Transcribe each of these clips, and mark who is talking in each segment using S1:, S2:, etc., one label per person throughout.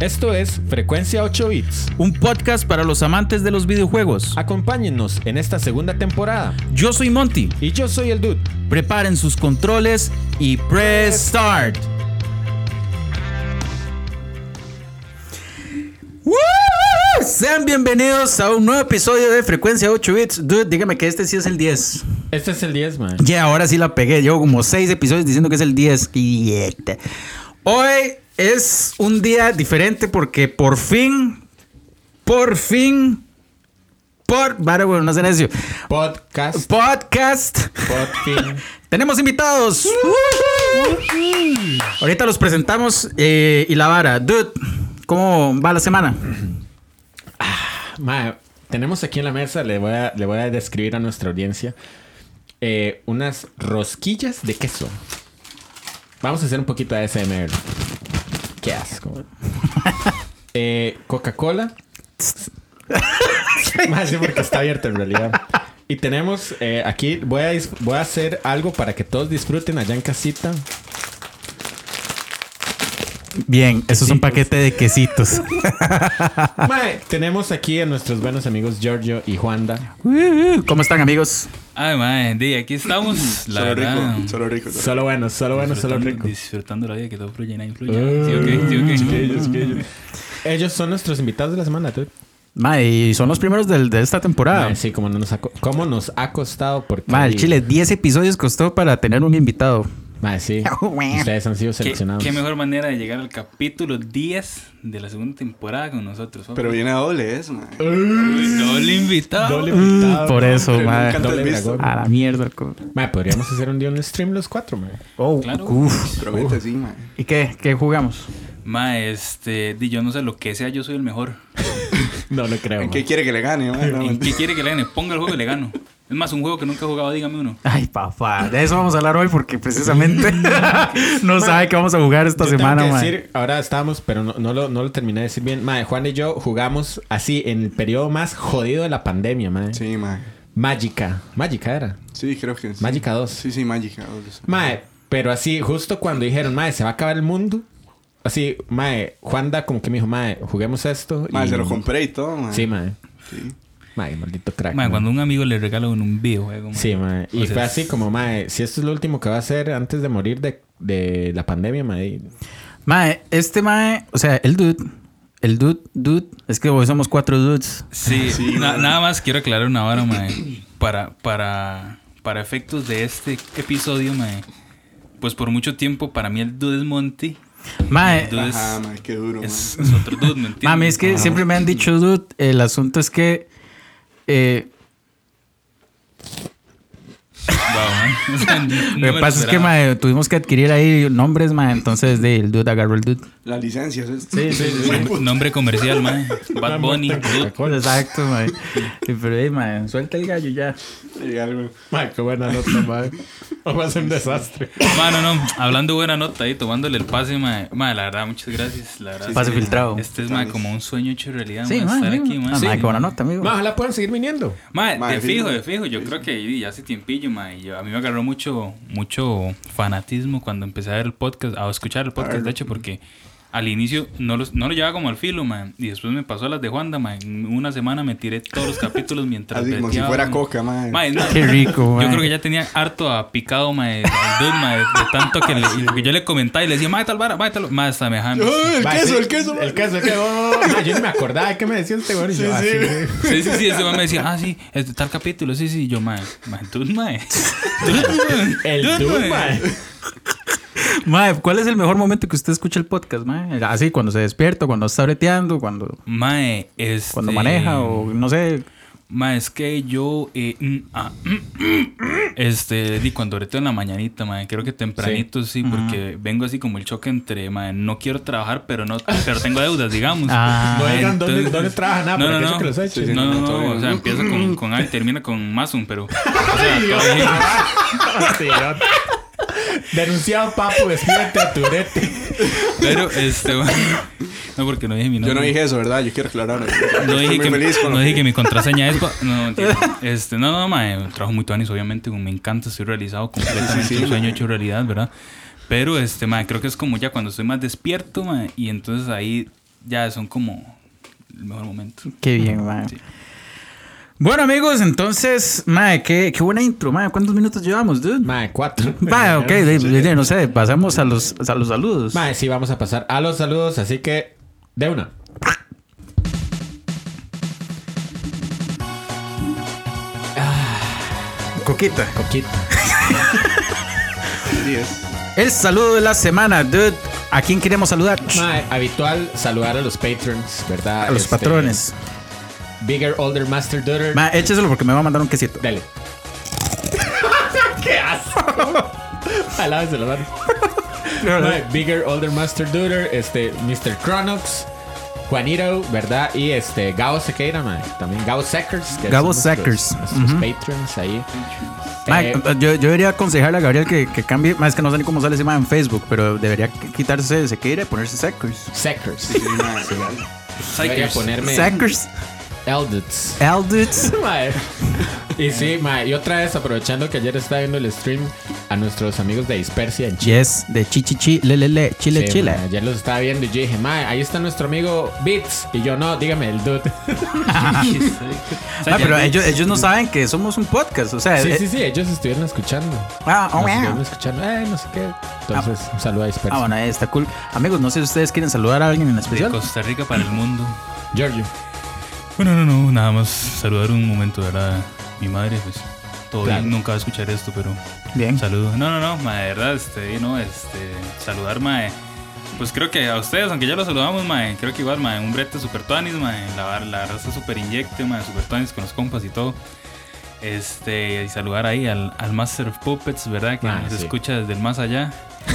S1: Esto es Frecuencia 8 Bits.
S2: Un podcast para los amantes de los videojuegos.
S1: Acompáñennos en esta segunda temporada.
S2: Yo soy Monty.
S1: Y yo soy el Dude.
S2: Preparen sus controles y press start. ¡Woo! Sean bienvenidos a un nuevo episodio de Frecuencia 8 Bits. Dude, dígame que este sí es el 10.
S1: Este es el 10, man.
S2: Ya, ahora sí la pegué. Llevo como 6 episodios diciendo que es el 10. Idiota. Hoy es un día diferente porque por fin, por fin, por... Vale, bueno, no sé necio.
S1: Podcast.
S2: Podcast.
S1: Podfin.
S2: Tenemos invitados. Ahorita los presentamos eh, y la vara. Dude, ¿cómo va la semana?
S1: Ma, tenemos aquí en la mesa, le voy a, le voy a describir a nuestra audiencia, eh, unas rosquillas de queso. Vamos a hacer un poquito de ASMR. Qué asco. Eh, Coca-Cola. Más porque está abierto en realidad. Y tenemos eh, aquí, voy a, dis- voy a hacer algo para que todos disfruten allá en casita.
S2: Bien, eso es un paquete de quesitos.
S1: Mae, tenemos aquí a nuestros buenos amigos Giorgio y Juanda.
S2: ¿Cómo están, amigos?
S3: Ay, madre, di, aquí estamos. La
S4: solo
S3: verdad,
S4: rico, solo rico. Solo...
S1: Solo buenos, solo buenos, solo Ah,
S3: disfrutando,
S1: ricos.
S3: disfrutando la vida que todo fluye y nada influye. Sí, ok, sí, ok.
S1: Ellos son nuestros invitados de la semana, tú.
S2: Ma, y son los primeros del- de esta temporada.
S1: Mae, sí, como no nos ha, co- cómo nos ha costado porque...
S2: Ma, Ah. el chile, 10 episodios costó para tener un invitado.
S1: Mae, sí. Ustedes han sido
S3: ¿Qué,
S1: seleccionados.
S3: qué mejor manera de llegar al capítulo 10 de la segunda temporada con nosotros. hombre.
S4: Pero viene a doble eso, man.
S3: doble invitado.
S1: Doble
S2: Mm,
S1: invitado.
S2: por eso,
S4: Pero
S2: ma.
S4: nunca-
S1: Doble
S4: Antes visto.
S1: dragón.
S2: A la mierda. co-
S1: Mae, podríamos hacer un día un stream los cuatro, mae.
S2: Oh,
S3: Claro.
S2: uf.
S4: Promete, sí, man.
S2: ¿Y qué? ¿Qué jugamos?
S3: Ma, este, di, yo no sé lo que sea, yo soy el mejor.
S1: Ah, No lo creo.
S4: ¿En
S1: mae.
S4: qué quiere que le gane, man? No,
S3: ¿En
S4: mentira.
S3: qué quiere que le gane? Ponga el juego y le gano. Es más, un juego que nunca he jugado, dígame uno.
S2: Ay, papá. De eso vamos a hablar hoy porque precisamente no sabe qué vamos a jugar esta
S1: Yo tengo
S2: semana,
S1: que
S2: ma.
S1: decir, ahora estábamos, pero no, no lo, no lo terminé de decir bien. Mae, Juan y yo jugamos así en el periodo más jodido de la pandemia, mae.
S4: Sí, man.
S1: Mágica. Mágica era.
S4: Sí, creo que sí.
S1: Mágica 2.
S4: Sí, sí, Magica. doble.
S1: Mae, pero así, justo cuando dijeron, mae, se va a acabar el mundo. Así, mae, Juanda como que me dijo, mae, juguemos esto.
S4: Man,
S1: y-
S4: se lo compré y todo, man.
S1: Sí, mae.
S4: Sí.
S1: Mae, maldito crack.
S3: Ma,
S1: mae.
S3: cuando un amigo le regala un, un videojuego. ma.
S1: Ah, Sí, mae. Y
S3: O sea,
S1: fue así como, mae, si esto es lo último que va a hacer antes de morir de, de la pandemia, mae. y-
S2: Mae, este mae, o sea, el dude, el dude, dude, es que hoy somos cuatro dudes.
S3: Sí,
S4: Sí,
S3: na-
S4: mae.
S3: nada más quiero aclarar una hora, mae. Para, para, para efectos de este episodio, mae. Pues por mucho tiempo, para mí el dude es Monty.
S2: Mae,
S3: El dude es,
S4: Ajá, man, qué duro, man.
S3: es- es otro dude, ¿me entiendes?
S2: mami, es que siempre me han dicho dude, el asunto es que eh,
S3: Wow, mae. O sea, no- no
S2: lo que
S3: me
S2: pasa es que
S3: esperaba.
S2: mae, tuvimos que adquirir ahí nombres, mae, entonces de, el dude agarró el dude.
S4: Las licencias. es-
S3: Nombre- Nombre comercial, mae. Bad Bunny, dude.
S2: Pues, Exacto, mae. Y Pero ahí, mae, suelta el gallo ya.
S4: Y algo.
S1: Mae, qué buena nota, mae. Va a ser un desastre.
S3: Ma, no, no. Hablando buena nota ahí, tomándole el pase, mae. Mae, la verdad, muchas gracias. La verdad.
S2: Pase
S3: sí,
S2: filtrado.
S3: Este es, mae, como un sueño hecho realidad,
S2: Sí,
S3: mae,
S2: mae.
S3: Estar
S2: sí,
S3: aquí,
S2: mae.
S3: mae.
S2: Ah,
S3: Sí.
S2: mae, qué buena nota, amigo.
S1: Mae, ojalá puedan seguir viniendo.
S3: Mae,
S4: Mae,
S3: de
S4: sí,
S3: fijo,
S4: mae.
S3: de fijo. Yo creo que ya hace tiempillo, mae. Yo- a mí me agarró mucho, mucho fanatismo cuando empecé a ver el podcast, a escuchar el podcast, de hecho, porque al inicio no, los, no lo llevaba como al filo, mae. Y después me pasó a las de Juanda, mae. En una semana me tiré todos los capítulos mientras
S4: Así como si
S3: breteaba,
S4: fuera
S3: mae.
S4: coca, man.
S3: Mae, no.
S2: Qué rico, mae.
S3: Yo creo que ya tenía harto a picado, mae, al dude, mae, de tanto que le- porque yo le comentaba y le decía, mae, tal vara, mae, tal... vara". Mae, hasta me dejaba...
S4: ¡Ay, el
S1: Mae,
S4: queso,
S1: sí,
S4: el queso, man!
S1: El queso, el queso. Oh, mae, yo ni me acordaba de qué me decía este güey. y yo, ah, sí, güey.
S3: Sí, sí, sí, ese mae me decía, ah, sí, este tal capítulo, sí, sí, yo, mae, mae, dude, mae. Dude,
S1: El
S3: dude,
S1: dude, mae.
S2: Mae, ¿cuál es el mejor momento que usted escucha el podcast, mae? Así, cuando se despierta, cuando está breteando, cuando,
S3: Mae, este...
S2: cuando maneja o no sé.
S3: Mae, es que yo... eh, mm, ah, mm, mm, mm, este, di cuando ahorita en la mañanita, mae, creo que tempranito, sí, porque vengo así como el choque entre, mae, no quiero trabajar, pero no... Pero tengo deudas, digamos.
S2: Ah,
S1: No digan dónde,
S3: entonces-
S1: dónde trabaja nada,
S3: No,
S1: porque
S3: no,
S1: eso
S3: no.
S1: que los ha hecho.
S4: Sí, sí.
S3: no, no,
S4: todo
S3: no,
S4: bien.
S3: o sea, empieza con, con A y termina con Masun, pero. O sea, todo bien.
S1: Denunciado papo, despídete a turete.
S3: Pero, este. bueno, No, porque no dije mi
S4: Yo
S3: nombre.
S4: no dije eso, ¿verdad? Yo quiero aclarar.
S3: No
S4: Estoy
S3: dije,
S4: muy
S3: que,
S4: feliz con lo
S3: no
S4: que-
S3: dije que mi contraseña es. No, mentira. este, no, no, mae. Trabajo muy tuanis, obviamente. Me encanta, estoy realizado completamente.
S4: sí,
S3: un sueño
S4: mae.
S3: hecho realidad, ¿verdad? Pero, este, mae, creo que es como ya cuando estoy más despierto, mae. Y entonces ahí ya son como el mejor momento.
S2: Qué bien, mae.
S3: Sí.
S2: Bueno, amigos, entonces, mae, qué, qué buena intro, mae. ¿Cuántos minutos llevamos, dude?
S1: Mae, cuatro.
S2: Mae, ok, de- de- no sé, pasamos a los, a los saludos.
S1: Mae, sí, vamos a pasar a los saludos, así que de una.
S2: Coquita.
S1: Coquita.
S4: 10.
S2: El saludo de la semana, dude. ¿A quién queremos saludar?
S1: Mae, habitual saludar a los patrons, ¿verdad?
S2: A los
S1: Este,
S2: patrones.
S1: Bigger, older, master, daughter.
S2: Mae, écheselo porque me va a mandar un quesito.
S1: Dale. ¡Qué asco! Alávese la mano. Mae, Bigger, older, master, daughter. Este, Mr. Cronox. Juanito, ¿verdad? Y este, Gabo Sequeira, mae. También Gabo Sackers. que
S2: Gabo
S1: son nuestros-
S2: Sackers.
S1: Nuestros patrons ahí. Eh,
S2: Mae, yo, yo debería aconsejarle a Gabriel que, que cambie. Más que no sé ni cómo sale ese mae en Facebook, pero debería qu- quitarse de Sequeira y ponerse Sackers.
S1: Sackers.
S4: Sí, mae, legal.
S1: Voy a
S3: Psychers.
S1: ponerme
S2: Sackers,
S1: Eldits.
S2: Eldits.
S1: este Mae.
S2: Eh.
S1: Y sí, mae. Y otra vez, aprovechando que ayer estaba viendo el stream a nuestros amigos de Dispersia en Chile.
S2: Yes, de Chichichi, le, le, le, Chile,
S1: Sí,
S2: Chile.
S1: mae, ayer los estaba viendo y yo dije, mae, ahí está nuestro amigo Beats. Y yo, no, dígame el dude.
S2: Ah, pero ellos, ellos no saben que somos un podcast, o sea.
S1: sí,
S2: eh,
S1: sí, sí, ellos estuvieron escuchando.
S2: Ah, oh,
S1: Nos
S2: wow.
S1: estuvieron escuchando, eh, no sé qué. Entonces, un saludo a Dispersia.
S2: Ah, bueno, ahí está cool. Amigos, no sé si ustedes quieren saludar a alguien en
S3: De
S2: especial.
S3: Costa Rica para el mundo.
S1: Giorgio.
S3: Bueno, no, no, nada más saludar un momento, ¿verdad? Mi madre, pues, todavía
S1: Claro.
S3: nunca va a escuchar esto, pero
S2: Bien.
S3: saludo. No, no, no, ma, de verdad, este, no, este, saludar, mae. Pues creo que a ustedes, aunque ya los saludamos, mae, creo que igual, mae, un brete super tuanis, mae, la, la raza super inyecte, mae, super tuanis con los compas y todo. Este, y saludar ahí al, al Master of Puppets, ¿verdad? Que
S1: Ah,
S3: nos
S1: sí.
S3: escucha desde el más allá.
S4: Sí,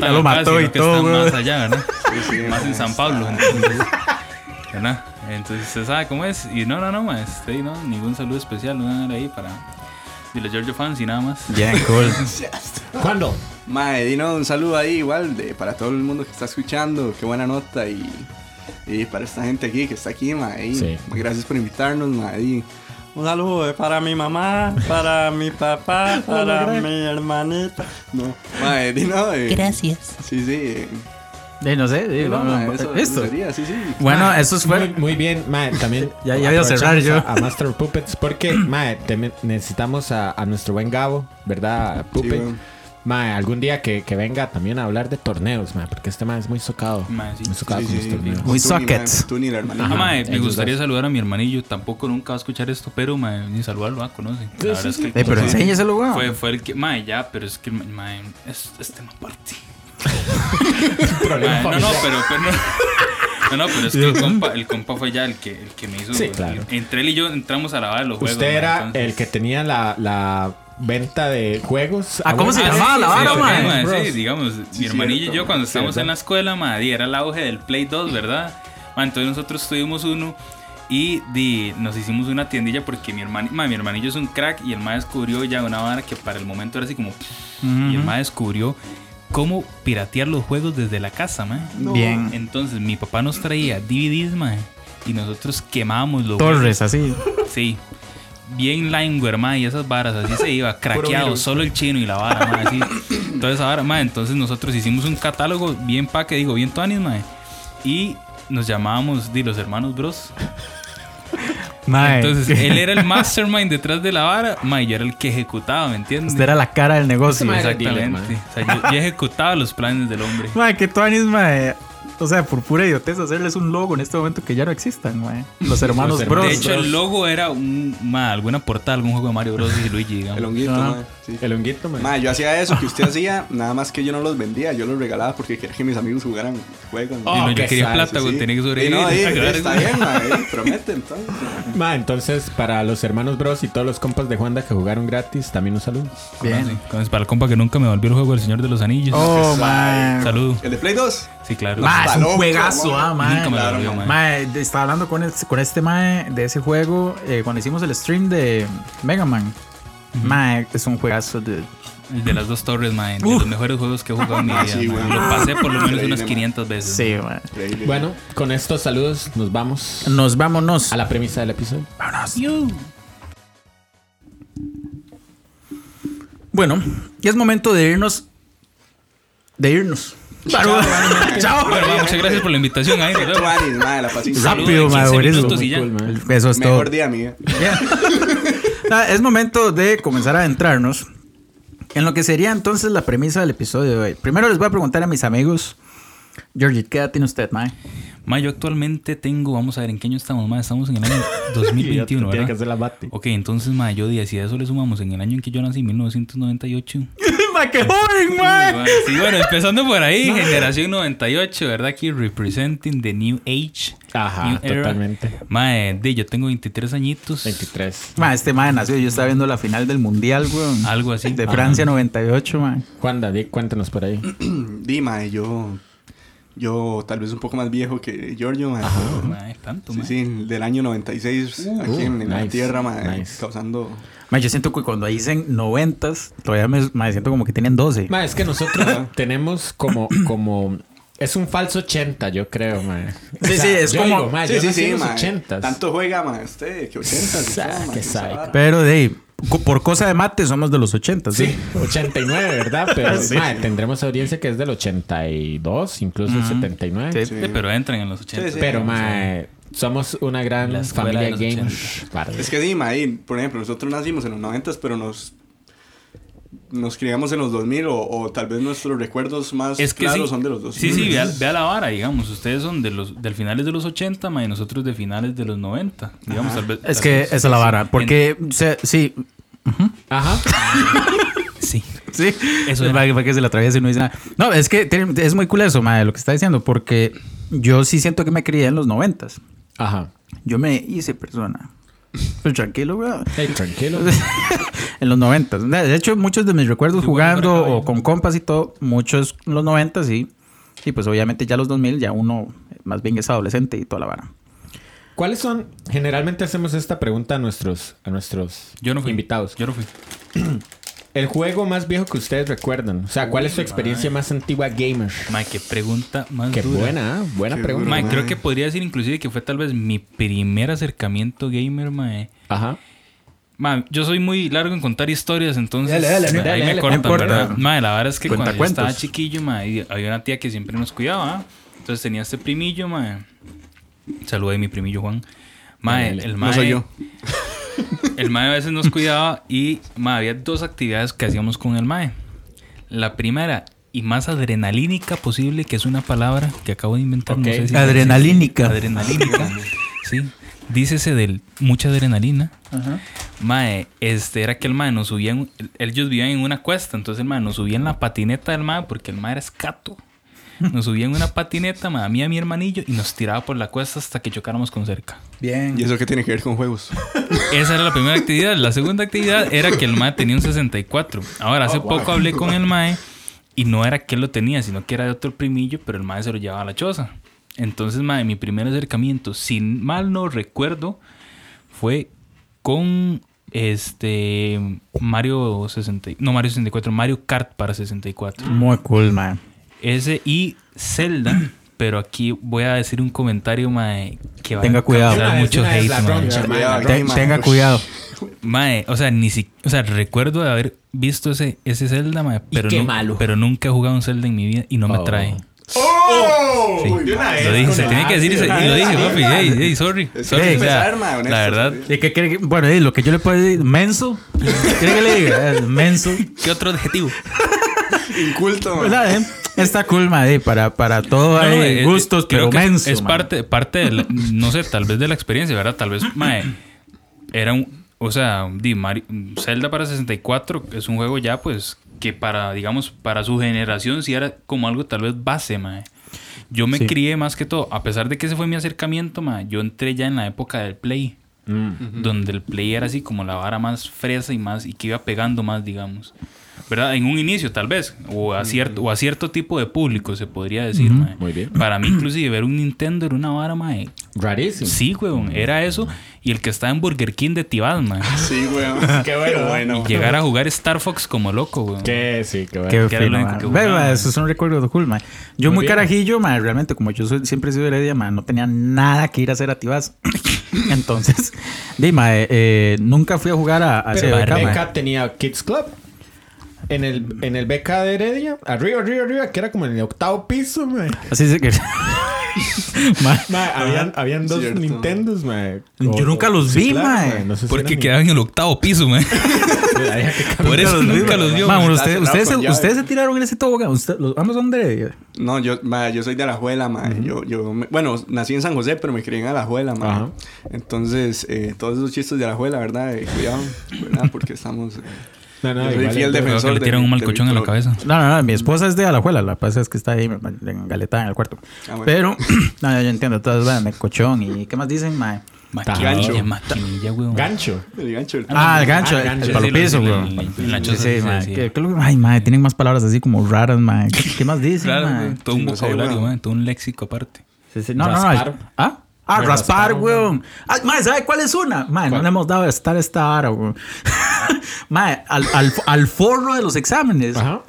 S2: Ya lo
S3: acá,
S2: mató
S3: sino
S2: y
S3: que
S2: todo,
S3: está
S2: güey.
S3: más allá, ¿verdad?
S4: Sí, sí,
S3: más
S4: mae,
S3: en San
S4: está-
S3: Pablo. Entonces, ¿verdad? Entonces se sabe cómo es. Y no, no, no, ma, este, y no, ningún saludo especial, no nada ahí para de los Giorgio fans y nada más.
S2: Bien, cool. Ah.
S1: ¿Cuándo?
S4: Mae, Dino, un saludo ahí igual de, para todo el mundo que está escuchando. Qué buena nota. Y, y para esta gente aquí que está aquí, mae. y
S1: Sí.
S4: Gracias por invitarnos, mae. y-
S5: Un saludo eh, para mi mamá, para mi papá, para mi hermanita.
S4: No, mae, Dino. eh,
S6: Gracias.
S4: Sí, sí. eh,
S2: Eh, no sé, eh,
S4: no,
S2: vamos,
S4: mae, eso-
S2: listo.
S4: eso sería, sí, sí.
S2: Bueno, eso es
S1: Muy,
S2: bueno.
S1: muy bien, mae, también.
S2: Ya- ya voy a cerrar
S1: aprovechamos
S2: yo.
S1: A, a Master of Puppets, porque, mae, también necesitamos a, a nuestro buen Gabo, ¿verdad? A Puppet.
S4: weón.
S1: Mae, algún día que, que venga también a hablar de torneos, mae, porque este mae es muy socado.
S3: Mae, sí.
S1: Muy socado
S4: Sí,
S1: con
S4: sí,
S1: los torneos.
S4: sí.
S2: Muy
S4: Tú ni, mae,
S2: sockets.
S4: Tú ni la
S3: Ah,
S4: hermanita.
S1: Ajá.
S3: mae, me
S1: ellos
S3: gustaría
S1: dos.
S3: saludar a mi hermanillo. Tampoco nunca va a escuchar esto, pero mae, ni saludarlo, ah, conoce. La verdad es que
S2: Eh, pero enséñeselo, weón.
S3: fue, fue el que, mae, ya, pero es que, mae, es, es tema aparte. Mae, no, no, pero, pero no. No, no, pero es que el compa, el compa fue ya el que, el que me hizo.
S1: Sí, claro.
S3: Entre él y yo entramos a la barra de los juegos.
S1: Usted
S3: mae,
S1: era
S3: entonces-
S1: el que tenía la, la venta de juegos.
S2: Ah, ¿cómo
S1: bueno,
S2: se
S1: ah,
S2: llamaba
S1: sí,
S2: la
S1: sí,
S2: vara,
S1: sí,
S2: mae?
S1: Bros.
S3: Sí, digamos, mi hermanillo y yo cuando estábamos
S1: Cierto.
S3: en la escuela, madre, era el auge del Play 2, ¿verdad? Ma, entonces nosotros tuvimos uno y di- nos hicimos una tiendilla porque mi, hermani- ma, mi hermanillo es un crack y el ma descubrió ya una vara que para el momento era así como... Y el ma descubrió cómo piratear los juegos desde la casa, ma.
S1: Mm.
S2: Bien.
S3: Entonces mi papá nos traía DVDs, ma, y nosotros quemábamos los juegos.
S2: Torres, así.
S3: Sí. Bien limeware, ma, y esas varas, así se iba, craqueado, solo el chino y la vara, ma, así. Toda esa vara, ma, entonces nosotros hicimos un catálogo bien pa' que digo, bien tuanis, ma, y nos llamábamos, di, los hermanos bros.
S2: Mae,
S3: Entonces, él era el mastermind detrás de la vara, ma, y yo era el que ejecutaba, ¿me entiendes?
S2: Usted era la cara del negocio.
S1: mae- Era el
S3: Exactamente.
S1: dealer,
S3: O sea, yo, yo ejecutaba los planes del hombre.
S2: Mae, que tuanis, mae. O sea, por pura idiotez hacerles un logo en este momento que ya no existan, mae. Los hermanos
S1: Los
S2: Bros.
S1: hermanos
S3: De hecho, el logo era un, ma, alguna portada, algún juego de Mario Bros. y Luigi,
S4: El
S3: digamos.
S4: honguito,
S2: Ah.
S4: mae, sí.
S1: El honguito, mae.
S4: Mae, yo hacía eso que usted hacía, nada más que yo no los vendía, yo los regalaba porque quería que mis amigos jugaran juegos.
S1: Oh,
S3: Y no, yo
S1: qué
S3: quería
S1: sad,
S3: plata, güey, tenía que
S4: Y
S3: sobrevivir.
S4: no, ahí,
S3: Claro,
S4: está
S3: güey.
S4: bien, mae, ahí, promete entonces.
S1: Mae, entonces, para los hermanos Bros y todos los compas de Juanda que jugaron gratis, también un saludo.
S2: Bien.
S3: Entonces, para el compa que nunca me volvió el juego del Señor de los Anillos.
S2: Oh, mae.
S3: Saludo.
S4: ¿El de Play 2?
S3: Sí, claro.
S2: Mae, es
S4: Está
S2: un
S4: loco,
S2: juegazo,
S4: mae.
S2: ah, mae.
S3: Nunca me lo
S4: claro,
S3: volvió, mae.
S2: Mae, de- estaba hablando con, el- con este mae de ese juego eh, cuando hicimos el stream de Mega Man. Mae, es un juegazo, dude.
S3: El de las dos torres, mae. De los mejores juegos que he jugado en mi
S4: Ah,
S3: vida.
S4: sí,
S3: mae.
S4: güey.
S3: Lo pasé por lo menos
S4: Increíble,
S3: unas
S4: mae.
S3: 500 veces.
S2: Sí, mae.
S4: Increíble.
S1: Bueno, con estos saludos nos vamos
S2: Nos vámonos.
S1: a la premisa del episodio.
S2: Vámonos. Bueno, ya es momento de irnos. De irnos. Chao. Chao.
S3: Bueno, ma, muchas gracias por la invitación ahí, ¿verdad?
S4: Tuanis, madre, la pasé
S2: Rápido,
S3: Saludos en
S2: madre,
S3: 15
S2: buenísimo.
S3: minutos y ya.
S1: Cool, mae.
S2: Eso es todo.
S4: Mejor día, amiga.
S2: Ya. Ah, es momento de comenzar a adentrarnos en lo que sería entonces la premisa del episodio de hoy. Primero les voy a preguntar a mis amigos. Georgie, ¿qué edad tiene usted, Mae?
S3: Ma, yo actualmente tengo, vamos a ver, ¿en qué año estamos, ma? Estamos en el año 2021,
S1: Tiene que
S3: ¿verdad?
S1: hacer la bate.
S3: Ok, entonces, ma, yo día, si a eso le sumamos en el año en que yo nací, 1998.
S2: ¡Mae, qué joven,
S3: Bueno, Sí, bueno, empezando por ahí, generación 98, ¿verdad? Aquí representing the new age.
S1: Ajá,
S3: new era.
S1: totalmente.
S3: Mae, di, yo tengo 23 añitos.
S1: 23.
S2: Mae, este Mae nació. Yo estaba viendo la final del Mundial, weón.
S3: Algo así.
S2: De Francia 98, Mae.
S1: Juanda, di, cuéntanos por ahí.
S4: Dima, yo. Yo, tal vez un poco más viejo que Giorgio, mae, pero-
S3: Mae, tanto, mae.
S4: Sí, sí, del año 96, aquí en, en
S1: Uh,
S4: la
S1: nice,
S4: tierra, mae,
S1: nice.
S4: causando.
S2: Mae, yo siento que cuando dicen 90, todavía me mae, siento como que tienen 12.
S1: Ma, es que nosotros tenemos como, como. Es un falso 80, yo creo, ma.
S2: Sí, sí, es
S1: yo
S2: como-
S1: digo, ma,
S4: Sí,
S1: yo
S4: sí,
S1: nací en
S4: sí,
S1: los
S4: mae.
S1: 80s.
S4: Tanto juega, mae, usted, que 80s. y
S1: Sa-
S4: todo, mae,
S1: qué
S4: que esa
S1: psycho.
S4: vara.
S2: Pero de ahí, co- por cosa de mate, somos de los 80, ¿sí?
S1: Sí, 89, ¿verdad? Pero ma, tendremos audiencia que es del 82, incluso el 79.
S2: Sí.
S3: Sí, Pero entran en los 80.
S4: Sí, sí.
S1: Pero, ma, somos una
S3: La
S1: gran
S3: escuela
S1: familia
S3: de los
S1: gamers. parce.
S4: Es que Dima, ahí, por ejemplo, nosotros nacimos en los 90s, pero nos. Nos criamos en los 2000 o, o tal vez nuestros recuerdos más
S3: Es que
S4: claros
S3: sí.
S4: son de los 2000.
S3: Sí, sí, vea, vea la vara, digamos. Ustedes son de los del finales de los 80, ma, y nosotros de finales de los 90. Digamos, tal vez.
S2: Es que esa es la vara. Porque, o sea, sí,
S1: Ajá.
S3: Sí.
S2: Sí,
S3: Eso
S2: eso
S3: era.
S2: para, que- para que se la atraviese y no dice nada. No, es que tiene- es muy cool eso, madre, lo que está diciendo, porque yo sí siento que me crié en los noventas.
S1: Ajá.
S2: Yo me hice persona. Pero tranquilo, weón.
S1: Hey, tranquilo.
S2: en los noventas. De de hecho, muchos de mis recuerdos
S3: Sí, bueno,
S2: jugando
S3: pero-
S2: o con compas y todo, muchos en los noventas y, y pues obviamente ya los 2000 ya uno más bien es adolescente y toda la vara.
S1: ¿Cuáles son? Generalmente hacemos esta pregunta a nuestros, a nuestros
S3: Yo no fui.
S1: invitados.
S3: Yo no fui.
S1: El juego más viejo que ustedes recuerdan. O sea, ¿cuál es su experiencia más antigua gamer?
S3: Mae, qué pregunta más
S1: Qué
S3: dura.
S1: buena, ¿eh? buena
S4: Qué
S1: pregunta.
S3: Mae,
S4: Mae.
S3: creo que podría decir inclusive que fue tal vez mi primer acercamiento gamer, mae.
S1: Ajá.
S3: Mae, yo soy muy largo en contar historias, entonces
S2: Dale, dale,
S3: mae,
S2: dale,
S3: ahí
S2: dale,
S3: me
S2: no
S3: cortan,
S2: importa.
S3: ¿verdad? Mae, la verdad es que
S2: Cuenta
S3: cuando yo estaba
S2: cuentos.
S3: chiquillo, mae, y había una tía que siempre nos cuidaba, ¿ah? Entonces tenía este primillo, mae. Saluda a mi primillo Juan. Mae,
S1: Dale,
S3: el
S1: no
S3: mae
S4: soy yo.
S3: el mae a veces nos cuidaba y mae, había dos actividades que hacíamos con el mae. La primera y más adrenalínica posible, que es una palabra que acabo de inventar.
S1: Ok.
S3: No sé si
S2: Adrenalínica.
S3: Adrenalínica. sí. Dícese del mucha adrenalina. Mae, este era que el mae nos subía, en- ellos vivían en una cuesta, entonces el mae nos subía en la patineta del mae porque el mae era escato. Nos subía en una patineta, mae, a mí y a mi hermanillo y nos tiraba por la cuesta hasta que chocáramos con cerca.
S2: Bien.
S4: ¿Y eso qué tiene que ver con juegos?
S3: Esa era la primera actividad. La segunda actividad era que el MAE tenía un 64. Ahora, hace poco hablé con el MAE y no era que él lo tenía, sino que era de otro primillo, pero el MAE se lo llevaba a la choza. Entonces, MAE, mi primer acercamiento, sin mal no recuerdo, fue con este Mario 60, no Mario 64, Mario Kart para 64.
S2: Muy cool, madre.
S3: Ese y Zelda, pero aquí voy a decir un comentario, MAE, que va
S2: Tenga
S3: a
S2: cuidado.
S3: causar
S1: Una vez,
S3: mucho
S1: una vez
S3: hate,
S1: la
S3: mae.
S1: bronca, mae, la
S4: Cuidado,
S1: bronca.
S4: Ay, mae.
S2: tenga cuidado.
S3: Mae, o sea, ni si, o sea, recuerdo de haber visto ese, ese Zelda, mae, pero,
S1: qué
S3: nu-
S1: malo.
S3: pero nunca he jugado un Zelda en mi vida y no me
S1: Oh.
S3: trae.
S4: ¡Oh!
S3: Sí. Lo dije, se tenía que decir y, se- y lo dije, papi, hey, hey, sorry.
S4: Es
S3: sorry,
S2: que
S3: o sea,
S4: empezar, mae, honesto,
S3: la verdad.
S2: ¿Y qué cree que- bueno, y lo que yo le puedo decir, menso. ¿Qué cree que le diga? Eh, Menso.
S3: ¿Qué otro adjetivo?
S4: Inculto,
S3: Pues
S4: mae.
S2: ¿Verdad, eh? Está cool, madre, para, para todo
S3: No,
S2: hay
S3: no, eh,
S2: gustos,
S3: eh,
S2: pero
S3: creo que es-
S2: menso.
S3: Es
S2: man.
S3: parte, parte de la- no sé, tal vez de la experiencia, ¿verdad? Tal vez, mae, era un, o sea, di, Mari- Zelda para 64 es un juego ya, pues, que para, digamos, para su generación sí era como algo tal vez base, mae. Yo me
S2: Sí.
S3: crié más que todo, a pesar de que ese fue mi acercamiento, mae, yo entré ya en la época del Play.
S1: Mm,
S3: Donde el play era así como la vara más fresa y más y que iba pegando más, digamos. ¿Verdad? En un inicio, tal vez. O a cierto, o a cierto tipo de público, se podría decir, mae.
S1: Muy bien.
S3: Para mí, inclusive, ver un Nintendo era una vara, mae.
S1: Rarísimo.
S3: Sí, weón. Era eso. Y el que estaba en Burger King de Tibad, mae.
S4: Sí, weón. Qué bueno. Ah, bueno.
S3: Y llegar a jugar Star Fox como loco, weón.
S1: Que sí, que bueno.
S2: Qué
S3: que era lo
S2: fino,
S3: único
S2: man.
S3: que jugaba,
S2: Ve, man,
S3: man.
S2: eso es un recuerdo cool, man. Yo
S1: Muy
S2: muy,
S1: bien.
S2: carajillo, man, realmente, como yo soy- siempre he sido heredia, man, no tenía nada que ir a hacer a Tibás. Entonces, dime, nunca fui a jugar a, a
S1: Pero
S2: CBK, man.
S1: Beca tenía Kids Club. en el, en el BK de Heredia, arriba, arriba, arriba, que era como en el octavo piso, mae.
S2: Así se que. Ma-
S1: Mae, habían, habían dos
S4: Cierto.
S1: Nintendos, mae. O-
S2: Yo nunca los
S1: sí,
S2: vi,
S1: claro,
S2: mae.
S1: No sé si
S3: Porque
S1: eran
S3: quedaba en el octavo piso, man.
S1: Nintendos. Había que cambiar.
S3: Por eso nunca los vio.
S2: Ma,
S3: man.
S2: ustedes,
S4: Está
S2: ustedes, se-
S4: cerrado con
S2: ustedes se
S4: llave.
S2: tiraron en ese tobogán. Usted- los ambos son de.
S4: No, yo, ma, yo soy de Alajuela, ma. Yo, yo me- bueno, nací en San José, pero me crié en Alajuela, ma.
S1: Ajá.
S4: Entonces, eh, todos esos chistes de Alajuela, ¿verdad? Eh, cuidado, ¿verdad? Porque estamos... eh,
S1: No, no,
S4: Yo
S1: igual,
S4: soy fiel
S1: entonces-
S3: Creo que
S4: defensor
S3: le
S4: de-
S3: tiran un
S4: de
S3: malcochón en la
S4: Victor.
S3: cabeza.
S2: No, no, no. Mi esposa es de Alajuela. La pasa es que está ahí en galeta en el cuarto.
S4: Ah, bueno.
S2: Pero, no, yo entiendo. Todas van de cochón. ¿Y qué más dicen, mae?
S3: Maquinilla,
S1: Gancho.
S3: maquinilla, weón.
S1: Gancho.
S4: El gancho. del-
S2: Ah, el gancho.
S1: Ah, el
S2: el
S1: gancho.
S2: palopizo,
S3: Sí, lo-
S2: güey.
S3: en- en la
S2: Sí,
S3: choza
S2: sí,
S3: sí se
S2: mae,
S3: decía.
S2: que- que lo- Ay, mae, tienen más palabras así como raras, mae. ¿Qué, qué más dicen,
S3: Claro,
S2: mae?
S3: güey. todo un
S4: No sé,
S3: vocabulario,
S4: weón.
S3: man, todo un léxico aparte.
S2: Sí, sí, No, no, no.
S1: Raspar.
S2: ¿Ah? Ah,
S1: El
S2: raspar,
S1: raspar,
S2: weón. Ah, mae, ¿sabe cuál es una? Mae, no
S1: ¿Cuál?
S2: le hemos dado a estar esta hora, weón. mae, al, al, al forro de los exámenes.
S1: Ajá.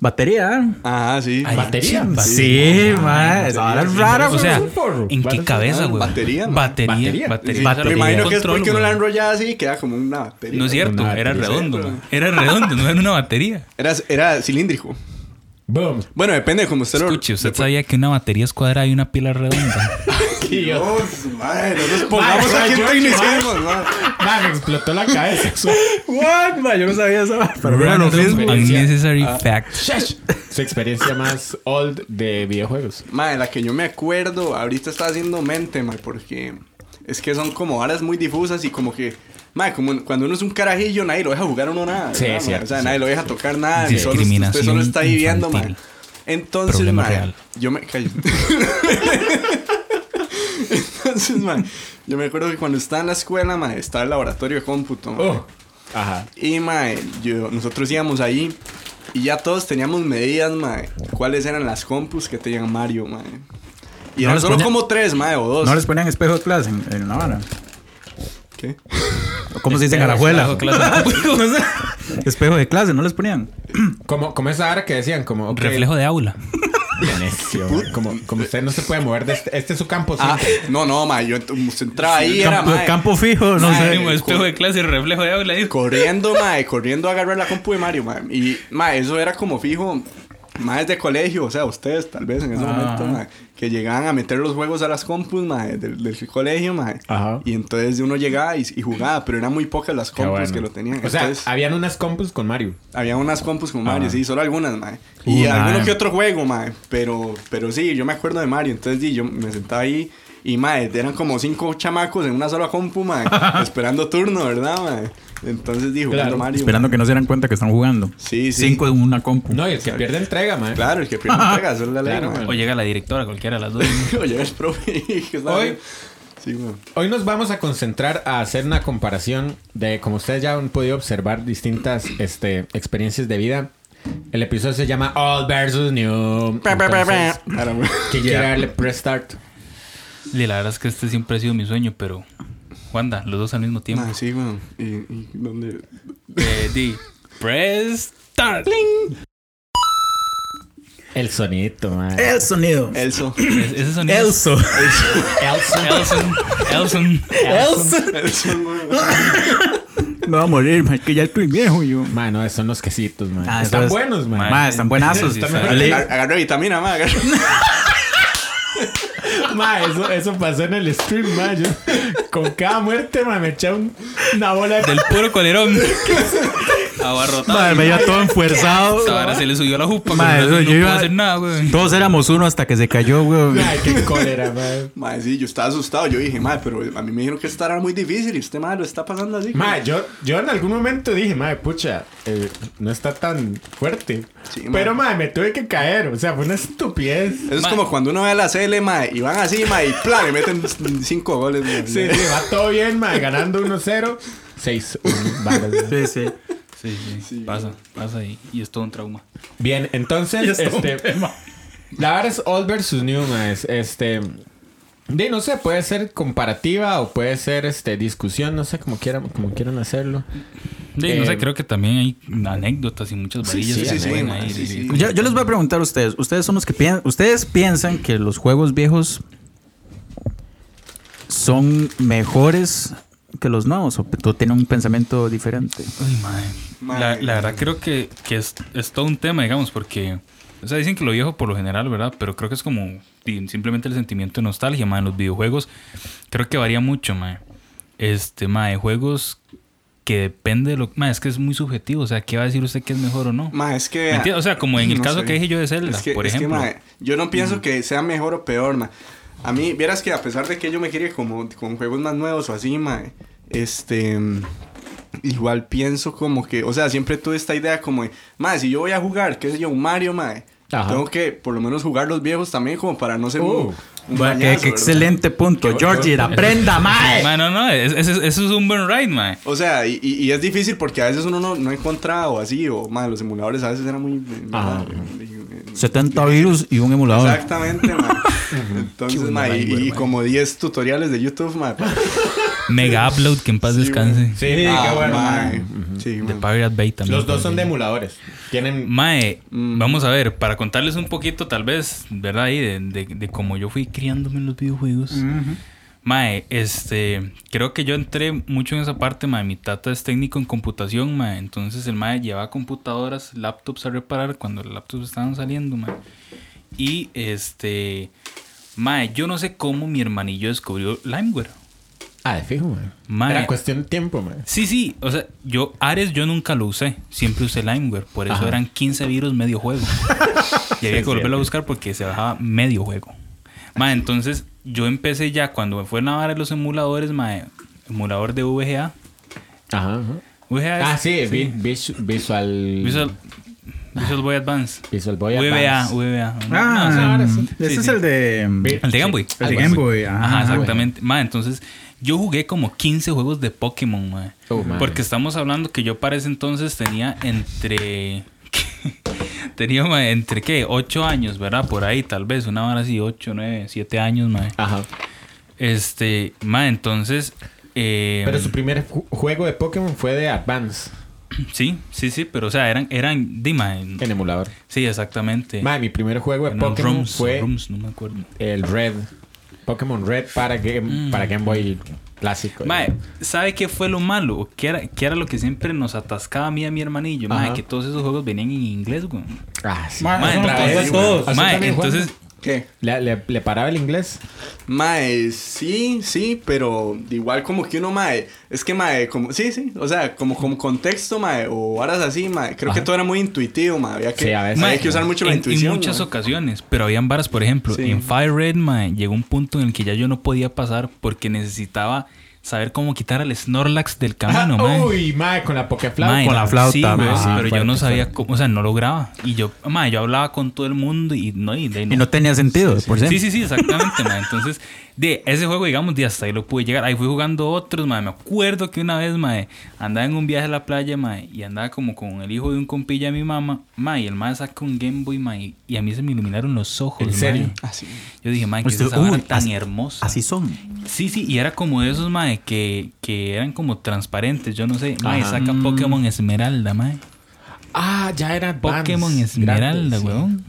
S2: Batería, ¿eh?
S4: Ajá, sí.
S3: Ay,
S1: Batería.
S2: Sí, mae. Esa hora es rara,
S1: Pero
S3: O sea,
S1: es un forro.
S3: ¿en
S1: Vale,
S3: qué
S1: sí,
S3: cabeza,
S4: claro,
S3: güey?
S4: batería, man.
S3: Batería.
S1: Batería.
S4: Sí,
S3: Batería.
S4: Me imagino que es
S3: Control,
S4: porque uno la
S3: güey.
S4: enrollaba así y queda como una batería.
S3: No es cierto,
S1: Una
S3: era
S1: batería.
S3: redondo,
S4: Sí, pero-
S3: man. Era redondo, no era una batería.
S4: Era, era cilíndrico.
S1: Boom.
S4: Bueno, depende de cómo usted lo...
S3: Escuche, usted sabía que una batería es cuadrada y una pila es redonda.
S4: Dios, madre, no nos pongamos
S1: Madre,
S4: aquí en
S1: George,
S4: tecnicismos, ma.
S1: Mae, me explotó la cabeza. Eso-
S2: What, mae? Yo no sabía eso. Pero bueno,
S3: Random unnecessary fact.
S1: Shesh. Su experiencia más old de videojuegos.
S4: Ma, de Pues, la que yo me acuerdo, ahorita está haciendo mente, ma, porque es que son como varas muy difusas y como que, ma, como en- cuando uno es un carajillo, nadie lo deja jugar a uno nada.
S1: Sí,
S4: ¿verdad,
S1: es
S4: ma?
S1: cierto,
S4: O sea,
S1: sí.
S4: nadie lo deja tocar nada. y Solo,
S3: Discriminación
S4: usted solo está ahí viendo, ma.
S3: infantil.
S4: Entonces,
S3: Problema
S4: ma,
S3: real.
S4: yo me. callo. Entonces, ma, yo me acuerdo que cuando estaba en la escuela, ma, estaba el laboratorio de cómputo, ma.
S1: Oh. Ajá.
S4: Y, mae, yo, nosotros íbamos ahí y ya todos teníamos medidas, mae. ¿Cuáles eran las compus que tenían Mario, mae? Y
S2: No
S4: eran
S2: les
S4: solo
S2: ponía-
S4: como tres, mae, o dos.
S2: No les ponían espejos de clase en, en La Habana.
S4: ¿Qué?
S2: ¿Cómo se dice en
S1: Espejo de
S2: Arajuela?
S3: clase.
S2: ¿Cómo se- Espejo de clase, no les ponían.
S1: Como, como esa hora que decían, como. ok,
S3: Reflejo de aula.
S1: qué necio, mae. Como, como usted no se puede mover de este, este es su campo.
S4: Ah,
S1: siempre.
S4: no, no, mae, yo ent- usted entraba ahí, era,
S2: Campo,
S3: eh.
S4: mae.
S2: campo fijo, no
S4: Mae.
S2: sé.
S3: Mínimo espejo de clase, reflejo de aula. dijo.
S4: Corriendo, mae, corriendo a agarrar la compu de Mario, mae. Y, mae, eso era como fijo, mae, de colegio, o sea, ustedes tal vez en
S2: Ah.
S4: ese momento, mae, que llegaban a meter los juegos a las compus, mae, del, del colegio, mae.
S1: Ajá.
S4: Y entonces uno llegaba y, y jugaba, pero eran muy pocas las
S1: Qué
S4: compus
S1: bueno.
S4: que lo tenían.
S1: O sea,
S4: Entonces-
S1: habían unas compus con Mario.
S4: Había unas compus con Mario,
S1: Ajá.
S4: sí, solo algunas, mae.
S2: Uh,
S4: Y
S2: mae.
S4: alguno que otro juego, mae. Pero, pero sí, yo me acuerdo de Mario. Entonces, di, yo me sentaba ahí y, mae, eran como cinco chamacos en una sola compu, mae. esperando turno, ¿verdad, mae? Entonces, di, jugando
S1: Claro.
S4: Mario.
S2: Esperando
S4: mae.
S2: que no se dieran cuenta que están jugando.
S4: Sí, sí.
S2: Cinco en una compu.
S1: No, y el que pierde entrega, man.
S4: Claro, el que primero pega, eso es la ley,
S1: Claro,
S4: mae.
S3: O llega la directora, cualquiera de las dos. ¿no?
S4: Oye, el profe. que está
S1: Hoy-
S4: bien. Sí, mae.
S1: Hoy nos vamos a concentrar a hacer una comparación de, como ustedes ya han podido observar, distintas este, experiencias de vida. El episodio se llama All versus New. Entonces,
S4: Ahora, mae.
S1: que quiere darle prestart.
S3: Y la verdad es que este siempre ha sido mi sueño, pero. Wanda, los dos al mismo tiempo.
S4: Mae, sí, mae. ¿Y, y dónde?
S3: Eh, di. Press start.
S1: El sonidito, man.
S2: El sonido.
S4: Elso.
S3: Es- Ese sonido.
S2: Elso.
S3: Elson. Elson.
S2: Elso.
S4: Elso, mae.
S2: Me va a morir, man, que ya estoy viejo yo.
S1: Man, no, son los quesitos, man.
S2: Ah,
S1: Están
S2: entonces-
S1: buenos, man.
S2: Ma, están buenazos.
S3: Sí, sí,
S2: Están
S3: sí.
S2: Ale-
S4: Agar- Agarré vitamina, mae. agarré-
S1: Ma, eso, eso pasó en el stream, man. Yo, con cada muerte, man, me eché un- una bola de...
S3: Del puro colerón. Abarrotado.
S2: Madre, me veía todo enfuerzado.
S3: Ahora se le subió la jupa.
S2: Madre,
S3: pero no,
S2: yo
S3: no
S2: iba-
S3: puedo hacer nada, güey.
S2: Todos éramos uno hasta que se cayó, weón.
S1: Ay, qué cólera, man.
S4: Mae, sí, yo estaba asustado. Yo dije, mae, pero a mí me dijeron que esta era muy difícil y este mae lo está pasando así. como-
S1: Ma, yo, yo en algún momento dije, madre, pucha, eh, no está tan fuerte.
S4: Sí,
S1: Pero,
S4: ma.
S1: madre, me tuve que caer. O sea, fue una estupidez.
S4: Eso es
S3: Ma-
S4: como cuando uno ve las L, mae, y van así, mae, y plan, le meten cinco goles. mae.
S1: Sí, sí, va todo bien, madre, ganando 1-0. 6-1, varas, ma.
S2: Sí, sí.
S3: Sí, sí, Pasa, pasa y, y es todo un trauma.
S1: Bien, entonces, este. La verdad es old versus new, ma, es Este. De, no sé, puede ser comparativa o puede ser este discusión, no sé, como quieran, como quieran hacerlo.
S3: Sí, no
S1: Eh,
S3: sé, creo que también hay anécdotas y muchas varillas.
S4: sí,
S3: que
S4: sí,
S3: se
S4: sí,
S3: pueden
S4: ma,
S3: ahí,
S4: sí,
S3: sí,
S4: sí.
S2: Yo, yo les voy a preguntar a ustedes. Ustedes son los que piensan. Ustedes piensan que los juegos viejos son mejores que los nuevos? ¿O tú tienes un pensamiento diferente?
S3: Uy, madre.
S4: Mae.
S3: La, la verdad creo que, que es, es todo un tema, digamos, porque... O sea, dicen que lo viejo por lo general, ¿verdad? Pero creo que es como di- simplemente el sentimiento de nostalgia, mae. En los videojuegos creo que varía mucho, mae. Este, mae, juegos que depende de lo... Mae, es que es muy subjetivo. O sea, ¿qué va a decir usted que es mejor o no?
S4: Ma, es que.
S3: ¿Me entiendes? O sea, como en el
S4: No
S3: caso
S4: sé.
S3: que dije yo de Zelda,
S4: Es que-
S3: por
S4: es que,
S3: ejemplo.
S4: ma, yo no pienso que sea mejor o peor, ma. A mí, vieras que a pesar de que yo me quería como con juegos más nuevos o así, ma, este. mm, Igual pienso como que, o sea, siempre tuve esta idea como de, ma, si yo voy a jugar, qué sé yo, un Mario, ma,
S1: Ajá.
S4: tengo que por lo menos jugar los viejos también, como para no ser
S1: Uh.
S3: Oh.
S4: un, un
S2: Bueno, qué,
S4: mañazo,
S2: qué
S4: ¿verdad?
S2: excelente punto. Georgie, aprenda, mae.
S3: Mae, no, no. es- es- es- Eso es un buen ride, mae.
S4: O sea, y, y- y es difícil porque a veces uno no, no encontraba o así, o ma, los emuladores a veces eran muy. eh,
S1: Ajá.
S2: 70 virus y un
S1: Ah.
S2: emulador.
S4: Exactamente, ma. Entonces, ma, y, y como 10 tutoriales de YouTube, pues, ma.
S3: Mega Upload, que en paz
S4: Sí,
S3: descanse.
S1: Sí, qué
S4: Ah,
S1: bueno.
S4: ma.
S1: mae.
S4: Sí,
S3: De
S4: ma.
S3: Pirate Bay también.
S1: Los dos son de emuladores. Tienen.
S3: Mae, vamos a ver, para contarles un poquito, tal vez, ¿verdad? Ahí de, de, de cómo yo fui criándome en los videojuegos. Mae, este, creo que yo entré mucho en esa parte, mae. Mi tata es técnico en computación, mae. Entonces el mae llevaba computadoras, laptops a reparar cuando las laptops estaban saliendo, mae. Y este, mae, yo no sé cómo mi hermanillo descubrió LimeWare.
S1: Ah, de fijo, man.
S3: Mae.
S1: Era cuestión de tiempo, man.
S3: Sí, sí, o sea, yo Ares yo nunca lo usé, siempre usé LimeWare, por eso
S1: Ajá.
S3: eran 15 virus medio juego. y había que volverlo a buscar porque se bajaba medio juego. Ma, entonces yo empecé ya cuando me fue a navar en los emuladores, ma, emulador de VGA.
S1: Ajá. ajá.
S3: VGA es-
S1: Ah, sí, vi- visu- Visual.
S3: Visual, Visual Boy Advance.
S1: Visual Boy
S3: VBA,
S1: Advance.
S3: VBA.
S2: Ah,
S3: No,
S1: ahora sí.
S2: ese
S3: Sí,
S2: es
S3: sí.
S2: el de. mm,
S3: El de Game Boy.
S1: Sí,
S2: El de
S1: algo
S2: Game
S1: así.
S2: Boy.
S3: Ajá,
S2: ah,
S3: exactamente. Ma, entonces, yo jugué como 15 juegos de Pokémon, ma.
S1: Oh, ma.
S3: Porque estamos hablando que yo para ese entonces tenía entre. tenía, ma, entre qué? 8 años, ¿verdad? Por ahí, tal vez, una hora así, 8, 9, 7 años, ma.
S1: Ajá.
S3: Este, ma, entonces. eh,
S1: Pero su primer ju- juego de Pokémon fue de Advance,
S3: Sí, sí, sí, pero o sea, eran. eran dime,
S1: en emulador.
S3: Mm. sí, exactamente.
S1: Mae, mi primer juego de
S3: Eran
S1: Pokémon
S3: ROMs,
S1: fue
S3: ROMs, no me acuerdo.
S1: el Red. Pokémon Red para Game, para Game Boy clásico.
S3: Mm. Mae, ¿sabe qué fue lo malo? ¿Qué era, qué era lo que siempre nos atascaba a mí y a mi hermanillo? Mae,
S1: Ajá.
S3: que todos esos juegos venían en inglés, güey.
S1: Ah, sí.
S2: Mae,
S3: Mae,
S2: eso nos
S1: otra
S2: pasó a
S1: vez,
S2: todos.
S1: güey.
S3: Mae,
S1: también, Juan?
S3: entonces,
S4: ¿Qué?
S1: ¿Le, le, le paraba el inglés?
S4: Mae, sí, sí, pero igual como que uno, mae, es que mae, como, sí, sí, o sea, como, como contexto, mae, o varas así, mae, creo que todo era muy intuitivo, mae, había que,
S1: Sí, a veces.
S4: mae, hay
S1: Mae,
S4: que usar mucho
S3: en,
S4: la
S3: en
S4: intuición.
S3: muchas
S4: mae.
S3: ocasiones, pero habían varas, por ejemplo,
S4: Sí.
S3: en Fire Red, mae, llegó un punto en el que ya yo no podía pasar porque necesitaba saber cómo quitar al Snorlax del camino, mae.
S1: Ah, Uy, mae, con la Pokeflauta.
S3: Mae,
S2: con la flauta,
S3: sí,
S2: mae.
S3: mae,
S1: Ah,
S3: pero yo no
S1: fuerte,
S3: sabía
S1: fuerte.
S3: cómo, o sea, no lograba. Y yo, mae, yo hablaba con todo el mundo y no, y, de ahí
S2: Y no tenía sentido, por
S3: Sí,
S2: cierto.
S3: sí, sí, exactamente, ma. Entonces, de ese juego, digamos, de hasta ahí lo pude llegar. Ahí fui jugando otros, ma. Me acuerdo que una vez, ma, andaba en un viaje a la playa, ma, y andaba como con el hijo de un compilla de mi mamá, ma, y el ma saca un Game Boy, ma, y, y a mí se me iluminaron los ojos,
S1: ¿En
S3: ma.
S1: serio?
S4: Ah, sí.
S3: Yo dije, ma, que es
S2: Usted,
S3: esa vara
S2: uy,
S3: tan
S2: así-
S3: hermosa.
S2: Así son.
S3: Sí, sí, y era como de esos, ma, que, que eran como transparentes, yo no sé. Ma, y
S1: Ajá.
S3: saca Pokémon Esmeralda, ma.
S1: Ah, ya era Advance.
S3: Pokémon
S1: Grande,
S3: Esmeralda,
S1: sí.
S3: weón.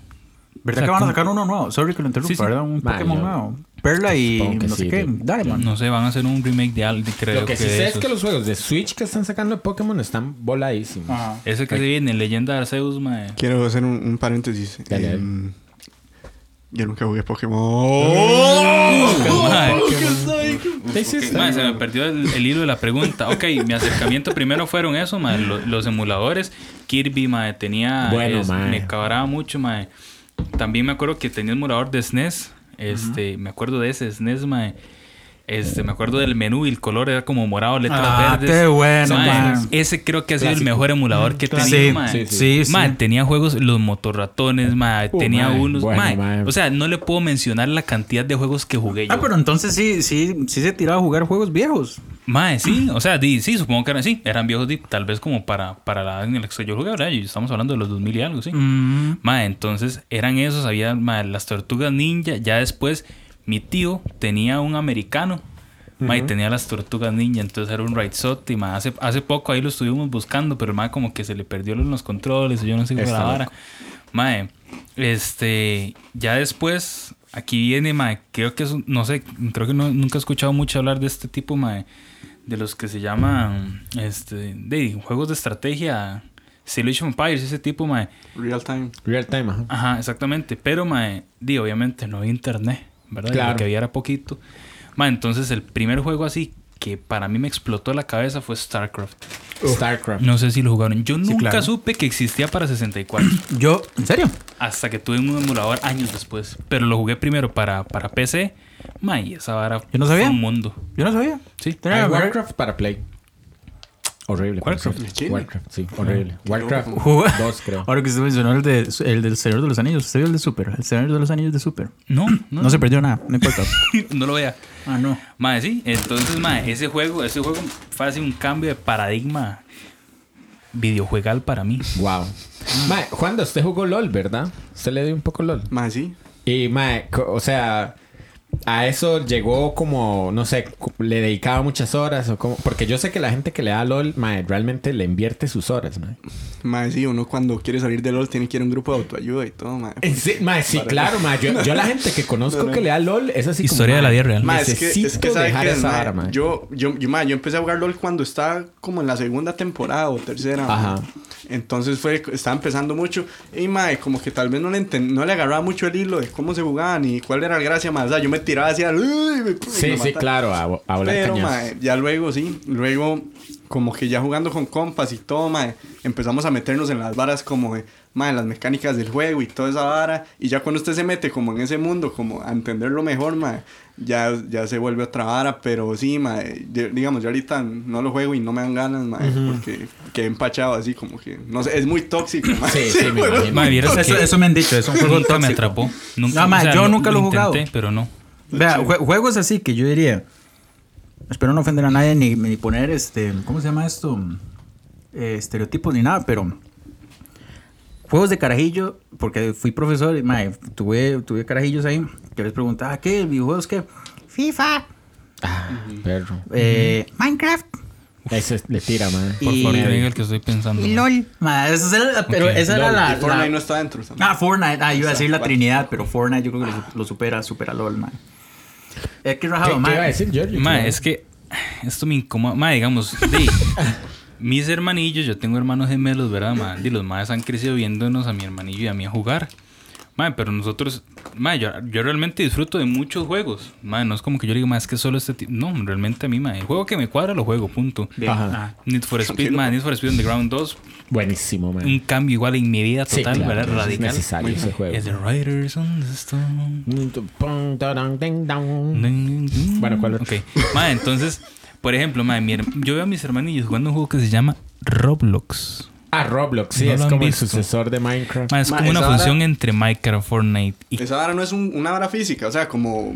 S2: ¿Verdad
S3: O sea,
S2: que van a
S3: ¿cómo?
S2: sacar uno nuevo? Sorry que lo interrumpa,
S3: Sí, sí.
S2: ¿verdad? Un
S1: Mae,
S2: Pokémon
S1: yo-
S2: nuevo. Perla y
S1: supongo que
S2: no sé
S1: sí,
S2: qué.
S1: yo-
S2: Dale, man.
S3: No sé, van a hacer un remake de algo, creo
S1: Lo que sí
S3: de
S1: sé es
S3: esos.
S1: que los juegos de Switch que están sacando de Pokémon están voladísimos.
S2: Ah.
S3: Ese que se viene, Leyenda de Arceus, ma.
S4: Quiero hacer un, un paréntesis.
S1: Dale, dale.
S4: em, yo nunca jugué Pokémon.
S3: Mae.
S1: Sí, sí, sí.
S3: Mae, se me perdió el, el hilo de la pregunta. Ok, mi acercamiento primero fueron eso, mae, lo- los emuladores. Kirby, mae, tenía...
S1: Bueno, mae.
S3: Me cabraba mucho, mae. También me acuerdo que tenía un emulador de SNES. Este, me acuerdo de ese SNES, mae. Este, me acuerdo del menú y el color era como morado, letras
S2: Ah,
S3: verdes.
S2: qué bueno, mae.
S3: Ese creo que ha sido el
S1: Clásico.
S3: mejor emulador que he tenido,
S2: Sí,
S1: sí,
S3: mae.
S2: sí, sí.
S3: Mae, tenía juegos, los motorratones, mae,
S1: Uh,
S3: tenía
S1: mae,
S3: unos,
S1: bueno,
S3: mae.
S1: mae.
S3: O sea, no le puedo mencionar la cantidad de juegos que jugué yo.
S2: Ah, pero entonces sí, sí, sí se tiraba a jugar juegos viejos.
S3: Mae, sí, o sea, di, sí, supongo que eran así. Eran viejos, di, tal vez como para, para la edad en la que yo jugaba, ¿verdad? Y Estamos hablando de los 2000 y algo, sí.
S2: Mm,
S3: Mae, entonces eran esos, había mae, las tortugas ninja. Ya después, mi tío tenía un americano. Mae, tenía las tortugas ninja, entonces era un Raidsote. Y mae, hace, hace poco ahí lo estuvimos buscando, pero el mae como que se le perdió los, los controles, yo no sé qué fue
S1: Está
S3: la
S1: loco.
S3: vara. Mae, este, ya después Aquí viene, mae, creo que es, un- no sé, creo que no- nunca he escuchado mucho hablar de este tipo, mae, de los que se llaman, este, de juegos de estrategia, Civilization Empires, ese tipo, mae.
S4: Real time.
S1: Real time, ajá.
S3: Ajá, exactamente. Pero, mae, di, obviamente no había internet, ¿verdad?
S1: Claro.
S3: Lo que había era poquito. Mae, entonces el primer juego así que para mí me explotó la cabeza fue StarCraft.
S1: StarCraft.
S3: No sé si lo jugaron. Yo nunca
S2: claro.
S3: supe que existía para 64.
S2: Yo, ¿en serio?
S3: hasta que tuve un emulador años después. Pero lo jugué primero para, para PC. Mae, y esa vara
S2: Yo no sabía.
S3: fue un mundo.
S2: Yo no sabía.
S3: Sí.
S1: Hay
S2: Tenía que ver-
S1: Warcraft para Play. Horrible. por
S3: Warcraft.
S1: cierto.
S4: Chile.
S1: Warcraft, sí, horrible. Warcraft
S2: Jugó-
S1: 2, creo.
S2: Ahora que usted mencionó el, de, el del Señor de los Anillos, usted vio el de Super, el Señor de los Anillos de Super.
S3: No, no,
S2: No se perdió nada, no importa.
S3: no lo vea.
S2: ah, no.
S3: Mae, sí. Entonces, mae, ese juego, ese juego fue así un cambio de paradigma videojuegal para mí.
S1: Wow. Mae, Juanda, usted jugó LOL, ¿verdad? Usted le dio un poco LOL.
S4: Mae, sí.
S1: Y, mae, co- o sea, a eso llegó como, no sé, cu- le dedicaba muchas horas o como... Porque yo sé que la gente que le da LOL, mae, realmente le invierte sus horas, mae.
S4: Mae, sí, uno cuando quiere salir de LOL tiene que ir a un grupo de autoayuda y todo, mae.
S1: En se- mae, Eh, sí, claro, mae. Yo, yo la gente que conozco que le da LOL es así como...
S3: Historia de la
S1: mae,
S3: vida real.
S4: Mae,
S1: necesito
S4: ¿sabe
S1: dejar
S4: qué es,
S1: esa
S4: mae?
S1: vara, mae.
S4: Yo, yo, yo, mae, yo empecé a jugar LOL cuando estaba como en la segunda temporada o tercera. mae.
S1: Ajá.
S4: Entonces fue, estaba empezando mucho. Y mae, como que tal vez no le, enten- no le agarraba mucho el hilo de cómo se jugaban y cuál era la gracia, mae. O sea, yo me tiraba hacia.
S1: Sí, sí, claro, a, a volar
S4: Pero,
S1: cañón.
S4: mae, ya luego, sí. Luego, como que ya jugando con compas y todo, mae, empezamos a meternos en las varas como de, mae, las mecánicas del juego y toda esa vara. Y ya cuando usted se mete como en ese mundo, como a entenderlo mejor, mae, ya, ya se vuelve otra vara. Pero sí, mae, yo- digamos, yo ahorita no lo juego y no me dan ganas, mae, porque quedé empachado así, como que, no sé, es muy tóxico, mae.
S1: Sí, sí, me imagino.
S3: Mae, vieras
S2: Eso,
S3: que
S2: eso me han dicho, es un juego
S3: nunca me
S2: tóxico.
S3: atrapó. Nunca,
S2: No, mae, yo nunca lo he jugado.
S3: intenté, pero no.
S2: Vea, jue- juegos así que yo diría. Espero no ofender a nadie ni, ni poner este. ¿Cómo se llama esto? Eh, estereotipos ni nada, pero. Juegos de carajillo, porque fui profesor y mae, tuve, tuve carajillos ahí. que les preguntaba, ¿qué? ¿Videojuegos qué? FIFA,
S1: Ah, perro.
S2: eh, Minecraft
S1: Ese le tira, mae.
S3: Por
S2: Y-
S3: favor, no diga el que estoy pensando.
S2: y
S3: mae.
S2: LOL. Mae, esa era- pero
S3: Ok,
S2: esa
S4: Y
S2: era la.
S4: Fortnite
S2: la-
S4: no está dentro. o sea,
S2: Ah, Fortnite. Ah, yo iba a decir la
S4: Exacto.
S2: Trinidad, pero Fortnite yo creo que lo, su- lo supera, supera LOL, man. Es que
S1: ¿Qué,
S2: rajado,
S1: qué
S2: mae.
S1: iba a decir Giorgio?
S3: Mae, Ah, es que esto me incomoda. Mae, digamos, di, mis hermanillos, yo tengo hermanos gemelos, ¿verdad, mae? Y los madres han crecido viéndonos a mi hermanillo y a mí a jugar. Mae, pero nosotros, mae, yo, yo realmente disfruto de muchos juegos. Mae, no es como que yo diga, mae, es que solo este tipo. No, realmente a mí, mae. El juego que me cuadra lo juego, punto.
S2: Bien.
S1: Ajá.
S3: Need for Speed, mae, Need for Speed Underground 2,
S1: Buenísimo, mae.
S3: un cambio igual en mi vida total,
S1: claro,
S3: ¿verdad?
S1: es
S3: Radical.
S1: necesario
S3: Muy-
S1: ese juego.
S3: Es The Riders on the Storm.
S4: Mm.
S1: Bueno, ¿cuál
S3: Ok.
S1: otro?
S3: Mae, entonces, por ejemplo, mae, mi her- yo veo a mis hermanillos jugando un juego que se llama Roblox.
S1: Ah, Roblox, sí,
S3: No
S1: es
S3: lo han
S1: como el
S3: visto.
S1: sucesor de Minecraft.
S3: Mae, es
S4: Mae,
S3: como una
S4: esa vara- Eh,
S3: fusión entre Minecraft, Fortnite y.
S4: Esa vara no es un- una vara física, o sea, como.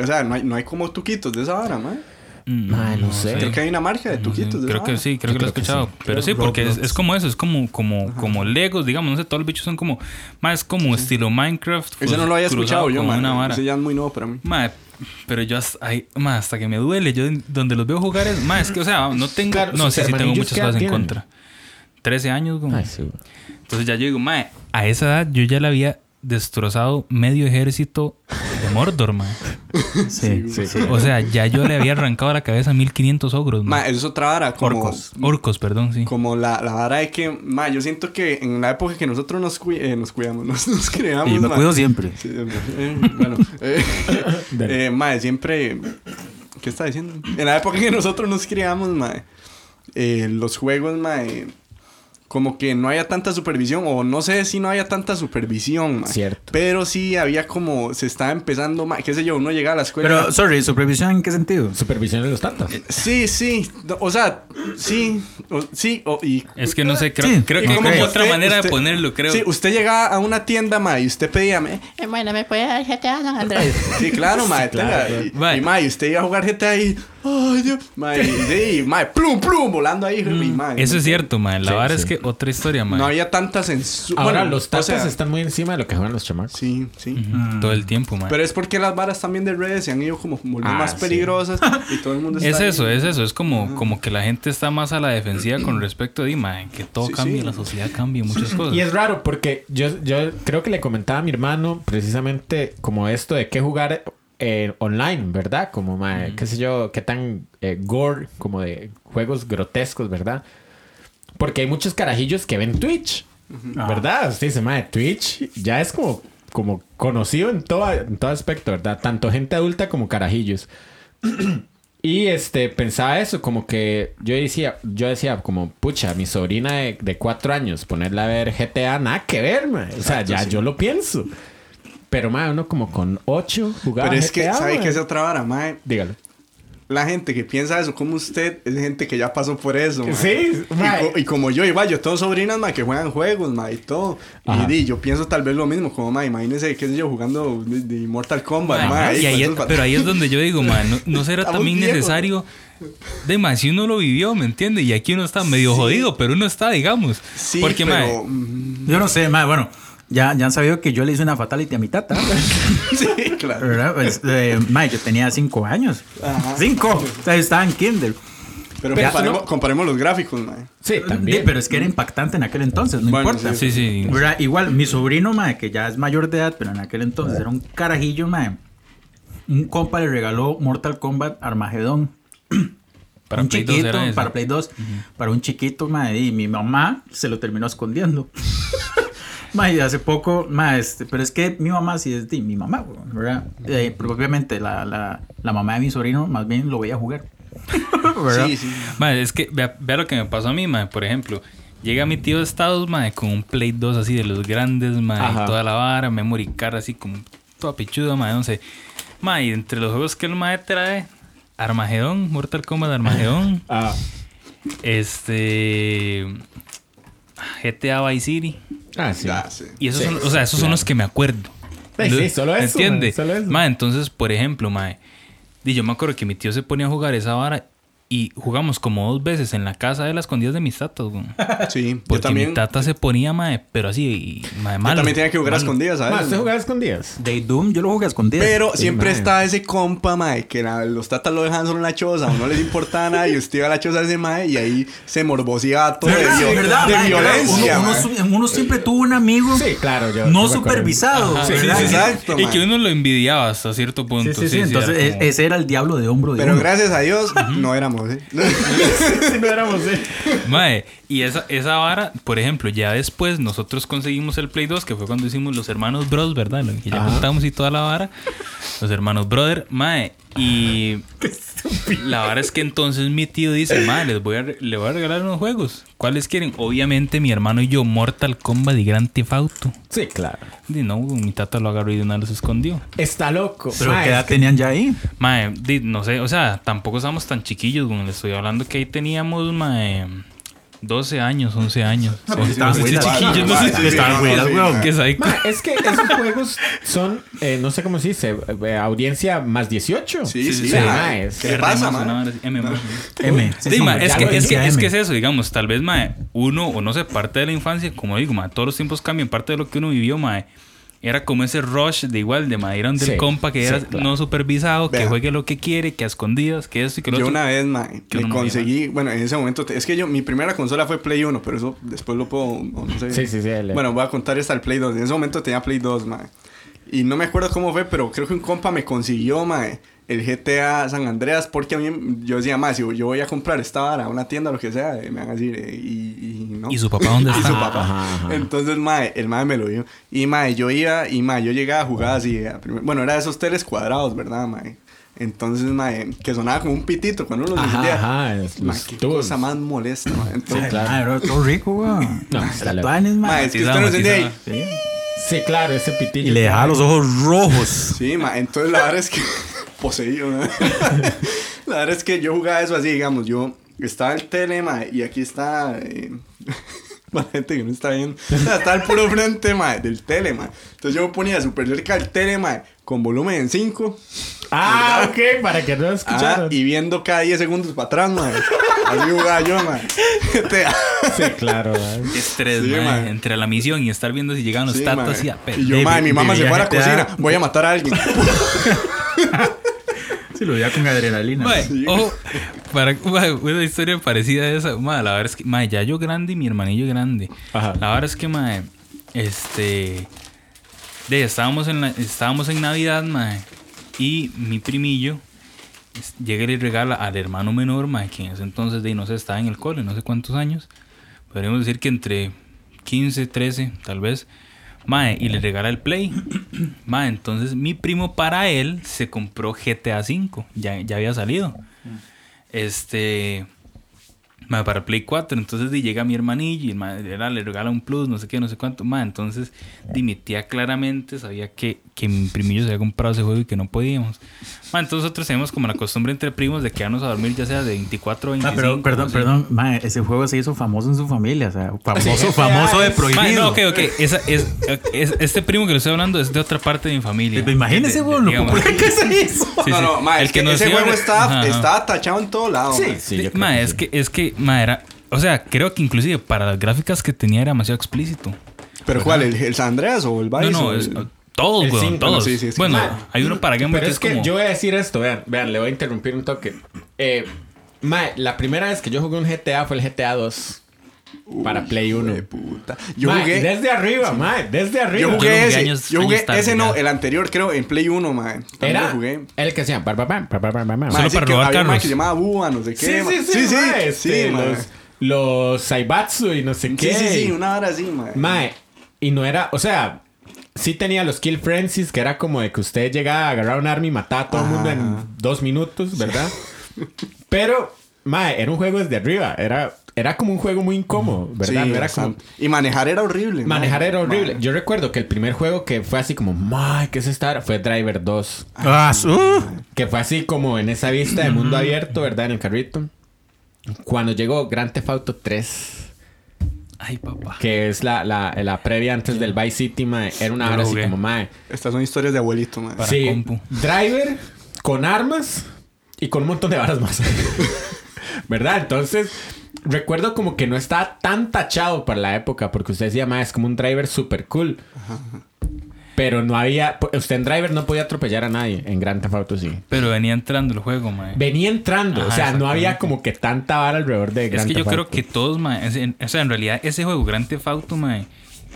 S4: O sea, no hay, no hay como tuquitos de esa vara, mae.
S3: Mm,
S1: Mae, no sé.
S4: Creo que hay una marca de tuquitos.
S3: Creo que sí, creo
S1: Yo
S3: que lo
S1: creo
S3: he
S1: que
S3: escuchado.
S1: sí.
S3: Pero sí, porque es, es como eso, es como, como, como Legos, digamos, no sé, todos los bichos son como, más como estilo Minecraft.
S4: Ese no lo había
S3: cruzado
S4: escuchado yo,
S3: con
S4: man.
S3: una vara.
S4: Ese ya es muy nuevo para mí.
S3: Mae, pero yo hasta, ay, mae, hasta que me duele, yo en- donde los veo jugar es, mae, es que, o sea, no tengo,
S1: Claro,
S3: no
S1: sus
S3: sé si tengo
S1: hermanillos,
S3: muchas
S1: ¿qué edad
S3: cosas en
S1: tienen?
S3: contra. 13 años, como.
S1: Ay, sí, güey.
S3: Entonces ya yo digo, mae, a esa edad yo ya le había destrozado medio ejército de Mordor, mae.
S2: Sí.
S1: Sí, sí.
S3: O sea, ya yo le había arrancado la cabeza a 1500 ogros, mae.
S4: Ma, eso es otra vara. Como,
S2: Orcos.
S3: Orcos, perdón, sí.
S4: Como la, la vara de que, ma, yo siento que en la época que nosotros nos, cui- eh, nos cuidamos, nos, nos creamos.
S2: Y yo me
S4: ma.
S2: cuido siempre.
S4: Sí, eh, bueno, eh, eh, ma, siempre. ¿Qué está diciendo? En la época que nosotros nos criamos, ma, eh, los juegos, ma, eh, como que no había tanta supervisión, o no sé si no había tanta supervisión, ma.
S1: Cierto.
S4: Pero sí había como, se estaba empezando, ma, qué sé yo, uno llegaba a la escuela.
S2: Pero, sorry, ¿supervisión en qué sentido?
S1: Supervisión de los tantos.
S4: Sí, sí, no, o sea, sí, o- sí, o- y...
S3: Es que no sé, creo,
S2: Sí.
S3: creo
S4: y
S3: que
S4: como
S3: hay
S4: que
S3: otra
S4: usted-
S3: manera de
S4: usted-
S3: ponerlo, creo.
S4: Sí, usted llegaba a una tienda, ma, y usted pedía, me-
S6: Eh, Bueno, ¿me puede dar GTA, don Andrés?
S4: sí, claro, ma, tenga, y-
S3: claro.
S4: Y, ma, y usted iba a jugar GTA y, ay, Ay, Dios. Mae, sí, mae, plum, plum, volando ahí. y, mae,
S3: Eso es cierto, mae. La
S1: Sí,
S3: vara
S1: sí.
S3: es que otra historia, mae.
S4: No había tanta censura.
S1: Ahora los
S4: o
S1: tatas
S4: sea,
S1: están muy encima de lo que juegan los chamacos.
S4: Sí, sí.
S3: Todo el tiempo, mae.
S4: Pero es porque las varas también de redes se han ido como volviendo
S1: Ah,
S4: más
S1: sí.
S4: peligrosas y todo el mundo está
S3: Es
S4: ahí.
S3: eso, eh. es eso. Es como, como que la gente está más a la defensiva con respecto a Dima. Que todo
S4: Sí,
S3: cambia,
S4: sí.
S3: la sociedad cambia, muchas cosas.
S1: Y es raro porque yo, yo creo que le comentaba a mi hermano precisamente como esto de qué jugar eh, online, ¿verdad? Como, mae, qué sé yo, qué tan eh, gore, como de juegos grotescos, ¿verdad? Porque hay muchos carajillos que ven Twitch, ¿verdad? Usted dice, mae, Twitch ya es como, como conocido en todo, en todo aspecto, ¿verdad? Tanto gente adulta como carajillos. Y este, pensaba eso, como que yo decía, yo decía, como, pucha, mi sobrina de, de cuatro años, ponerla a ver GTA, nada que ver, man. O sea, ya yo lo pienso. Pero, man, uno como con ocho jugaba
S4: Pero es que,
S1: GTA,
S4: ¿sabes
S1: man.
S4: qué es otra vara, mae?
S1: Dígalo.
S4: La gente que piensa eso como usted es gente que ya pasó por eso. mae.
S1: Sí,
S4: y,
S1: mae.
S4: co- y como yo, igual, yo tengo sobrinas mae, que juegan juegos mae, y todo.
S1: Ajá.
S4: Y di, yo pienso tal vez lo mismo, como mae, imagínense, qué sé yo, jugando de, de Mortal Kombat.
S3: Mae,
S4: mae,
S3: y ahí es-
S4: con esos-
S3: pero ahí es donde yo digo, man, no, no será
S4: Estamos
S3: también
S4: viejos.
S3: necesario. De más, si uno lo vivió, ¿me entiende? Y aquí uno está medio jodido, pero uno está, digamos.
S4: Sí,
S3: porque, mae,
S4: pero, mm,
S2: Yo no sé, mae, bueno, ya, ya han sabido que yo le hice una fatality a mi tata.
S4: Sí, claro.
S2: ¿verdad? Pues, eh, mae, yo tenía cinco años.
S4: Ajá.
S2: Cinco. O sea, yo estaba en kinder.
S4: Pero
S1: Pero
S4: comparemos,
S1: no-
S4: comparemos los gráficos, mae.
S1: Sí,
S2: Sí,
S1: también.
S2: pero es que era impactante en aquel entonces, no
S4: Bueno,
S2: importa.
S3: sí, sí.
S2: ¿Verdad? Igual, mi sobrino, mae, que ya es mayor de edad, pero en aquel entonces era un carajillo, mae. Un compa le regaló Mortal Kombat Armagedón.
S3: Para
S2: un
S3: Play 2
S2: chiquito,
S3: era eso.
S2: para Play 2, para un chiquito, mae, y mi mamá se lo terminó escondiendo. Mae, y hace poco, mae, este, pero es que mi mamá sí es de mi mamá, weón, ¿verdad? Eh, pero obviamente la, la, la mamá de mi sobrino más bien lo veía jugar. ¿verdad?
S4: Sí, sí.
S3: Mae, es que vea, vea lo que me pasó a mí, mae. Por ejemplo, llega mi tío de Estados, mae, con un Play 2 así de los grandes, mae.
S1: Ajá.
S3: Toda la vara, memory card así como toda pichuda, mae. No sé. Mae, y entre los juegos que el mae trae, Armagedón, Mortal Kombat Armagedón,
S1: Ah,
S3: este... GTA Vice City.
S1: ah, sí.
S4: Ya, sí. Pues
S3: Y esos
S1: Sí,
S3: son, o sea, esos son los que me acuerdo.
S1: Sí, sí, solo eso,
S3: ¿Entiende?
S1: mae, solo eso.
S3: Mae, entonces, por ejemplo, mae, di, yo me acuerdo que mi tío se ponía a jugar esa vara y jugamos como dos veces en la casa de las escondidas de mis tatas, güey.
S4: Sí, yo
S3: Porque
S4: también,
S3: mi tata se ponía, mae, pero así, y, mae,
S4: yo
S3: malo.
S4: también tenía que jugar a escondidas,
S1: Ma,
S4: ¿sabes?
S1: ¿usted jugaba escondidas?
S2: De Doom yo lo jugué a escondidas.
S4: Pero
S1: Sí,
S4: siempre
S1: mae.
S4: está ese compa, mae, que la- los tatas lo dejan solo en la choza, o no les importa nada, y usted iba a la choza de ese mae, y ahí se morboseaba todo de,
S2: ¿Verdad?
S4: viol-
S2: ¿Verdad?
S4: de
S2: mae?
S4: violencia.
S2: Uno, uno
S4: mae.
S2: su- uno siempre tuvo un amigo
S1: Sí, claro, yo.
S2: no
S1: yo me acuerdo.
S2: supervisado.
S3: Ajá, sí,
S2: ¿verdad?
S3: sí, sí.
S4: Exacto,
S3: y
S4: mae.
S3: que uno lo envidiaba hasta cierto punto.
S2: Sí, sí, sí, Entonces,
S3: era
S4: eh,
S2: e-
S3: como-
S2: ese era el diablo de hombro de
S4: Pero
S2: uno.
S4: gracias a Dios, no éramos, ¿eh?
S1: Sí, no éramos, sí.
S3: Mae, y esa, esa vara, por ejemplo, ya después nosotros conseguimos el Play 2, que fue cuando hicimos los hermanos Bros, ¿verdad? Lo que ya contamos y toda la vara. Los hermanos Brother, Mae. Y la vara es que entonces mi tío dice, Mae, les voy a, re- le voy a regalar unos juegos. ¿Cuáles quieren? Obviamente mi hermano y yo, Mortal Kombat y Grand Theft Auto.
S1: Sí, claro.
S3: Di, no, mi tata lo agarró y de una los escondió.
S1: Está loco.
S2: Pero
S1: Ma,
S2: ¿qué
S1: es
S2: edad
S1: que-
S2: tenían ya ahí?
S3: Mae, di, no sé, o sea, tampoco estamos tan chiquillos, güey. Le estoy hablando que ahí teníamos, mae, 12 años, 11 años.
S2: pues,
S3: Once- once
S2: estaban
S4: chiquillos,
S3: chiquillos,
S4: no
S3: no
S4: sé.
S3: sé.
S4: Sí, sí,
S2: Estaban
S4: no,
S2: güeras,
S4: sí,
S2: weón.
S4: mae.
S3: ¿Qué es ahí?
S1: Ma, es que esos juegos son, eh, no sé cómo se dice, eh, audiencia más 18.
S4: Sí, sí,
S3: sí,
S4: mae.
S1: ma, es-
S4: ¿Qué le pasa, mae?
S2: M.
S3: Sí, ma,
S2: hombre,
S3: es,
S2: ya
S3: que,
S2: lo
S3: es, que,
S2: decía
S3: es
S2: M.
S3: que es eso, digamos, tal vez, mae, uno, o no sé, parte de la infancia, como digo, mae, todos los tiempos cambian, parte de lo que uno vivió, mae, era como ese rush de igual, de mae, ir a donde el
S1: Sí,
S3: compa que
S1: sí,
S3: era
S1: claro.
S3: no supervisado, que
S4: Vea.
S3: juegue lo que quiere, que a escondidas, que esto y que lo
S4: Yo
S3: otro.
S4: una vez, mae,
S3: que
S4: le
S3: uno no
S4: conseguí, bueno, en ese momento, te- es que yo, mi primera consola fue Play 1, pero eso después lo puedo, o no sé.
S1: Sí, sí, sí, dale.
S4: Bueno, voy a contar esta el Play 2. En ese momento tenía Play 2, mae. Y no me acuerdo cómo fue, pero creo que un compa me consiguió, mae, el GTA San Andreas, porque a mí, yo decía, mae, si yo voy a comprar esta vara, a una tienda, lo que sea, eh, me van a decir, eh, y, y no.
S3: ¿Y su papá dónde
S4: Y su
S3: está?
S4: papá.
S1: Ajá, ajá.
S4: Entonces, mae, el mae me lo dio. Y mae, yo iba, y mae, yo llegaba a jugar así. a primer- Bueno, era de esos teles cuadrados, ¿verdad, mae? Entonces, mae, que sonaba como un pitito cuando uno lo
S1: Ajá,
S4: encendía.
S1: ajá, es-
S4: Mae,
S1: los
S4: qué
S1: tubos.
S4: cosa más molesta, mae. Entonces,
S1: claro.
S2: Ah, era todo rico, weón.
S1: No, está loco.
S2: Tuanes, mae.
S4: mae, es que
S3: Matizado,
S4: usted lo encendía ahí.
S3: matizado.
S2: Sí.
S1: Sí, claro, ese
S2: Y
S1: pitillo.
S2: le dejaba los ojos rojos.
S4: Sí, ma, entonces la verdad es que poseído, ¿no? La verdad es que yo jugaba eso así, digamos, yo estaba el tele, ma, y aquí está eh, para la gente que no está viendo, o sea, está el puro frente, ma, del tele, ma. Entonces yo me ponía súper cerca del tele, ma, con volumen en 5
S1: Ah, ok, para que no
S4: Ah,
S1: escucharan.
S4: y viendo cada 10 segundos para atrás, mae. Así jugaba yo, mae. Este, ah. Te-
S1: Sí, claro. ¿verdad?
S3: Estrés,
S4: Sí,
S3: mae,
S4: mae.
S3: entre la misión y estar viendo si llegan los
S4: Sí, mae.
S3: tatas y a
S4: Y
S3: pele-
S4: yo,
S2: de-
S4: mae, mi
S2: de
S4: mamá se
S2: viaje
S4: fue a la
S2: te da-
S4: cocina. Voy a matar a alguien.
S2: Sí, lo veía con adrenalina.
S3: Mae,
S4: Sí.
S3: ojo, para, mae, una historia parecida a esa. mae, la verdad es que, mae, ya yo grande y mi hermanillo grande.
S1: Ajá.
S3: La verdad es que, mae, este. De, estábamos, en la- estábamos en Navidad, mae. Y mi primillo es- llega y le regala al hermano menor, mae, que en ese entonces, de, ahí, no sé, estaba en el cole, no sé cuántos años. Podríamos decir que entre 15, 13, tal vez. Mae, y le regala el Play. mae, entonces mi primo para él se compró GTA V. Ya, ya había salido. Este. Mae, para Play 4. Entonces di, llega mi hermanillo y el mae, era- le regala un plus, no sé qué, no sé cuánto. Mae, entonces di, mi tía claramente sabía que, que mi primillo se había comprado ese juego y que no podíamos. Mae, entonces nosotros tenemos como la costumbre entre primos de quedarnos a dormir ya sea de 24 o 25.
S2: Ah, pero perdón,
S3: no sé.
S2: perdón, mae, ese juego se hizo famoso en su familia, o sea, famoso, famoso de prohibido.
S3: Mae, no, ok, ok. Esa- es, es- este primo que le estoy hablando es de otra parte de mi familia.
S2: Pero Imagínese,
S3: De- de-
S2: vos, lo
S3: digamos.
S2: popular que se hizo.
S3: Sí,
S4: no,
S3: sí.
S4: no, mae.
S3: El
S4: es
S3: que
S4: que
S3: nos
S4: ese
S3: iba a
S4: juego
S3: re- Ajá,
S4: está,
S3: ajá.
S4: está tachado en todo lado, mae.
S1: Sí, yo creo
S3: Mae,
S1: que
S3: es
S1: sí.
S3: que, es que, mae, era. O sea, creo que inclusive para las gráficas que tenía era demasiado explícito.
S4: ¿Pero cuál? ¿El, el San Andreas o el
S3: No,
S4: Vice?
S3: no,
S4: o el-
S3: es- ah, todos,
S1: el
S3: weón,
S1: cinco,
S3: todos.
S4: no, sí, sí, es que-
S3: bueno,
S1: Mae,
S3: hay uno para Game Boy
S1: pero
S3: que es, como.
S1: yo voy a decir esto, vean, vean, le voy a interrumpir un toque. Eh, mae, la primera vez que yo jugué un GTA fue el GTA 2 para Play 1.
S4: Uh, Hijo de puta. Yo
S1: Mae,
S4: jugué.
S1: desde arriba, mae, desde arriba.
S4: Yo
S3: Yo
S4: jugué
S3: jugué
S4: ese.
S3: años-
S4: yo jugué
S3: años tarde,
S4: ese no,
S3: ya.
S4: el anterior creo, en Play 1, mae. También
S1: Era
S4: lo jugué.
S1: el que hacía. pa, pa, pam, pa, pa, pam, pam, pam.
S4: Mae,
S3: Solo
S4: sí,
S3: para
S4: que
S3: robar
S4: había un mae
S3: carros.
S4: que se llamaba Búa, no sé
S1: Sí,
S4: qué. mae.
S1: sí, sí, sí, mae, este,
S4: mae.
S1: los, los Saibatsu y no sé qué.
S4: Sí, sí, sí, una hora así, mae.
S1: Mae, y no era, o sea, sí tenía los Kill Francis, que era como de que usted llegaba a agarrar un arma y mataba a todo el mundo en dos minutos, ¿verdad? Pero, mae, era un juego desde arriba, era, era como un juego muy incómodo, ¿verdad?
S4: Sí,
S1: no era como...
S4: bastante. Y manejar era horrible. mae.
S1: Manejar era horrible.
S4: Mae.
S1: Yo recuerdo que el primer juego que fue así como, mae, ¿qué es esta? hora?" Fue Driver 2.
S2: Ah, su-
S3: Uh.
S1: Que fue así como en esa vista de mundo abierto, ¿verdad? En el carrito. Cuando llegó Grand Theft Auto 3.
S3: Ay, papá.
S1: que es la, la, la previa antes del Vice City, mae, era una
S3: Yo
S1: hora
S3: lo
S1: así
S3: jugué.
S1: como, mae.
S4: Estas son historias de abuelito, mae.
S3: Para
S1: sí,
S3: compu.
S1: driver con armas y con un montón de varas más. ¿Verdad? Entonces, recuerdo como que no estaba tan tachado para la época, porque usted decía, mae, es como un driver super cool. Pero no había, usted en driver no podía atropellar a nadie, en Grand Theft Auto sí.
S3: Pero venía entrando el juego, mae.
S1: Venía entrando,
S3: Ajá,
S1: o sea, no había
S3: exactamente.
S1: como que tanta vara alrededor de
S3: Es
S1: Grand
S3: que yo
S1: Theft
S3: creo
S1: Auto.
S3: que todos, mae, es- en- o sea, en realidad ese juego, Grand Theft Auto, mae,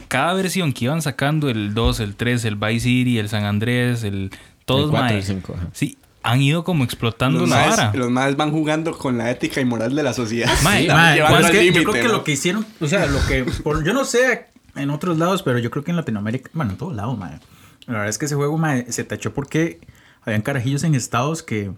S3: cada versión que iban sacando, el 2, el 3, el Vice City, el San Andrés, el... Todos,
S1: El cuatro,
S3: mae,
S1: el cinco, ajá.
S3: Sí, han ido como explotando
S4: Los
S3: la
S4: maes-
S3: vara.
S4: Los más van jugando con la ética y moral de la sociedad.
S3: Mae,
S4: La van
S2: Mae,
S4: llevando
S2: pues es
S4: al
S2: que yo
S4: límite,
S2: creo que
S4: ¿no?
S2: lo que hicieron, o sea, lo que, por- yo no sé en otros lados, pero yo creo que en Latinoamérica, bueno, en todos lados, mae. La verdad es que ese juego, mae, se tachó porque habían carajillos en estados que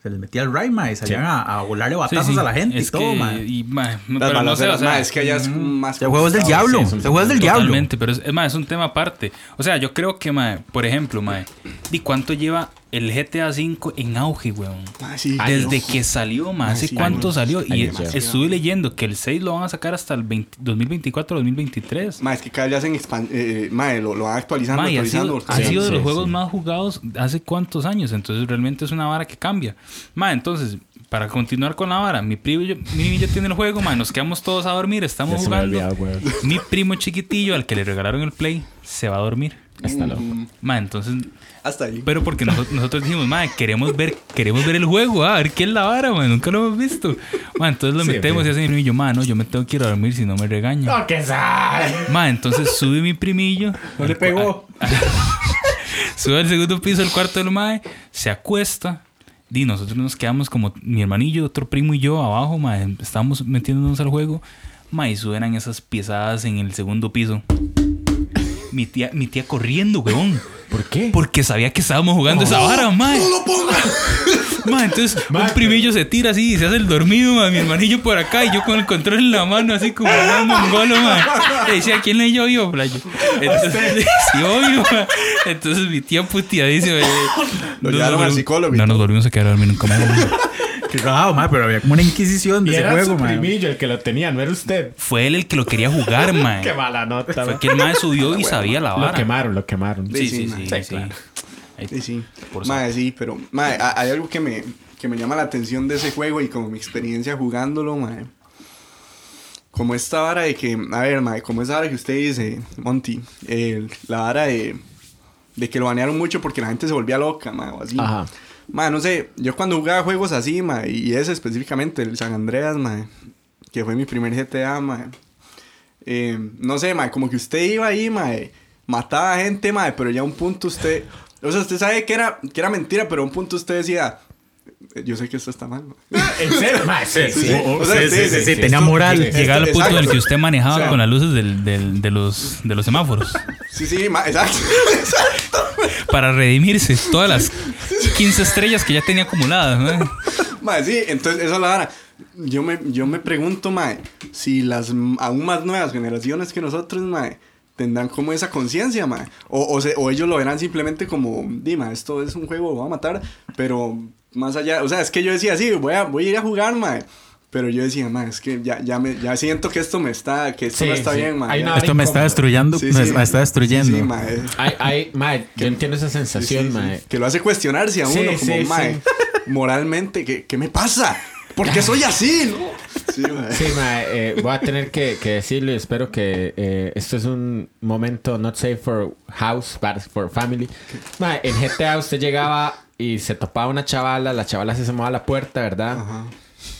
S2: se les metía el Ray, mae, y salían a, a volarle
S3: Sí,
S2: batazos
S3: sí,
S2: a la gente
S3: es
S2: y todo,
S3: que-
S2: mae.
S3: y, mae, no,
S4: Las
S3: pero no sé, o
S4: balaceras,
S3: sea,
S4: mae, es que allá es más.
S2: El juego es del
S4: complicado.
S2: diablo,
S1: sí, es un-
S2: el juego es del diablo.
S3: Totalmente, pero es, es más, es un tema aparte. O sea, yo creo que, mae, por ejemplo, mae, ¿y cuánto lleva el GTA V en auge, weón?
S4: Mae, Ah, sí.
S3: Desde
S4: Ay,
S3: que salió, mae, ¿hace
S4: sí,
S3: cuánto
S4: años,
S3: salió? Y
S1: años,
S3: es-
S1: sí.
S3: estuve leyendo que el 6 lo van a sacar hasta el 20 2024, 2023.
S4: Mae, es que cada día hacen expan- eh, mae, lo, lo van actualizando,
S3: Mae, ha
S4: actualizando.
S3: sido, ha
S4: actualizando.
S3: sido de
S1: sí,
S3: los juegos
S1: sí.
S3: más jugados hace cuántos años. Entonces, realmente es una vara que cambia. Mae, entonces, para continuar con la vara, mi primo y yo, mi primo y yo tiene el juego, mae, nos quedamos todos a dormir, estamos
S1: Ya se me
S3: jugando.
S1: había olvidado, weón.
S3: mi primo chiquitillo, al que le regalaron el play, se va a dormir.
S1: Está loco.
S3: Mae, entonces,
S4: Hasta ahí.
S3: pero porque noso- nosotros dijimos, mae, queremos ver, queremos ver el juego, ah, a ver qué es la vara, mae, nunca lo hemos visto. Mae, entonces lo
S1: Sí,
S3: metemos y
S1: sí.
S3: hace mi primo y yo, mae, no, yo me tengo que ir a dormir si no me regaño.
S1: ¡No, que sabe!
S3: Mae, entonces sube mi primillo.
S1: No le pegó.
S3: Sube al segundo piso del cuarto del mae, se acuesta. Y nosotros nos quedamos como mi hermanillo, otro primo y yo abajo, mae. Estábamos metiéndonos al juego. Mae, y suenan esas pisadas en el segundo piso. Mi tía, mi tía corriendo, weón.
S1: ¿Por qué?
S3: Porque sabía que estábamos jugando esa vara, mae. Mae, entonces
S1: Mae,
S3: un primillo se tira así y se hace el dormido, mae. Mi hermanillo por acá y yo con el control en la mano, así como un mongolo, mae. Le decía, ¿quién le yo yo, playo? Entonces, sí, obvio, mae. Entonces mi tía puteadísima. eh,
S4: Lo
S3: no
S4: llevaron
S3: nos
S4: al
S3: volvimos-
S4: psicólogo y
S3: No nos
S4: todo.
S3: volvimos a quedar a dormir nunca más. mae.
S2: Qué rajado, mae, pero había como una inquisición de
S1: Y
S2: ese
S1: era
S2: juego,
S1: su
S2: mae.
S1: primillo el que lo tenía, no era usted.
S3: Fue él el que lo quería jugar, mae.
S1: Qué mala nota.
S3: Fue
S1: man.
S3: que el mae subió y sabía la
S1: Lo
S3: vara.
S1: quemaron, lo quemaron.
S3: Sí, sí,
S4: Sí,
S3: sí.
S4: sí,
S3: sí. Ahí
S4: Sí, sí.
S3: Por
S4: Mae, sí, pero mae, ha- hay algo que me, que me llama la atención de ese juego y como mi experiencia jugándolo, mae. Como esta vara de que, a ver, mae, como esa vara que usted dice, Monty, el- la vara de, de que lo banearon mucho porque la gente se volvía loca, mae, o así.
S1: Ajá.
S4: Mae, no sé, yo cuando jugaba juegos así, mae, y ese específicamente, el San Andreas, mae, que fue mi primer GTA, mae. Eh, no sé, mae, como que usted iba ahí, mae, mataba gente, mae, pero ya a un punto usted, o sea, usted sabe que era, que era mentira, pero a un punto usted decía, "Eh, yo sé que esto está mal, mae.
S1: En serio, mae, sí,
S4: Sí,
S1: sí.
S4: sí.
S1: O-
S4: O sea,
S1: sí,
S4: sí,
S1: sí,
S4: sí,
S1: sí,
S4: sí,
S2: tenía
S1: esto-
S2: moral.
S1: sí, sí.
S3: Llegaba al punto en el
S4: Este, exacto.
S3: que usted manejaba
S4: O sea,
S3: con las luces del, del- de, los, de los semáforos.
S4: Sí, sí, mae, exacto, exacto.
S3: Para redimirse todas las 15 estrellas que ya tenía acumuladas. ¿no?
S4: Mae, sí, entonces esa es la vara. Yo me, yo me pregunto, mae, si las m- aún más nuevas generaciones que nosotros, mae, tendrán como esa conciencia, mae. O, o, se- o ellos lo verán simplemente como, dima, esto es un juego, lo voy a matar, pero más allá, o sea, es que yo decía, sí, voy a, voy a ir a jugar, mae. Pero yo decía, mae, es que ya, ya, me, ya siento que esto me está, que esto
S1: Sí,
S4: no está
S1: sí.
S4: bien, mae.
S1: Hay
S4: Ya-
S1: una-
S2: Esto me está
S1: incómodo.
S2: destruyendo.
S4: Sí,
S2: Me
S4: sí.
S2: me está destruyendo.
S4: Sí, mae.
S1: Ay, ay, mae, yo entiendo esa sensación,
S4: Sí, sí,
S1: mae.
S4: sí. Que lo hace cuestionarse a
S1: Sí,
S4: uno, como,
S1: sí,
S4: mae,
S1: sí.
S4: moralmente, ¿qué, ¿qué me pasa? ¿Por qué soy así? no? Sí, mae.
S1: Sí, mae, eh, voy a tener que, que decirle, espero que eh, esto es un momento not safe for house, but for family. Mae, en GTA usted llegaba y se topaba una chavala, la chavala se asomaba a la puerta, ¿verdad?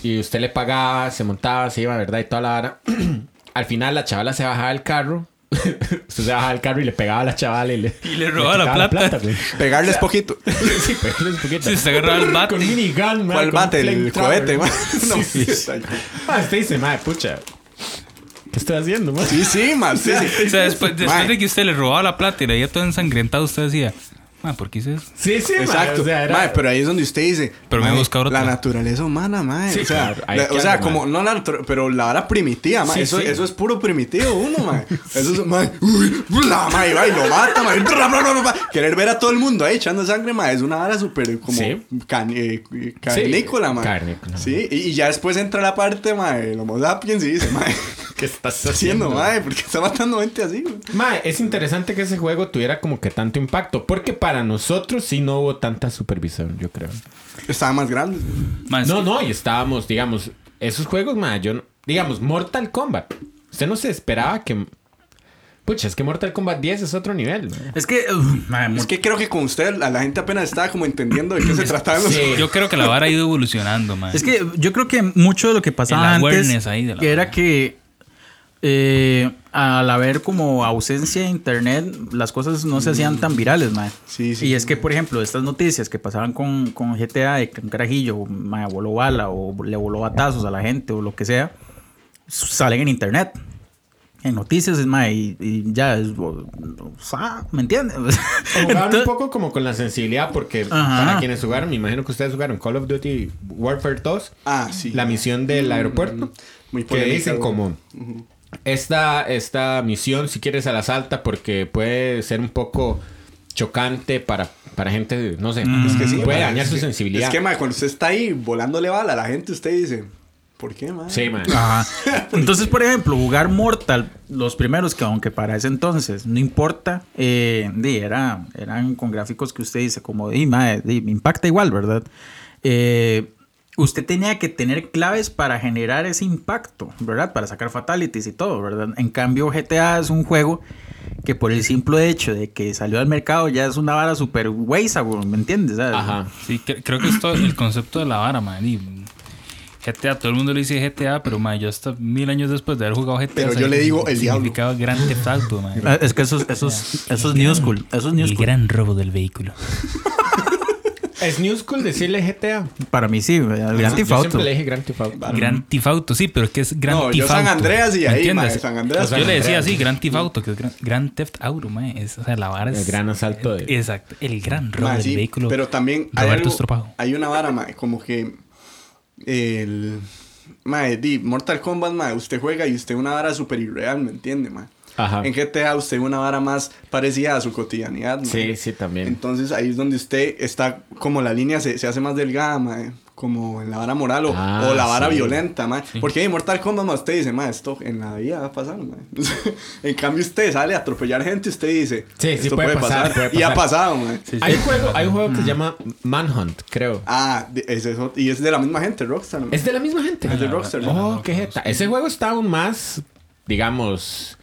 S1: Y usted le pagaba, se montaba, se iba, ¿verdad? Y toda la vara. Al final la chavala se bajaba del carro. usted se bajaba del carro y le pegaba a la chavala y le...
S3: Y le robaba la
S1: quitaba
S3: plata.
S1: güey.
S4: Pegarles poquito.
S1: sí, pegarle un poquito.
S3: Sí, usted agarraba el bate.
S1: Con minigun, mae,
S4: ¿Cuál
S1: con un
S4: bate? El
S1: flamethrower,
S4: cohete,
S1: mae.
S4: man. No,
S1: Sí, sí.
S4: está bien.
S1: Ah, usted dice, madre, pucha. ¿Qué estoy haciendo, madre?
S4: Sí, sí, man. Sí, sí.
S3: O sea, después, después
S4: Mae.
S3: de que usted le robaba la plata y la veía todo ensangrentado, usted decía, "Ma, ¿por qué hice eso?
S1: Sí, sí,
S4: Exacto.
S1: Exacto. O sea, era...
S4: Mae, pero ahí es donde usted dice.
S3: Pero me
S4: mae,
S3: voy a buscar otra.
S4: La naturaleza humana, mae.
S1: Sí,
S4: o sea,
S1: claro, hay
S4: la-
S1: que
S4: o sea,
S1: algo,
S4: como,
S1: mae.
S4: no la natura- pero la hora primitiva, mae.
S1: Sí,
S4: eso,
S1: sí.
S4: eso es puro primitivo, uno, mae. Eso es, mae. Uy, bla, mae, va y lo mata, mae. bla, bla, bla, bla, bla. Querer ver a todo el mundo ahí echando sangre, mae. Es una hora súper como
S1: Sí.
S4: can- eh, eh, carnícola, mae.
S1: carnícola.
S4: Sí, y, y ya después entra la parte, mae, el Homo sapiens y dice, mae,
S1: ¿Qué estás
S4: ¿qué está haciendo, mae? ¿Por qué está matando gente así, güey?
S1: Mae, es interesante que ese juego tuviera como que tanto impacto. Porque para nosotros sí no hubo tanta supervisión, yo creo.
S4: Estaba más grande.
S3: Ma, es
S1: No,
S3: que-
S1: no, y estábamos, digamos, esos juegos, mae, yo... no- Digamos, Mortal Kombat. Usted no se esperaba que... Pucha, es que Mortal Kombat 10 es otro nivel, mae.
S2: Es que. uf, mae,
S4: Es que creo que con usted a la gente apenas estaba como entendiendo de qué se trataba. los-
S1: Sí.
S3: Yo creo que la vara ha ido evolucionando, man.
S2: Es que yo creo que mucho de lo que
S3: El
S2: pasaba
S3: awareness
S2: antes
S3: ahí de la-
S2: era que eh, al haber como ausencia de internet, las cosas no se hacían tan virales, mae.
S4: Sí, sí,
S2: y
S4: sí,
S2: es que, por ejemplo, estas noticias que pasaban con, con GTA de que un carajillo, mae, voló bala o le voló batazos a la gente o lo que sea, s- salen en internet. En noticias, mae, y, y ya es... o- o sea, ¿Me entiendes?
S1: Jugaban un
S2: Entonces-
S1: poco como con la sensibilidad, porque
S2: Ajá.
S1: para quienes jugaron, me imagino que ustedes jugaron Call of Duty Warfare 2.
S4: Ah, sí.
S1: La misión del aeropuerto.
S4: Muy
S1: que
S4: polémica,
S1: dicen
S4: güey.
S1: como. Esta, esta misión, si quieres, a la salta, porque puede ser un poco chocante para, para gente, no sé,
S2: Mm.
S4: Es que sí,
S1: puede
S4: mae,
S1: dañar
S4: es
S1: su
S4: que-
S1: sensibilidad.
S4: Es que, mae, cuando usted está ahí volándole bala a la gente, usted dice, ¿por qué, mae?
S1: sí, man.
S2: Ah. Ajá. Entonces, por ejemplo, jugar Mortal, los primeros que aunque para ese entonces no importa, eh, di, era, eran con gráficos que usted dice como, "Di, mae, di, me impacta igual, ¿verdad? Eh, usted tenía que tener claves para generar ese impacto, ¿verdad? Para sacar fatalities y todo, ¿verdad? En cambio, GTA es un juego que por el simple hecho de que salió al mercado ya es una vara super weiza, güey, ¿me entiendes? ¿Sabes?
S1: Ajá.
S3: Sí, cre- creo que esto, el concepto de la vara, man. y GTA, todo el mundo le dice GTA, pero man, yo hasta mil años después de haber jugado GTA.
S4: Pero yo
S3: sabía
S4: le
S3: que
S4: digo el diablo.
S3: significaba gran Theft Auto, man.
S2: Ah, Es que eso, es- eso, es- eso es new school. Eso es new
S3: El
S2: school.
S3: gran robo del vehículo.
S1: Es New School decirle GTA.
S2: Para mí sí, el Grand Theft
S1: Yo
S2: Auto.
S1: siempre le dije Grand Theft Auto.
S3: Gran Tifauto, sí, pero es que es Gran
S4: No, yo
S3: Tifauto.
S4: San Andreas y
S3: ¿me
S4: ahí,
S3: entiendes?
S4: mae, San Andreas.
S3: yo le decía
S1: Andreas.
S3: así, Gran Tifauto, que es Gran, gran Theft Auto, man. Es, o sea, la vara es.
S1: El gran asalto de-
S3: Exacto, el gran robo
S4: Mae,
S3: del
S4: sí,
S3: vehículo.
S4: Pero también hay,
S3: Roberto
S4: algo-
S3: Estropajo.
S4: hay una vara, mae, como que el... Mae, di, Mortal Kombat, mae, usted juega y usted una vara súper irreal, ¿me entiende, mae?
S1: Ajá.
S4: En GTA usted una vara más parecida a su cotidianidad, mae.
S1: Sí, sí, también.
S4: Entonces ahí es donde usted está, como la línea se, se hace más delgada, mae. como en la vara moral o,
S1: Ah,
S4: o la vara
S1: sí.
S4: violenta, mae. Porque en Mortal Kombat, mae, usted dice, mae, esto en la vida va a pasar, mae. en cambio, usted sale a atropellar gente, usted dice,
S1: Sí, sí,
S4: esto
S1: puede pasar, puede
S4: Y ha
S1: pasar.
S4: pasado, mae.
S1: Hay un juego, hay un juego que se llama Manhunt, creo.
S4: Ah, de- ese es otro- y es de la misma gente, Rockstar. mae.
S1: Es de la misma gente.
S4: Es de Rockstar.
S1: Oh, qué jeta. Ese juego está aún más, digamos,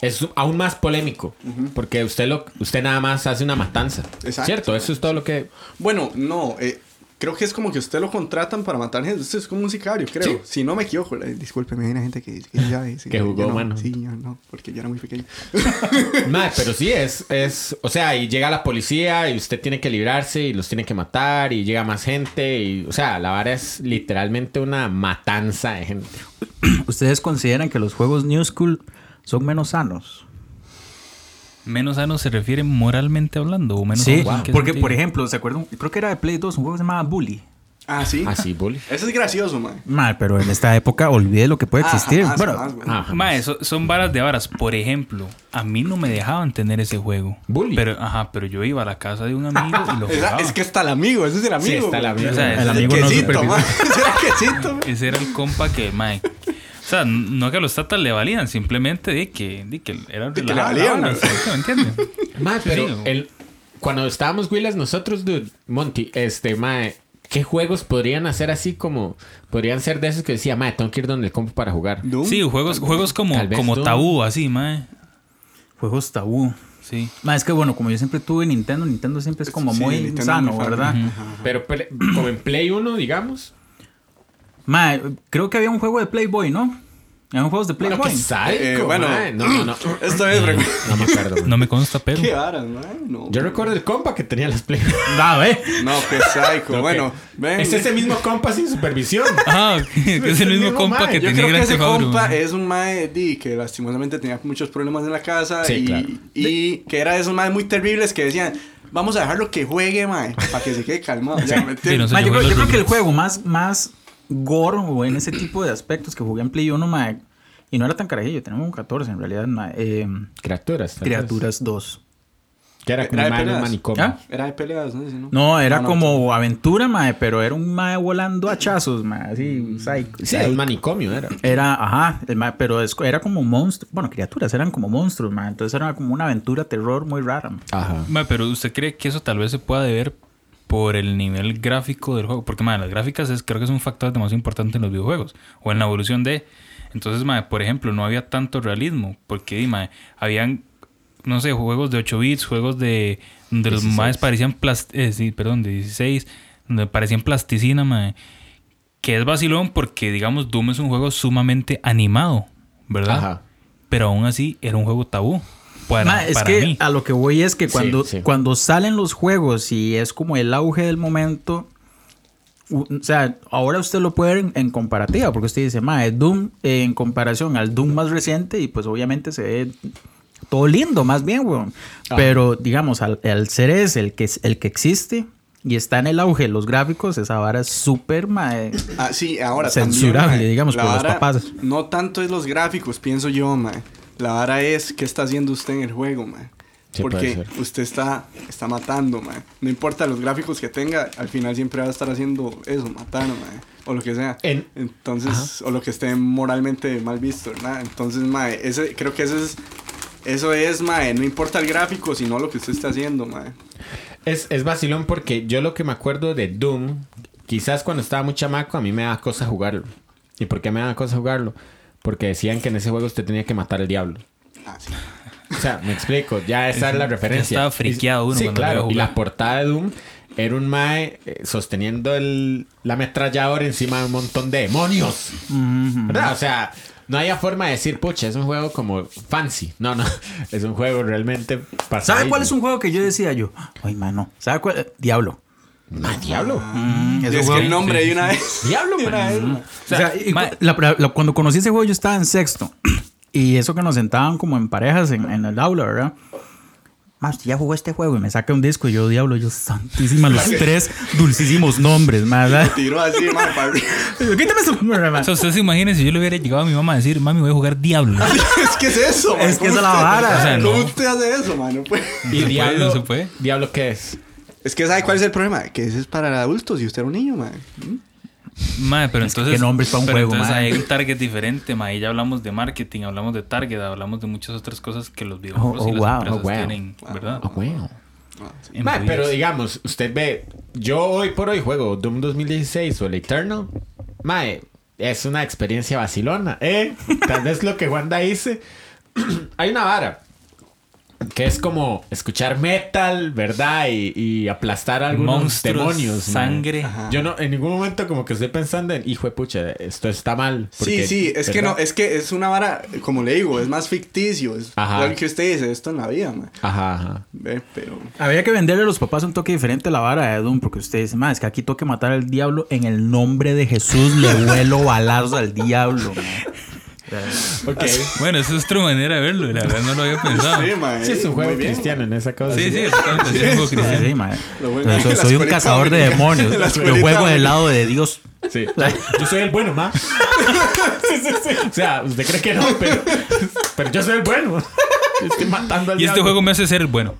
S1: es aún más polémico. Porque usted lo, usted nada más hace una matanza.
S4: Exacto.
S1: ¿Cierto? Eso es todo lo que.
S4: Bueno, no, eh, creo que es como que usted lo contratan para matar gente. Usted es como un sicario, creo.
S1: Sí.
S4: Si no me equivoco, eh, discúlpeme, hay una gente que dice que ya dice
S1: Que jugó
S4: yo no,
S1: mano.
S4: Sí, yo no, porque yo era muy pequeño.
S1: Madre, pero sí es, es. O sea, y llega la policía y usted tiene que librarse y los tiene que matar y llega más gente. Y, o sea, la vara es literalmente una matanza de gente.
S2: ¿Ustedes consideran que los juegos New School son menos sanos?
S3: Menos sano se refiere moralmente hablando o menos
S2: sí,
S3: sano en qué
S2: porque
S3: sentido?
S2: por ejemplo, ¿se acuerdan? Creo que era de Play 2, un juego que se llamaba Bully.
S4: Ah, sí.
S1: Así, bully.
S4: Eso es gracioso, man.
S2: Madre, pero en esta época olvidé lo que puede
S4: Ah,
S2: existir.
S4: jamás,
S2: bueno,
S4: jamás, güey.
S1: Ah, jamás.
S3: Mae, so- son varas de varas. Por ejemplo, a mí no me dejaban tener ese juego.
S1: Bully.
S3: Pero, ajá, pero yo iba a la casa de un amigo y lo
S4: Esa-
S3: jugaba.
S4: es que está el amigo, ese es el amigo.
S1: Sí, está
S4: güey.
S1: la
S3: O sea,
S1: amigo.
S3: es-
S2: El amigo no
S4: quesito,
S2: supervisó.
S4: man. Ese era quesito, man.
S3: Ese era el compa que, mae. O sea, no que a los tatas le valían, simplemente de que, de que era
S4: De que le
S3: relajado,
S4: valían,
S3: la vara,
S4: ¿no?
S3: exacto, ¿Me entiendes?
S1: Mae, pero
S3: Sí, o-
S1: el- cuando estábamos Willas, nosotros, dude, Monty, este, mae, ¿qué juegos podrían hacer así como? Podrían ser de esos que decía, mae, tengo que ir donde el compu para jugar.
S4: Doom.
S3: Sí, juegos, juegos
S1: Tal
S3: como,
S1: vez
S3: como
S1: Doom.
S3: tabú, así, mae.
S2: juegos tabú.
S3: Sí.
S2: Madre, es que bueno, como yo siempre tuve Nintendo, Nintendo siempre es como
S4: Sí,
S2: muy
S4: Nintendo es
S2: sano,
S4: muy fan.
S2: ¿verdad?
S1: Pero pele- como en Play 1, digamos.
S2: Madre, creo que había un juego de Playboy, ¿no? Había juegos de
S1: Bueno,
S2: Playboy.
S1: qué psycho,
S4: Eh, bueno.
S1: mae. No, no, no.
S4: Esto es recu-
S1: No me acuerdo. mae.
S3: No me consta, pero.
S4: Qué varas, man. No.
S1: Yo recuerdo el compa que tenía las Play.
S2: Va, eh.
S4: No, qué psycho. Bueno, ven.
S1: Es ese mismo compa sin supervisión.
S3: Ah, ok, que es el mismo compa
S1: mae.
S3: que
S4: Yo
S3: tenía
S4: creo que
S3: Gran
S4: ese
S3: Theft Auto,
S4: compa
S3: mae.
S4: es un mae di, que lastimosamente tenía muchos problemas en la casa
S1: Sí,
S4: y,
S1: claro.
S4: y que era de esos maes muy terribles que decían, vamos a dejarlo que juegue, mae, para que se quede calmado. O sea, ¿me
S3: Sí, no
S4: entiendes?
S3: sé,
S2: Mae, yo,
S3: yo
S2: creo,
S3: juego
S2: yo creo
S3: los
S2: que el
S3: Beatles.
S2: juego más, más gore o en ese tipo de aspectos que jugué en Play 1, mae, y no era tan carajillo, teníamos un 14 en realidad, mae, eh,
S1: Criaturas. tal vez.
S2: Criaturas 2.
S1: Que era como
S4: Era
S1: un mae
S4: de
S1: en un
S4: peleas.
S1: manicomio.
S2: ¿Ah?
S4: Era de peleas, ¿no? Ese, ¿no?
S2: No, era
S4: No, no,
S2: como aventura, mae, pero era un mae volando hachazos, mae,
S4: Mm.
S2: así, psycho.
S1: Sí, era un manicomio era.
S2: Era, ajá, el mae, pero es- era como monstruo, bueno, criaturas, eran como monstruos, mae, entonces era como una aventura terror muy rara. mae.
S1: Ajá.
S3: Mae, pero ¿usted cree que eso tal vez se pueda deber por el nivel gráfico del juego? Porque, mae, las gráficas es, creo que es un factor demasiado importante en los videojuegos o en la evolución de. Entonces, mae, por ejemplo, no había tanto realismo porque, di, mae, habían, no sé, juegos de 8 bits, juegos de. donde los maes parecían. plas- eh, sí, perdón, de 16, donde parecían plasticina, mae. Que es vacilón porque, digamos, Doom es un juego sumamente animado, ¿verdad?
S1: Ajá.
S3: Pero aún así era un juego tabú. Para,
S2: Ma, es
S3: para
S2: que
S3: mí.
S2: a lo que voy es que
S1: Sí,
S2: cuando,
S1: sí.
S2: cuando salen los juegos y es como el auge del momento, u- o sea, ahora usted lo puede ver en, en comparativa, porque usted dice, ma, es Doom eh, en comparación al Doom más reciente y pues obviamente se ve todo lindo, más bien, weón.
S1: Ah.
S2: Pero digamos, al, al ser ese el que, es- el que existe y está en el auge de los gráficos, esa vara es súper, ma, eh,
S4: Ah, sí, ahora
S2: Censurable,
S4: también, mae,
S2: digamos,
S4: la
S2: por los
S4: vara
S2: papás.
S4: No tanto es los gráficos, pienso yo, mae. La vara es qué está haciendo usted en el juego, mae.
S1: Sí, puede
S4: Porque
S1: ser.
S4: usted está, está matando, mae. No importa los gráficos que tenga, al final siempre va a estar haciendo eso, matar, mae. O lo que sea.
S1: En-
S4: Entonces, o lo que esté moralmente mal visto, ¿verdad? Entonces, mae, ese, creo que ese es, eso es, mae. No importa el gráfico, sino lo que usted está haciendo, mae.
S1: Es, es vacilón porque yo lo que me acuerdo de Doom, quizás cuando estaba muy chamaco, a mí me daba cosa jugarlo. ¿Y por qué me daba cosa jugarlo? Porque decían que en ese juego usted tenía que matar al diablo.
S4: Ah, sí.
S1: O sea, me explico, ya esa es la referencia.
S3: estaba friqueado uno
S1: Sí,
S3: cuando lo
S1: claro.
S3: iba a
S1: Y
S3: jugar.
S1: la portada de Doom era un mae eh, sosteniendo el, la ametralladora encima de un montón de demonios. ¿Verdad? O sea, no había forma de decir, pucha, es un juego como fancy. No, no, es un juego realmente pasado.
S2: ¿Sabe cuál es un juego que yo decía yo? Ay, mano. ¿Sabe cuál? Eh, Diablo.
S1: diablo?
S2: Mm, Es un
S4: Y es
S2: juego-
S4: que el nombre
S3: sí,
S4: de una
S3: sí,
S4: vez.
S1: Diablo,
S4: de una
S1: man.
S4: vez, mae.
S2: O sea,
S3: O sea,
S2: y cu-
S3: ma-
S2: la- la- la- cuando conocí ese juego yo estaba en sexto. Y eso que nos sentaban como en parejas en, en el aula, ¿verdad? Más, ya jugó este juego y me saca un disco y yo, diablo, yo santísima, los tres dulcísimos nombres, más.
S4: Tiró así, mae, para arriba.
S2: Quítame eso.
S3: O sea, ustedes se imaginen si yo le hubiera llegado a mi mamá a decir, mami, voy a jugar Diablo.
S4: es que es eso, man.
S2: Es que esa
S4: ¿Cómo
S2: es la
S4: usted-
S2: vara.
S3: O sea,
S4: ¿Cómo
S3: no.
S4: usted hace eso, man? No puede.
S1: ¿Y
S3: se puede,
S1: diablo,
S3: no se puede.
S1: diablo qué es?
S4: Es que ¿sabe cuál es el problema? Que ese es para adultos y usted era un niño, mae. ¿Mm?
S3: Mae, pero
S2: Es que
S3: entonces.
S2: qué nombres para un
S3: pero
S2: juego,
S3: entonces
S2: mae.
S3: Hay un target diferente, mae. Ya hablamos de marketing, hablamos de target, hablamos de muchas otras cosas que los videojuegos
S2: Oh,
S3: y
S2: oh,
S3: las
S2: wow,
S1: oh,
S3: empresas
S1: wow.
S3: tienen, ¿verdad?
S1: Ah, bueno.
S3: En
S1: Ma, pero
S3: videos.
S1: digamos, usted ve, yo hoy por hoy juego Doom 2016 o el Eternal. Mae, es una experiencia vacilona, ¿eh? Tal vez lo que Wanda dice. Hay una vara que es como escuchar metal, ¿verdad? Y, y aplastar algunos
S3: Monstruos,
S1: demonios. mae.
S3: sangre.
S4: Ajá.
S1: Yo no, en ningún momento como que estoy pensando en, hijo de pucha, esto está mal.
S4: Sí,
S1: porque-
S4: sí, es que
S1: ¿verdad?
S4: no, es que es una vara, como le digo, es más ficticio. Es
S1: Ajá.
S4: lo que usted dice, esto en la vida, mae.
S1: Ajá, ajá.
S4: Ve, pero.
S2: Había que venderle a los papás un toque diferente a la vara de Doom, porque usted dice, más es que aquí toque matar al diablo en el nombre de Jesús, le vuelo balazos al diablo. mae.
S1: Ok. sí,
S3: Bueno, esa es otra manera de verlo. La verdad no lo había pensado.
S4: Sí, mae,
S1: es un
S4: muy
S1: juego
S4: bien.
S1: cristiano en esa cosa.
S3: Sí, sí, es una conversación con
S2: Sí,
S3: Cristian.
S2: sí, mae.
S4: Lo bueno
S2: Pero
S4: es que
S2: soy-
S4: la
S2: soy un
S4: escuelita
S2: cazador de
S4: dominical-
S2: demonios.
S4: la
S2: Yo
S4: escuelita
S2: juego del
S4: dominical.
S2: lado de Dios.
S1: Sí. Yo soy el bueno, ma. O sea, usted cree que no, pero, pero yo soy el bueno. Estoy matando al
S3: Y este
S1: diablo.
S3: juego me hace ser el bueno.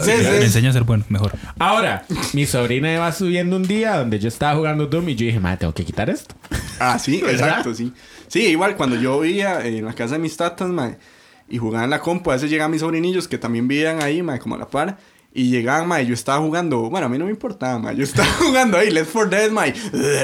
S4: Sí,
S3: Me-
S4: sí.
S3: Me enseña a ser bueno, mejor.
S1: Ahora, mi sobrina iba subiendo un día donde yo estaba jugando Doom y yo dije, ma, tengo que quitar esto.
S4: Ah, sí,
S1: ¿Verdad?
S4: exacto, sí. Sí, igual cuando yo vivía en la casa de mis tatas, mae, y jugaban la compu, a veces llegaban mis sobrinillos que también vivían ahí, mae, como a la par. Y llegaban, mae, yo estaba jugando, bueno, a mí no me importaba, mae, yo estaba jugando ahí, Let's For Dead, mae.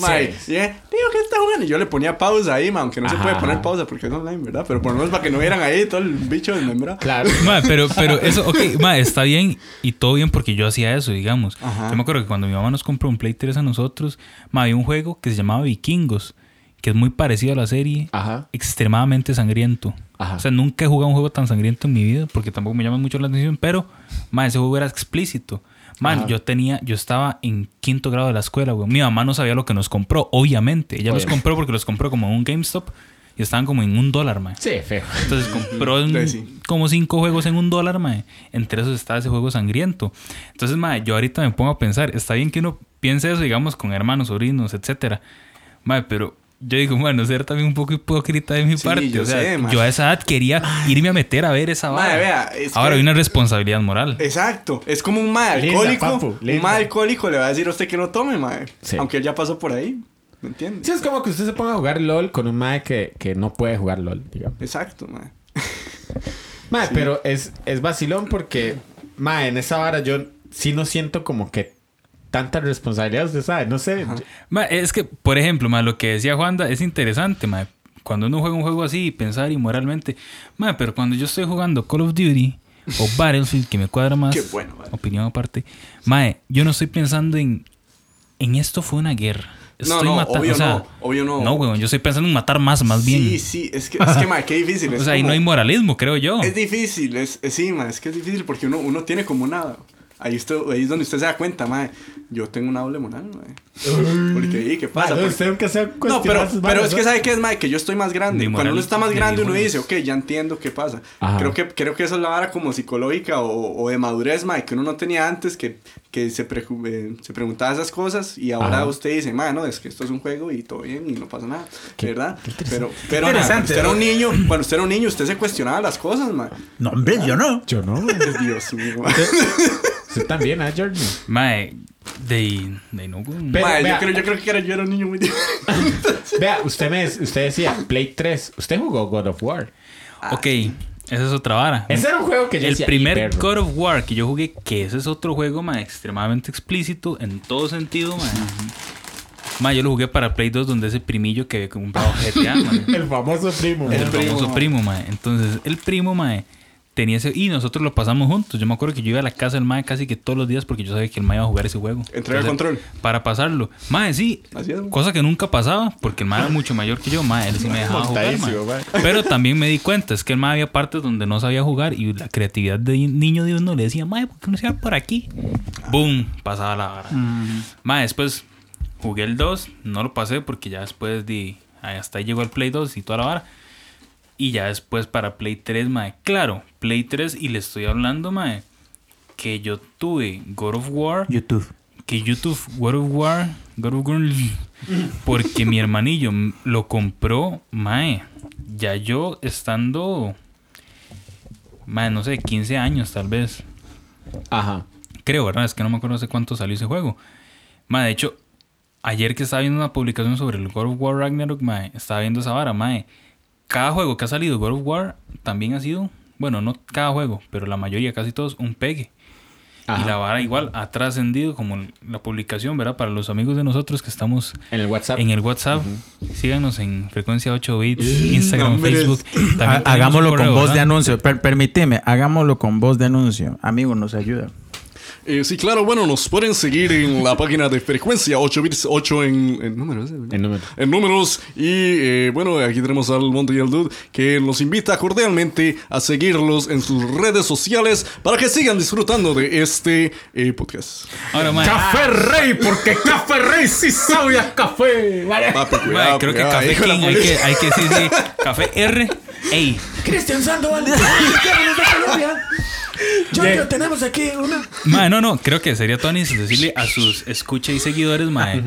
S4: Mae,
S1: Sí.
S4: y, eh, digo, ¿qué está jugando? Y yo le ponía pausa ahí, mae, aunque no
S1: Ajá,
S4: se puede poner
S1: ajá.
S4: pausa porque es online, ¿verdad? Pero por lo menos para que no vieran ahí todo el bicho desmembrado.
S1: Claro.
S3: Ma, pero, pero eso, ok, ma, está bien y todo bien porque yo hacía eso, digamos.
S4: Ajá.
S3: Yo me acuerdo que cuando mi mamá nos compró un Play 3 a nosotros, ma, había un juego que se llamaba Vikingos, que es muy parecido a la serie,
S1: Ajá.
S3: extremadamente sangriento.
S1: Ajá.
S3: O sea, nunca he jugado un juego tan sangriento en mi vida porque tampoco me llama mucho la atención, pero, ma, ese juego era explícito. Man,
S1: Ajá.
S3: yo tenía, yo estaba en quinto grado de la escuela, güey. Mi mamá no sabía lo que nos compró, obviamente. Ella los
S1: Obviamente.
S3: compró porque los compró como en un GameStop y estaban como en un dólar, man.
S1: Sí, feo.
S3: Entonces compró en-
S4: Sí, sí.
S3: como cinco juegos en un dólar, mae. Entre esos estaba ese juego sangriento. Entonces, mae, yo ahorita me pongo a pensar, está bien que uno piense eso, digamos, con hermanos, sobrinos, etcétera. Mae, pero yo digo, bueno, ser también un poco hipócrita de mi
S4: Sí,
S3: parte.
S4: yo
S3: o sea,
S4: sé, mae.
S3: yo a esa edad quería irme a meter a ver esa
S4: Mae,
S3: vara.
S4: vea, es
S3: Ahora
S4: que-
S3: hay una responsabilidad moral.
S4: Exacto, es como un mal
S1: Linda,
S4: alcohólico.
S1: papu,
S4: un
S1: linda.
S4: mal alcohólico le va a decir a usted que no tome, mae.
S1: Sí.
S4: Aunque él ya pasó por ahí, ¿me entiendes?
S1: Sí, es como que usted se ponga a jugar LOL con un mae que, que no puede jugar LOL, digamos.
S4: Exacto, mae.
S1: Mae, pero es, es vacilón porque, mae, en esa vara yo sí no siento como que tanta responsabilidad, usted sabe, no sé.
S3: Ma, es que, por ejemplo, ma, lo que decía Juanda es interesante, ma. Cuando uno juega un juego así, pensar inmoralmente. Ma, pero cuando yo estoy jugando Call of Duty o Battlefield, que me cuadra más,
S4: Qué bueno, mae.
S3: opinión aparte, ma, yo no estoy pensando en. En esto fue una guerra.
S4: No,
S3: Estoy
S4: no,
S3: matando.
S4: obvio
S3: o sea,
S4: no, obvio no.
S3: No, weón, yo estoy pensando en matar más, más bien.
S4: Sí, sí, es que, es que mae, qué difícil.
S3: o
S4: es
S3: sea, ahí
S4: como-
S3: no hay moralismo, creo yo.
S4: Es difícil, es, es- sí, mae, es que es difícil porque uno, uno tiene como una. Ahí, usted- ahí es donde usted se da cuenta, mae. Yo tengo una doble moral, mae. Porque ahí, ¿qué pasa?
S1: Mae,
S4: Porque-
S1: usted nunca se ha
S4: No, pero,
S1: cuestionado sus
S4: pero
S1: varas,
S4: es que
S1: ¿no?
S4: sabe que es mae, que yo estoy más grande.
S3: Ni
S4: Cuando uno
S3: morales,
S4: está más
S3: ni
S4: grande uno
S3: morales.
S4: dice, ok, ya entiendo qué pasa.
S1: Ajá.
S4: Creo que, creo que esa es la vara como psicológica o, o de madurez, mae, que uno no tenía antes, que, que se, preju- eh, se preguntaba esas cosas y ahora
S1: Ajá.
S4: usted dice, mae, no, es que esto es un juego y todo bien y no pasa nada, ¿verdad? pero pero mae, cuando
S2: interesante,
S4: usted era un niño, cuando usted era un niño, usted se cuestionaba las cosas, mae.
S2: No, hombre, yo no.
S1: Yo no, mae.
S4: Dios mío, mae.
S1: Usted también, ¿eh, Jordan?
S3: Ma, de, de no, weón.
S1: Pero,
S4: Mae,
S1: vea.
S4: yo, creo, yo creo que era, yo era un niño muy
S1: Vea, usted, me, usted decía Play 3. Usted jugó God of War.
S4: Ah,
S3: ok, esa es otra vara.
S1: Ese era un juego que yo
S3: El
S1: decía, "Y
S3: primer
S1: perro".
S3: God of War que yo jugué, que ese es otro juego ma, extremadamente explícito en todo sentido, ma. Ma, yo lo jugué para Play 2 donde ese primillo que había comprado GTA, ma.
S1: El famoso primo.
S3: El
S1: mae.
S4: primo,
S3: famoso
S4: ma.
S3: primo, ma. Entonces, el primo, ma, tenía ese... Y nosotros lo pasamos juntos. Yo me acuerdo que yo iba a la casa del ma casi que todos los días porque yo sabía que el ma iba a jugar ese juego.
S4: Entrega control.
S3: Para pasarlo. Ma, sí.
S4: Así es, ma.
S3: Cosa que nunca pasaba porque el ma era mucho mayor que yo, ma. Él sí me dejaba jugar, ma.
S1: Montadísimo, ma.
S3: Pero también me di cuenta, es que el ma había partes donde no sabía jugar y la creatividad de niño de uno le decía, ma, ¿por qué no se va por aquí? Boom, pasaba la vara. Ma, después jugué el 2, no lo pasé porque ya después di... Hasta ahí llegó el Play 2 y toda la vara. Y ya después para Play 3, mae. Claro, Play 3 y le estoy hablando, mae. Que yo tuve God of War.
S2: YouTube.
S3: Que YouTube, God of War. God of War. Porque mi hermanillo m- lo compró, mae. Ya yo estando. Mae, no sé, 15 años tal vez.
S1: Ajá.
S3: creo, ¿verdad? Es que no me acuerdo hace cuánto salió ese juego. Ma, de hecho, ayer que estaba viendo una publicación sobre el God of War Ragnarok, ma, estaba viendo esa vara, mae. Cada juego que ha salido de God of War también ha sido, bueno, no cada juego, pero la mayoría, casi todos, un pegue. Y la vara igual ha trascendido como la publicación, ¿verdad? Para los amigos de nosotros que estamos
S1: En el WhatsApp.
S3: en el WhatsApp. Síganos en frecuencia 8 bits, Instagram, Facebook. También
S2: Ha-
S3: tenemos
S2: hagámoslo
S3: un
S2: con
S3: correo,
S2: voz de
S3: ¿verdad?
S2: anuncio. Per- permíteme, hagámoslo con voz de anuncio. Amigo, nos ayuda.
S4: Eh, sí, claro, bueno, nos pueden seguir en la página de frecuencia 8 bits 8 en, en números. ¿eh?
S1: En número.
S4: En números. Y eh, bueno, aquí tenemos al Monte y al Dude que los invita cordialmente a seguirlos en sus redes sociales para que sigan disfrutando de este eh, podcast.
S3: Ahora, mae,
S2: Rey, porque Café Rey sí sabe a café.
S4: Papi,
S3: mae,
S4: cuidado,
S3: creo que
S4: cuidado,
S3: Café
S4: hijo de la
S3: King, hay
S4: puta.
S3: que, hay que decir, sí, Café R. Ey,
S1: Cristian Sandoval de Colombia. Yo tenemos aquí una.
S3: mae, no, no, creo que sería Tony decirle a sus escucha y seguidores, mae,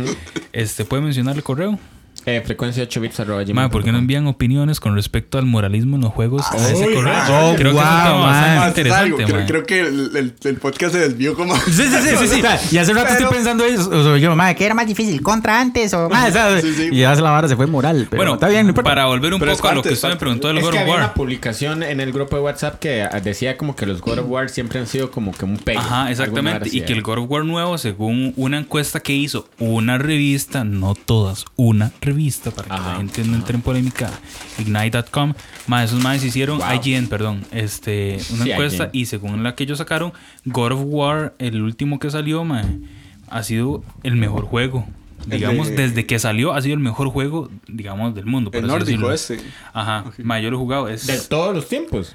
S3: este, ¿puede mencionar el correo?
S1: Eh, frecuencia 8 bits arroba gmail
S3: Mae, ¿por qué no
S1: punto
S3: envían opiniones con respecto al moralismo en los juegos a ese
S4: Ay,
S3: correo?
S2: ah,
S3: creo que es un
S2: wow,
S3: tema bastante
S2: mae.
S4: Ah, algo,
S3: interesante,
S4: creo,
S3: mae.
S4: creo que el, el- el podcast se desvió como...
S2: Sí, sí, sí, sí, sí. Y hace rato estoy pensando eso. o sea, yo, madre, ¿qué era más difícil? ¿Contra antes? O, madre, ¿sabes?
S4: Sí, sí.
S2: Y ya se la vara se fue moral. Pero
S3: Bueno,
S2: está bien, no importa.
S3: para volver un
S4: Pero es
S3: poco a lo
S4: parte,
S3: que
S4: es
S3: usted me
S4: parte.
S3: preguntó del
S1: Es
S3: God
S1: que
S3: of
S1: había una
S3: War.
S1: publicación en el grupo de WhatsApp que ah, decía como que los God of War siempre han sido como que un pegue.
S3: Ajá, exactamente. Y que el God of War nuevo, según una encuesta que hizo una revista, no todas, una revista, para que
S1: Ajá,
S3: la gente no entre en polémica, ignite.com, más esos más hicieron,
S1: Wow.
S3: IGN, perdón, este, una
S1: Sí,
S3: encuesta
S1: IGN.
S3: y según la que ellos sacaron, God of War, el último que salió, mae, ha sido el mejor juego. Digamos,
S4: de-
S3: desde que salió, ha sido el mejor juego, digamos, del mundo. por
S4: El
S3: así
S4: nórdico
S3: decirlo.
S4: ese.
S3: Ajá, mae, yo lo he jugado. Es,
S1: De todos los tiempos.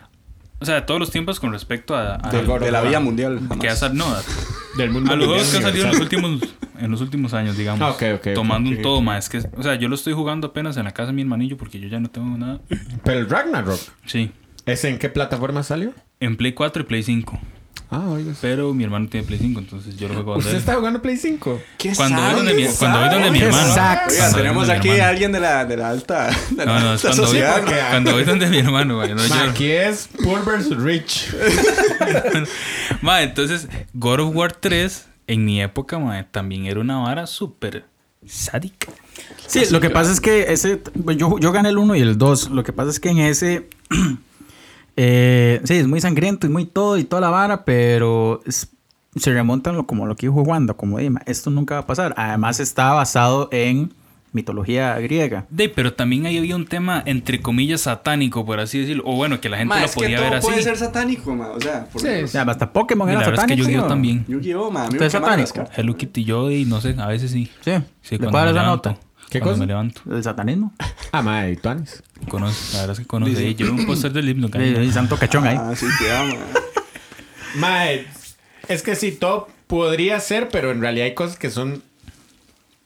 S3: o sea, de todos los tiempos con respecto a. a-
S1: Del God of
S4: De la
S1: War.
S4: vía mundial.
S3: que ha
S4: jamás.
S3: sal- no,
S1: Del mundo.
S3: a los
S1: mundial
S3: juegos que han salido en los
S1: universal.
S3: últimos, en los últimos años, digamos.
S1: Ah, ok, ok, ok,
S3: tomando
S1: ok.
S3: un todo más. Es que, o sea, yo lo estoy jugando apenas en la casa de mi hermanillo porque yo ya no tengo nada.
S1: Pero el Ragnarok,
S3: Sí.
S1: ¿ese en qué plataforma salió?
S3: En Play 4 y Play 5.
S1: Ah, oiga.
S3: Pero mi hermano tiene Play 5, entonces yo lo juego cuando
S1: ¿Usted
S3: él.
S1: está jugando Play 5?
S4: ¿Qué
S3: Cuando voy
S4: sabe?
S3: donde mi, cuando voy donde mi
S2: ¿Qué
S3: hermano.
S2: sabe?
S3: Cuando
S4: Oiga,
S3: voy
S4: tenemos
S3: donde mi
S4: aquí
S3: hermano.
S4: a alguien de la, de la alta, de la
S3: No, no, es
S4: alta
S3: cuando voy,
S4: sociedad.
S1: porque-
S3: cuando voy donde mi hermano, güey, no, yo-
S1: Ma, Aquí es Poor versus Rich.
S3: Ma, entonces, God of War 3, en mi época, ma, también era una vara súper sádica.
S2: Sí, lo que pasa es que ese. Yo, yo gané el 1 y el 2. Lo que pasa es que en ese. eh, sí, es muy sangriento y muy todo y toda la vara, pero es- se remontan lo- como lo que dijo Wanda, como Dima. Esto nunca va a pasar. Además, está basado en mitología griega.
S3: De, pero también ahí había un tema, entre comillas, satánico, por así decirlo. O bueno, que la gente
S4: Ma,
S3: lo
S4: es que
S3: podía ver
S4: todo
S3: así.
S4: puede ser satánico, ma. O sea, por
S2: O sea, hasta Pokémon
S3: Y
S2: era
S3: la verdad es que
S2: satánico.
S3: Yu-Gi-Oh!
S2: ¿no?
S3: también.
S4: Yu-Gi-Oh, ma. a mí
S2: ¿Usted
S4: me
S2: es
S4: queman las
S2: satánico?
S4: cartas.
S3: Hello Kitty yo y no sé, a veces sí.
S2: Sí,
S3: Sí,
S2: ¿De
S3: cuando
S2: cuál
S3: me
S2: es la
S3: levanto.
S2: nota?
S1: ¿Qué
S3: Cuando
S1: cosa?
S3: me levanto.
S2: El satanismo.
S1: Ah, madre, ¿y Tuanis?
S3: Conoce, la verdad es que conoce. Yo vi un póster del himno,
S2: Sí,
S3: cariño.
S2: sí, santo cachón ahí.
S4: Ah, sí, cuidado, ma.
S1: Mae, es que sí, todo podría ser, pero en realidad hay cosas que son,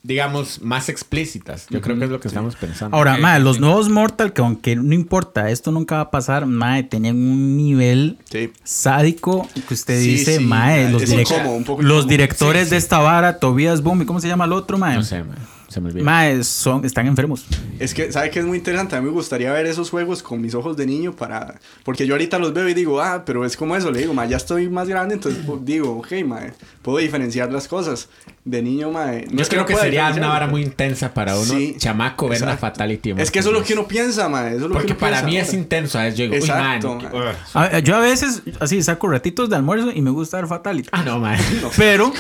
S1: digamos, más explícitas. Yo creo que es lo que estamos pensando.
S2: Ahora,
S3: Ok,
S2: mae, los
S3: sí.
S2: nuevos Mortal, que aunque no importa, esto nunca va a pasar, mae, tenían un nivel
S4: Sí.
S2: sádico que usted
S4: Sí,
S2: dice,
S4: sí,
S2: mae,
S4: mae,
S2: los,
S4: es
S2: direc-
S4: incómodo, un poco
S2: los
S4: incómodo.
S2: directores de esta vara, Tobias Boom, ¿y cómo se llama el otro, mae?
S1: no sé, mae, se me olvidó.
S2: Mae, son, están enfermos.
S4: Es que, ¿sabe qué es muy interesante? A mí me gustaría ver esos juegos con mis ojos de niño para... Porque yo ahorita los veo y digo, ah, pero es como eso. Le digo, ma, ya estoy más grande, entonces pues, digo, ok, ma, puedo diferenciar las cosas. De niño, ma... No
S1: Yo
S4: es
S1: creo
S4: no
S1: que,
S4: pueda
S1: sería una
S4: diferenciarlo,
S1: vara
S4: pero-
S1: muy intensa para uno,
S4: Sí,
S1: chamaco, ver la
S4: exacto.
S1: fatality.
S4: Es que eso es lo que uno piensa, ma. Eso es lo que
S1: Porque
S4: uno
S1: para
S4: piensa,
S1: mí
S4: ma.
S1: es intenso, ¿sabes? Yo digo,
S4: Exacto,
S1: uy, man.
S4: ma.
S2: A- eh, yo a veces, así, saco ratitos de almuerzo y me gusta dar fatality.
S1: Ah, no, mae.
S2: Pero,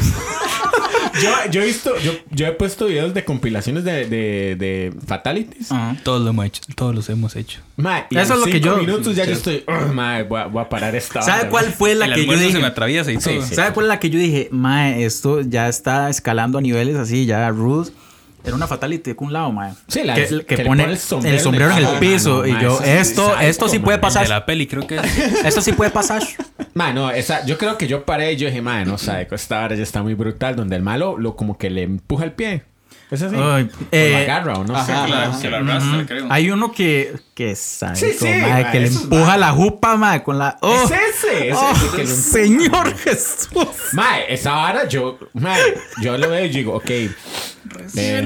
S1: yo, yo he visto, yo, yo he puesto videos de compilaciones de, de, de fatalities.
S3: Ajá, Todos lo hemos hecho. Todos los hemos hecho.
S1: Mae, y
S2: Ah. Eso
S1: en
S2: es lo que
S1: cinco
S2: yo-
S1: minutos ya yo estoy, "Ugh, mae, voy a, voy a parar esta
S2: ¿sabe
S1: vara,
S2: cuál
S1: mae".
S2: fue la
S3: El
S2: que yo
S3: almuerzo se me
S2: dije?
S3: atraviesa y
S1: Sí,
S3: todo.
S1: sí.
S2: ¿Sabe cuál es la que yo dije? Mae, esto ya está escalando a niveles así, ya Ruth. Era una fatality con un lado, mae.
S1: Sí, la-
S2: que,
S1: que
S2: que
S1: le
S2: pone
S1: pone
S2: el
S1: el sombrero
S2: sombrero, en el
S1: en el
S2: piso.
S1: piso.
S2: y
S1: Ah,
S2: yo,
S1: no, mae, eso sí
S2: esto,
S1: es
S2: esto sí
S1: sádico,
S2: puede
S1: mae.
S3: El
S2: pasar.
S3: de la peli, creo que es.
S2: Esto sí puede pasar.
S1: Ma, no, esa, yo creo que yo paré y yo dije, ma, no sabe, esta vara ya está muy brutal, donde el malo lo como que le empuja el pie. ¿Es así?
S2: Ay,
S1: O
S2: eh,
S1: lo agarra o no
S4: ajá.
S1: sé.
S3: Claro, se lo arrastra, creo.
S2: Hay uno que, que es sádico,
S1: Sí, sí,
S2: mae,
S1: mae,
S2: que le
S1: eso es
S2: empuja
S1: mae.
S2: la jupa, mae, con la. ¡Oh!
S1: Es ese, es
S2: ¡Oh,
S1: ese que lo empuja.
S2: Señor Jesús.
S1: Ma, esa vara yo, ma, yo lo veo y digo, ok. eh,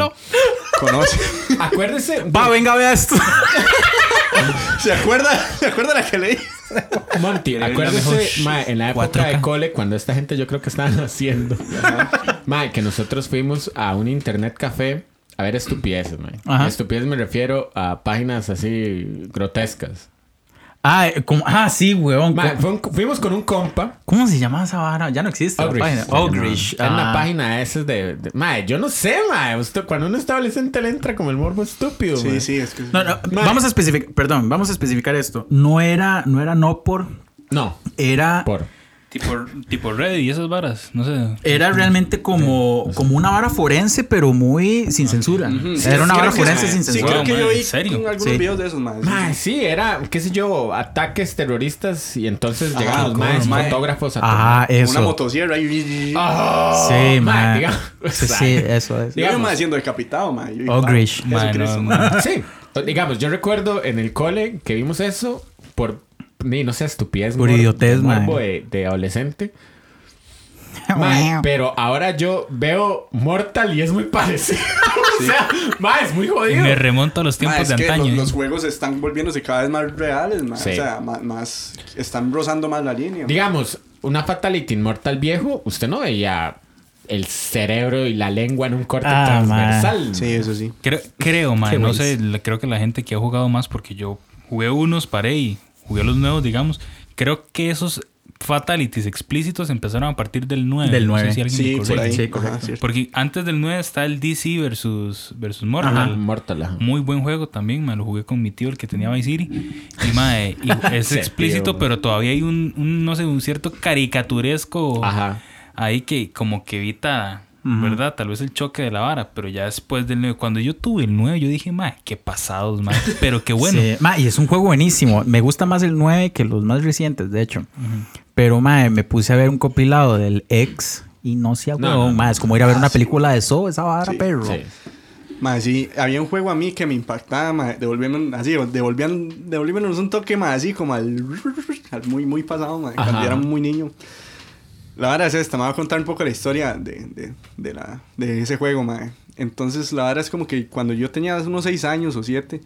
S4: Conoce.
S1: Acuérdese.
S2: Va, venga, vea esto.
S4: ¿Se acuerda? ¿Se acuerda la que leí?
S1: Monty,
S3: la
S1: acuérdese,
S3: mejor.
S1: mae, en la época
S2: 4K.
S1: de cole, cuando esta gente yo creo que estaban haciendo, mae, que nosotros fuimos a un internet café a ver estupideces, mae.
S2: Ajá.
S1: Estupideces me refiero a páginas así grotescas.
S2: Ah, eh, como- ah, sí, weón.
S1: Mae,
S2: ¿Cómo,
S1: fue un- fuimos con un compa.
S2: cómo se llamaba esa vara? Ya no existe
S1: Ogrish.
S2: la página. Ogrish.
S1: Es una
S2: ah.
S1: página esa de, de- Mae, yo no sé, mae. Usted- cuando uno es adolescente le entra como el morbo estúpido, mae.
S4: Sí, sí, es que.
S2: No, no,
S1: Mae.
S2: vamos a especificar, perdón, vamos a especificar esto. No era, no era no por,
S1: No,
S2: era,
S1: por.
S3: Tipo, tipo Reddit y esas varas, no sé.
S2: era realmente como, como una vara forense, pero muy sin censura.
S4: Ujú, sí,
S2: Era una
S4: creo
S2: vara
S4: que-
S2: forense sin
S4: Sí, creo
S2: censura.
S3: Wow,
S4: que yo
S3: madre,
S4: vi
S3: ¿en serio?
S4: algunos
S2: Sí.
S4: videos de esos, mae.
S1: Mae, sí, era, qué sé yo, ataques terroristas y entonces
S4: Ajá,
S1: llegaban los
S4: ¿cómo
S1: maes,
S4: no, mae?
S1: fotógrafos a
S2: Ajá,
S4: Con
S2: Ah, eso.
S4: Una motosierra y.
S1: Oh,
S2: Sí,
S1: mae,
S2: man.
S1: digamos,
S2: Sí,
S1: o sea,
S2: sí, eso es.
S4: Yo
S1: digamos.
S4: mae siendo decapitado, mae. Yo-
S2: Ogrish.
S4: Eso
S3: Mae,
S4: creo
S3: no,
S4: que-
S3: mae.
S1: sí. O- digamos, yo recuerdo en el cole que vimos eso por, ni, no sé, estupidez.
S2: Por
S1: mor-
S2: idiotez,
S1: morbo
S2: mae.
S1: de, de adolescente. Mae, pero ahora yo veo Mortal y es muy parecido. o sea, mae, es muy jodido.
S3: Me remonto a los
S4: Mae,
S3: tiempos
S4: es
S3: de
S4: que
S3: antaño. ¿eh?
S4: los, los juegos están volviéndose cada vez más reales, mae.
S1: Sí.
S4: O sea, ma- más, Están rozando más la línea.
S1: Digamos, una Fatality Inmortal viejo, usted no veía el cerebro y la lengua en un corte
S2: Ah, mae.
S1: transversal.
S4: Sí, eso sí.
S3: Creo, creo man,
S1: Qué
S3: no
S1: güeyes.
S3: sé, la- creo que la gente que ha jugado más, porque yo jugué unos, paré y jugué los nuevos, digamos. Creo que esos fatalities explícitos empezaron a partir del 9.
S2: Del
S3: No
S2: 9.
S3: sé si alguien
S4: Sí,
S3: me
S4: por
S3: corrige.
S4: ahí.
S2: sí,
S4: Ajá,
S2: correcto.
S4: cierto.
S3: Porque antes del 9 está el DC versus, versus Mortal.
S1: Ajá, Mortal. ajá.
S3: Muy buen juego también, me lo jugué con mi tío, el que tenía Vice City. Y mae, y es
S1: Ese
S3: explícito,
S1: tío,
S3: pero todavía hay un, un, no sé, un cierto caricaturesco
S1: Ajá.
S3: ahí que como que evita, ¿verdad? Tal vez el choque de la vara, pero ya después del 9, cuando yo tuve el 9, yo dije, mae, qué pasados, mae, pero qué bueno.
S2: Sí. Ma, y es un juego buenísimo. Me gusta más el 9 que los más recientes, de hecho. Pero, ma, me puse a ver un compilado del ex y no sea
S1: No,
S2: huevón,
S1: no, no.
S2: ma, Es como ir a ver una película de eso, esa vara,
S4: Ah, Sí,
S2: perro.
S1: Sí.
S4: Mae, sí, había un juego a mí que me impactaba, mae. Devolvían, así, devolvían, devolvíanos un toque, mae, así como al, al muy, muy pasado, mae, cuando
S1: Ajá.
S4: era muy niño. La verdad es esta, me voy a contar un poco la historia de, de, de la, de ese juego, mae. Entonces, la verdad es como que cuando yo tenía unos 6 años o 7,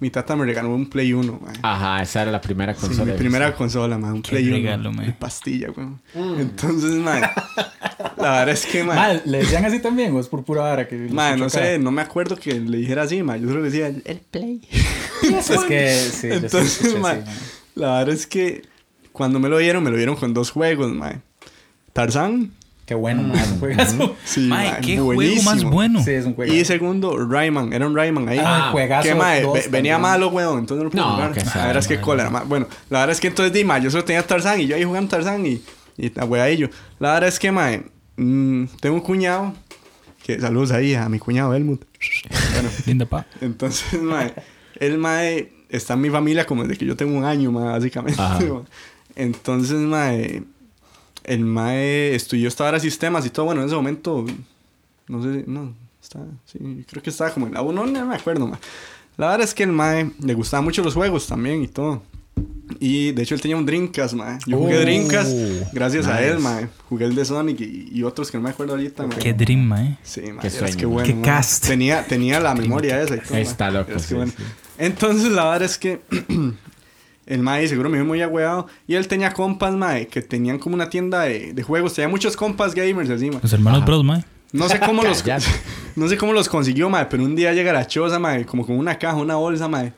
S4: mi tata me regaló un Play 1, mae.
S1: Ajá, esa era la primera
S4: Sí,
S1: consola.
S4: mi
S1: de
S4: primera
S1: Vista.
S4: consola, mae, un
S3: Qué
S4: Play 1.
S3: regalo, mae.
S4: de pastilla, güey. Entonces, mae, la verdad es que, mae,
S2: Mm. ¿le decían así también o es por pura vara? Que
S4: mae, no sé, no me acuerdo que le dijera así, mae. Yo solo le decía, el
S2: Es que, sí,
S4: Entonces, mae, la verdad es que cuando me lo dieron, me lo dieron con dos juegos, mae. Tarzán,
S2: Qué bueno, ma, es un juegazo.
S4: sí,
S3: mae,
S4: mae,
S3: qué juego más
S4: buenísimo.
S3: bueno.
S2: es un
S4: Y segundo, Rayman, era un Rayman ahí.
S2: Ah,
S4: mae,
S2: juegazo
S4: que, mae,
S2: dos
S4: ve- venía
S2: también.
S4: malo, weón, entonces no lo pude
S1: No,
S4: jugar.
S1: que
S4: La
S1: sabe,
S4: verdad es que
S3: mae.
S4: cólera, mae. Bueno, la verdad es que entonces, di, mae, yo solo tenía Tarzán y yo ahí jugando Tarzán y, y la wea y yo. La verdad es que, mae, mm, tengo un cuñado, que saludos ahí a mi cuñado Helmut. Bueno,
S3: Linda pa.
S4: entonces, mae, el mae está en mi familia como desde que yo tengo un año, mae, básicamente.
S1: Ajá.
S4: mae. Entonces, mae, el mae estudió esta vara de sistemas y todo. Bueno, en ese momento, no sé, no, está, sí, creo que estaba como en la 1, no me acuerdo, mae. La verdad es que el mae le gustaban mucho los juegos también y todo. Y de hecho él tenía un Dreamcast, mae. Yo jugué
S1: Oh,
S4: Dreamcast gracias a
S1: nice.
S4: él, mae. Jugué el de Sonic y, y otros que no me acuerdo ahorita, mae.
S3: Qué dream, mae.
S4: Sí, man,
S1: Qué
S4: eras
S1: sueño,
S4: que
S1: man.
S4: bueno.
S2: Qué
S4: man.
S2: cast.
S4: Tenía, tenía la memoria esa. y todo, man.
S1: Está loco,
S4: Eras que
S1: sí,
S4: bueno.
S1: sí.
S4: Entonces, la verdad es que el Mae seguro me vio muy agüeado. Y él tenía compas, Mae, que tenían como una tienda de, de juegos. Tenía muchos compas gamers así, mae.
S3: Los hermanos Bros, mae.
S4: No sé cómo los,
S1: Cállate.
S4: no sé cómo los consiguió, Mae, pero un día llega la choza, Mae, como con una caja, una bolsa, Mae,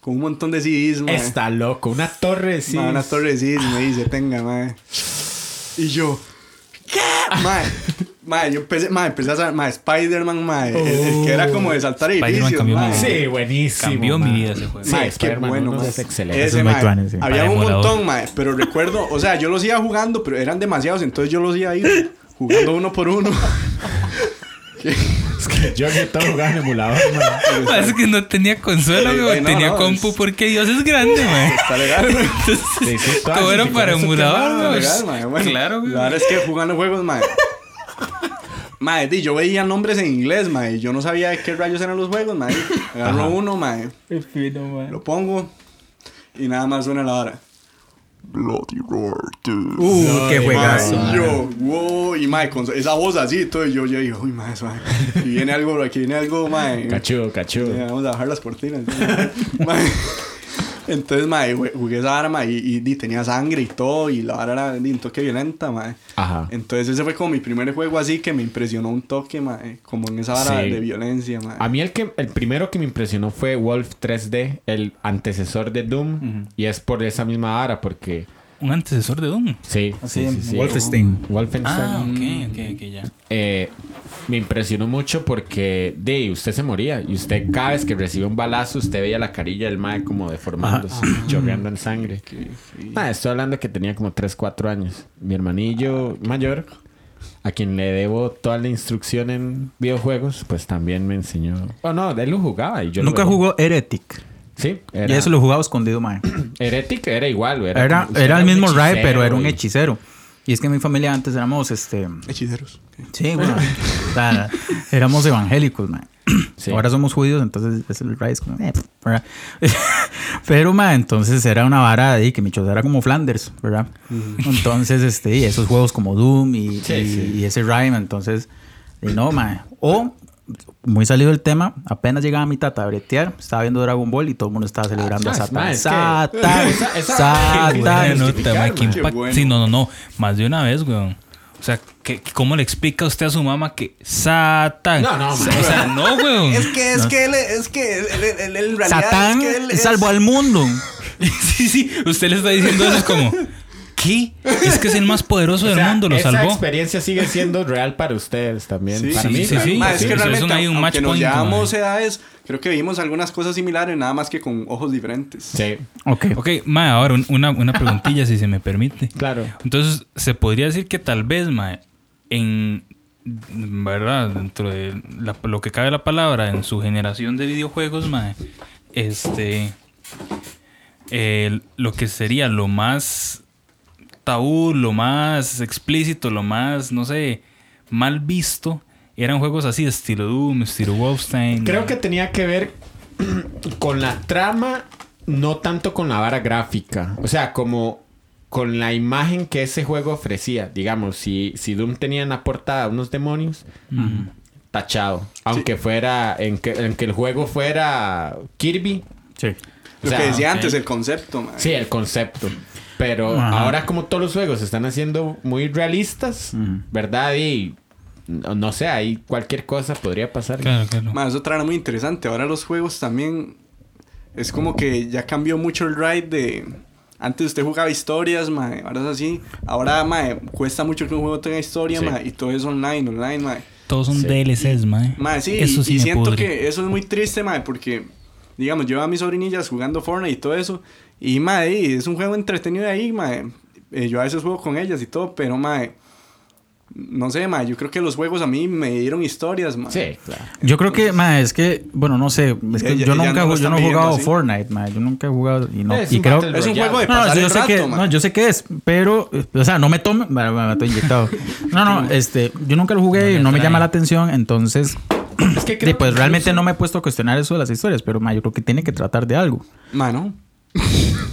S4: con un montón de CDs, Mae.
S1: Está loco, una torre sí.
S4: Mae, Eh. una torre de CDs me dice, tenga, Mae. Y yo. ¿Qué? Mae, mae, yo empecé, mae, empecé a saber, mae, Spider-Man, mae, el, el que era como de saltar
S3: Oh. Spider-Man
S4: edificios,
S3: cambió mi
S4: mae.
S3: vida.
S1: Sí, buenísimo.
S3: Cambió mi
S1: mae.
S3: vida ese juego.
S1: Sí,
S4: Mae, qué
S1: Spider-Man
S4: bueno,
S1: uno
S4: mae.
S1: es excelente.
S2: Ese
S4: Ese,
S2: es muy
S4: mae,
S2: tuanes, sí.
S4: Había
S3: Para
S4: un
S3: emulador.
S4: montón, mae, pero recuerdo, o sea, yo los iba jugando, pero eran demasiados, entonces yo los iba a ir jugando uno por uno.
S1: Es que yo que todo jugaba en emulador, mae.
S3: Parece que no tenía consuelo,
S4: Ay,
S3: güey.
S4: ay, no,
S3: tenía
S4: no,
S3: compu
S4: es-
S3: porque Dios es grande, mae.
S4: Está legal, mae.
S1: Sí, sí,
S3: Entonces,
S1: claro,
S3: todo era
S1: sí,
S3: para
S1: con eso
S3: emulador,
S4: Ah,
S3: güey.
S4: legal, mae, bueno.
S3: Claro, güey.
S4: La verdad es que jugando juegos, mae. Mae, di, yo veía nombres en inglés, mae. y Yo no sabía de qué rayos eran los juegos, mae. Agarro uno, mae. Lo pongo. Y nada más suena la hora. Bloody Roar, dude.
S2: Uh, qué
S1: de
S2: juegazo.
S1: madre.
S4: Y yo, wow, y mae, con esa voz así, todo, y yo, yo dije, uy, mae, suave. Y viene algo, aquí viene algo, mae.
S1: Cachudo, cachudo.
S4: Ya, Vamos a bajar las cortinas. Mae, Entonces, mae, ju- jugué esa arma y, y, di, tenía sangre y todo, y la vara era di, un toque violenta, mae.
S1: Ajá.
S4: Entonces, ese fue como mi primer juego así que me impresionó un toque, mae, como en esa vara
S1: Sí.
S4: de violencia, mae.
S1: A mí el, que, el primero que me impresionó fue Wolf 3D, el antecesor de Doom. Y es por esa misma vara, porque...
S3: Un antecesor de Doom.
S1: Sí,
S4: Ah,
S1: sí, sí, sí.
S2: Wolfenstein.
S1: Wolfenstein.
S3: Ah, ok, ok, ok, ya.
S1: Eh, me impresionó mucho porque de usted se moría y usted cada vez que recibía un balazo usted veía la carilla del mae como deformándose, chorreando en sangre. Ah, estoy hablando que tenía como 3, 4 años. Mi hermanillo mayor, a quien le debo toda la instrucción en videojuegos, pues también me enseñó. Oh, no, él lo jugaba y yo lo
S2: Nunca
S1: veía.
S2: jugó Heretic.
S1: Sí,
S2: Y
S1: era,
S2: eso lo jugaba escondido, mae.
S1: Heretic era igual, era,
S2: Era,
S1: como-
S2: era el
S1: un
S2: mismo Rae,
S1: hechicero
S2: pero era un
S1: y-
S2: hechicero. Y es que en mi familia antes éramos, este...
S4: Hechiceros.
S2: Sí, bueno. o sea, éramos evangélicos, mae.
S1: Sí.
S2: Ahora somos judíos, entonces es el Rae es como... eh, pf, ¿verdad? pero, mae, entonces era una vara ahí que mi choza era como Flanders, ¿verdad? Entonces, este, y esos juegos como Doom y,
S1: Sí,
S2: y-
S1: sí.
S2: y ese Rae, mae, entonces... y no, mae. O... Muy salido el tema, apenas llegaba mi tata a bretear, estaba viendo Dragon Ball y todo el mundo estaba celebrando
S1: Ah,
S2: a
S1: es
S2: Satan.
S1: más, es que-
S2: Satan,
S1: Esa- esa-
S2: Satan.
S1: Qué
S3: Buena
S1: Tan
S3: nota, ma, qué
S4: man. Qué
S3: impact-
S4: bueno.
S3: Sí, no, no, no. Más de una vez, weón. O sea, ¿qué- ¿cómo le explica usted a su mamá que Satán?
S1: No, no, ma.
S3: O sea, no, weón.
S4: Es que, es que él, es que él, él, él- él en realidad
S2: Satán
S4: es que él es-
S2: salvó al mundo.
S3: sí, sí. Usted le está diciendo eso es como... ¿Qué? Es que es el más poderoso del
S1: O sea,
S3: mundo, lo
S1: esa
S3: salvó.
S1: experiencia sigue siendo real para ustedes también.
S4: Sí,
S1: para
S4: sí,
S1: mí,
S4: sí,
S1: para-
S3: sí.
S4: Ma, es que
S3: eso es
S4: realmente,
S3: un- hay un
S4: aunque
S3: match
S4: nos
S3: point,
S4: llevamos
S3: ma.
S4: edades, creo que vimos algunas cosas similares, nada más que con ojos diferentes.
S1: Sí,
S2: Ok.
S3: Ok, ma, ahora un- una, una preguntilla, si se me permite.
S1: claro.
S3: Entonces, se podría decir que tal vez, ma, en. ¿Verdad? Dentro de la- lo que cabe la palabra, en su generación de videojuegos, ma, este. el- lo que sería lo más tabú, lo más explícito, lo más, no sé, mal visto, eran juegos así, estilo Doom, estilo Wolfenstein.
S1: Creo
S3: ma.
S1: que tenía que ver con la trama, no tanto con la vara gráfica. O sea, como con la imagen que ese juego ofrecía. Digamos, si, si Doom tenía en la portada unos demonios, tachado. Aunque fuera, en que, en que el juego fuera Kirby.
S2: Sí.
S1: O
S4: Lo
S1: sea,
S4: que decía
S3: ok.
S4: antes, el concepto, man.
S1: Sí, el concepto. Pero
S2: Ajá.
S1: ahora como todos los juegos se están haciendo muy realistas, ¿verdad? Y no no sé, ahí cualquier cosa podría pasar.
S3: Claro, claro.
S4: Ma, eso otra era muy interesante. Ahora los juegos también. Es como que ya cambió mucho el ride de. Antes usted jugaba historias, ma, ahora es así. Ahora, ma, cuesta mucho que un juego tenga historia,
S1: Sí.
S4: ma, y todo es online, online, ma.
S3: Todos son DLCs, ma.
S4: Ma, sí,
S3: Eso sí
S4: y
S3: me
S4: siento
S3: pudre.
S4: que eso es muy triste, ma, porque, digamos, yo a mis sobrinillas jugando Fortnite y todo eso, y, ma, y es un juego entretenido ahí, ma. eh, yo a veces juego con ellas y todo, pero, ma, no sé, ma, yo creo que los juegos a mí me dieron historias, ma.
S1: Sí, claro.
S2: Yo creo que, ma, es que, bueno, no sé, es que
S4: Ya-
S2: yo
S4: ya- ya
S2: nunca
S4: no lo
S2: ju- yo no he
S4: están
S2: jugado
S4: viendo así.
S2: Fortnite, ma, yo nunca he jugado y no,
S1: Es
S2: y
S1: un
S2: creo,
S1: battle
S4: Es un
S1: Royale.
S4: juego de
S2: no, no,
S4: pasar
S2: yo
S4: el
S2: sé que,
S4: rato, ma.
S2: no, yo sé que es, pero, eh, o sea, no me tome, me, me, me estoy inyectado. No, no, este, yo nunca lo jugué
S3: No
S2: y
S3: le
S2: no me
S3: atrae.
S2: llama la atención, entonces,
S1: Es que
S2: sí, pues realmente no me he puesto a cuestionar eso de las historias, pero, ma, yo creo que tiene que tratar de algo.
S4: Ma, no.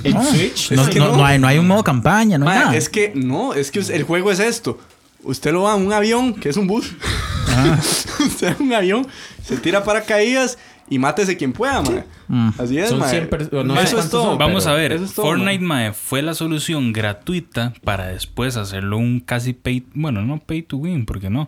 S1: En
S2: No,
S1: Switch,
S2: no,
S4: es que
S2: no-
S4: no.
S2: no hay, no hay un modo campaña, no hay
S4: Ma,
S2: nada.
S4: es que no, es que el juego es esto. Usted lo va a un avión, que es un bus.
S2: Ah.
S4: Usted va a un avión, se tira paracaídas y mátese quien pueda, ma.
S2: Mm.
S4: Así es,
S1: Son
S4: ma.
S1: 100 personas, no sé
S4: eso es
S1: cuántos
S4: todo.
S1: son,
S3: Vamos
S1: pero
S3: a ver,
S4: eso es todo,
S3: Fortnite
S4: ma.
S3: mae, fue la solución gratuita para después hacerlo un casi pay, bueno, no pay to win, porque no.
S4: Mm.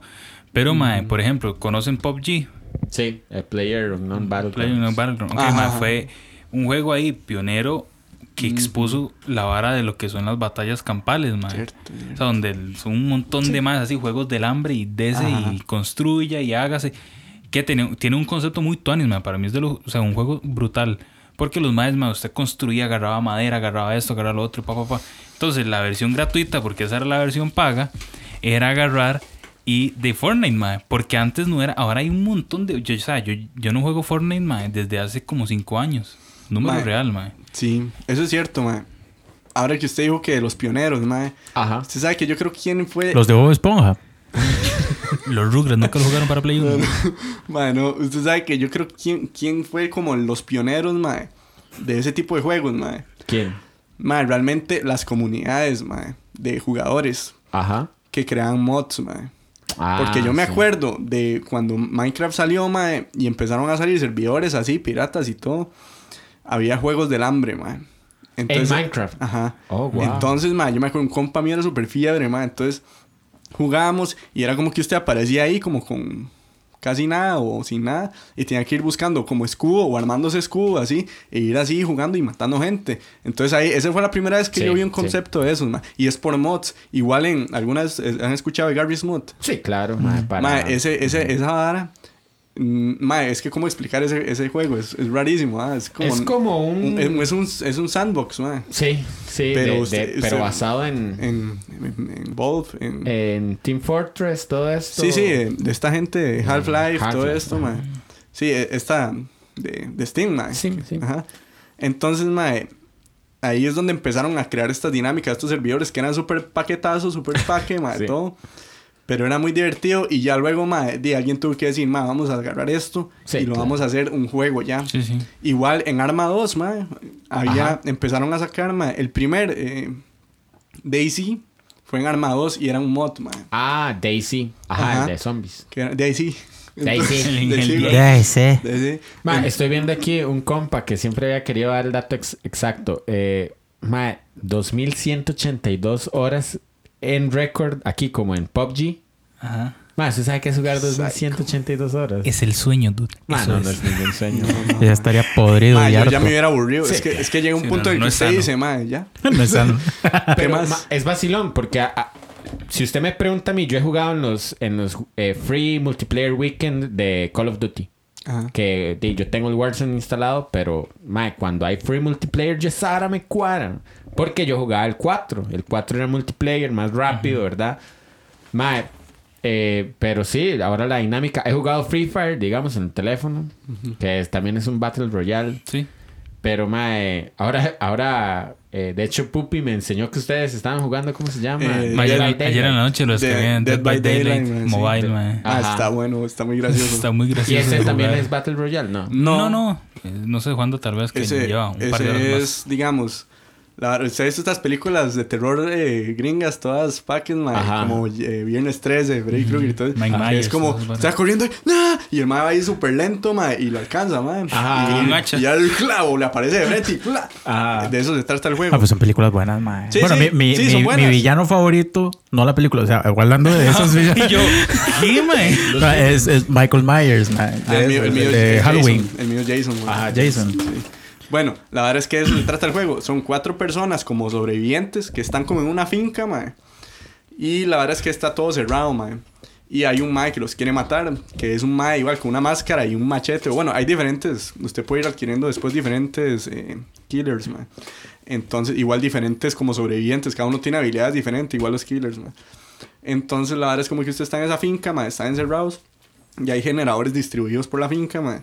S3: Pero mae, por ejemplo, conocen PUBG,
S1: sí, eh, Player Non Battle.
S3: PlayerUnknown's Battleground. Ok,
S4: Ajá,
S3: mae,
S4: ajá. Mm.
S3: fue un juego ahí pionero que expuso la vara de lo que son las batallas campales, mae.
S4: Cierto,
S3: O sea, donde el- son un montón de más así juegos del hambre y dese y construya y hágase. Que tiene, tiene un concepto muy tuanis, mae. Para mí es de lo, o sea, un juego brutal. Porque los maes, mae, usted construía, agarraba madera, agarraba esto, agarraba lo otro, pa, pa, pa. Entonces, la versión gratuita, porque esa era la versión paga, era agarrar y de Fortnite, mae. Porque antes no era, ahora hay un montón de. Yo, o sea, yo, yo no juego Fortnite, mae, desde hace como 5 años. Número
S4: Mae.
S3: real, mae.
S4: Sí, eso es cierto, ma. Ahora que usted dijo que los pioneros, ma.
S1: Ajá.
S4: Usted sabe que yo creo que quién fue.
S2: Los de Bob Esponja.
S3: Los Rugrats nunca lo jugaron para Play 1.
S4: Bueno, usted sabe que yo creo que quién, quién fue como los pioneros, ma. De ese tipo de juegos, ma.
S1: ¿Quién?
S4: Mae, realmente las comunidades, mae, de jugadores
S1: Ajá.
S4: que crean mods, mae.
S1: Ah,
S4: Porque yo me
S1: sí.
S4: acuerdo de cuando Minecraft salió, mae, y empezaron a salir servidores así, piratas y todo. Había juegos del hambre, mae.
S1: en Minecraft.
S4: Ajá.
S1: Oh, wow.
S4: Entonces, mae, yo me acuerdo, un compa mío era súper fiebre, mae. Entonces, jugábamos y era como que usted aparecía ahí como con casi nada o sin nada y tenía que ir buscando como escudo o armándose escudo así e ir así jugando y matando gente. Entonces ahí, esa fue la primera vez que
S1: Sí,
S4: yo vi un
S1: sí.
S4: concepto de esos, mae. Y es por mods. Igual en, algunas, eh, ¿han escuchado de Garry's Mod?
S1: Sí, claro. Mae, para...
S4: Ma, ese, ese, esa vara. mm, ma, es que cómo explicar ese, ese juego. Es, es rarísimo, ah, Es como,
S1: es como un...
S4: un- es, un, es un sandbox, ma,
S1: Sí, sí.
S4: Pero
S1: de- de-
S4: usted-
S1: pero
S4: usted-
S1: basado en,
S4: En, en, en Valve, en-
S1: en Team Fortress, todo esto.
S4: sí, sí, de, de esta gente de Half-Life, todo
S1: Half-Life,
S4: esto, ma. Sí, e- esta de, de Steam, ma.
S1: Steam, sí.
S4: Ajá. Entonces, ma, ahí es donde empezaron a crear estas dinámicas, estos servidores que eran súper paquetazos, súper paque, ma,
S1: Sí.
S4: todo. Pero era muy divertido y ya luego, ma, de alguien tuvo que decir, ma, vamos a agarrar esto
S1: Sí,
S4: y lo
S1: claro.
S4: vamos a hacer un juego ya.
S3: Sí, sí.
S4: Igual en Arma 2, ma, había,
S1: Ajá.
S4: empezaron a sacar, ma, el primer eh, Daisy fue en Arma 2 y era un mod, ma.
S1: Ah, Daisy. Ajá,
S4: Ajá.
S1: el de zombies.
S4: Que era- de ahí sí.
S1: Daisy.
S3: El
S4: De ahí sí,
S3: ingenio.
S4: güey.
S2: Ya sé.
S4: De ahí sí. Eh,
S1: Ma,
S4: En-
S1: estoy viendo aquí un compa que siempre había querido dar el dato ex- exacto. Eh, ma, 2182 horas en récord, aquí como en PUBG.
S3: Ajá.
S1: Ma, ¿usted sabe qué es jugar 2182 horas?
S3: Es el sueño, dude.
S1: Ma,
S3: Eso
S1: Ah, no,
S3: es.
S1: no es ningún sueño.
S2: Ya estaría podrido
S4: Ma,
S2: y
S4: yo
S2: harto.
S4: ya me hubiera aburrido. es, que, es que llega un
S3: Sí,
S4: punto
S3: no,
S4: en el
S3: no
S4: que
S3: es
S4: usted
S3: sano.
S4: dice, ma, ya.
S2: No es sano.
S1: Pero,
S4: Temas-
S1: ma, es vacilón, porque a- a- si usted me pregunta a mí, yo he jugado en los, en los eh, Free Multiplayer Weekend de Call of Duty. Ah.
S4: Ajá.
S1: Que di, yo tengo el Warzone instalado, pero mae, cuando hay free multiplayer, ya esa vara me cuadran. Porque yo jugaba el 4. El 4 era multiplayer, más rápido, ¿verdad? Mae, eh, pero sí, ahora la dinámica. He jugado Free Fire, digamos, en el teléfono, que es- también es un Battle Royale.
S3: Sí.
S1: Pero mae, ahora, ahora eh, de hecho, Pupi me enseñó que ustedes estaban jugando, ¿cómo se llama?
S4: Eh,
S3: Ma,
S1: Dead by
S3: Ayer,
S1: Daylight.
S3: ayer en la noche lo
S4: De-
S3: descargué en Dead, by Daylight,
S4: man, sí.
S3: Mobile,
S4: De-
S3: man.
S4: Ah,
S1: Ajá.
S4: está bueno, está muy gracioso.
S3: Está muy gracioso.
S1: Y ese
S3: de
S1: también
S3: jugar.
S1: es Battle Royale, ¿no?
S3: No, no. Eh, No sé, Juan, tal vez que
S4: Ese,
S3: lleva un
S4: ese
S3: par de horas más.
S4: es, digamos, la, ¿ustedes estas películas de terror eh, gringas, todas paques, ma,
S1: Ajá.
S4: como eh, Viernes 13, Freddy Krueger y todo eso,
S3: Mike
S4: que
S3: Myers,
S4: es como,
S3: todas
S4: está
S3: varas.
S4: corriendo, ¡ah! y el ma va ahí súper lento, ma, y lo alcanza, ma,
S1: Ajá.
S4: y,
S3: Con un hacha.
S4: y al clavo le aparece de frente y ¡pla!
S1: Ajá.
S4: de eso se trata el juego.
S2: Ah, pues son películas buenas, mae.
S4: Sí,
S2: bueno,
S4: sí,
S2: mi, mi,
S4: sí,
S2: mi-
S4: son
S2: mi
S4: buenas.
S2: villano favorito, no la película, o sea, hablando de esos
S3: Y
S2: villanos.
S3: yo, ¿qué, man?
S2: Ah, es, es Michael Myers, mae.
S4: Ah, el mío, el mío
S2: de,
S4: es- es
S2: Halloween.
S4: Jason, el mío es Jason, ma.
S2: Ajá, Jason.
S4: Bueno, la verdad es que de eso se trata el juego. Son cuatro personas como sobrevivientes que están como en una finca, mae. Y la verdad es que está todo cerrado, mae. Y hay un mae que los quiere matar, que es un mae igual con una máscara y un machete. Bueno, hay diferentes. Usted puede ir adquiriendo después diferentes eh, killers, mae. Entonces, igual diferentes como sobrevivientes. Cada uno tiene habilidades diferentes, igual los killers, mae. Entonces, la verdad es como que usted está en esa finca, mae. Está encerrados. Y hay generadores distribuidos por la finca, mae.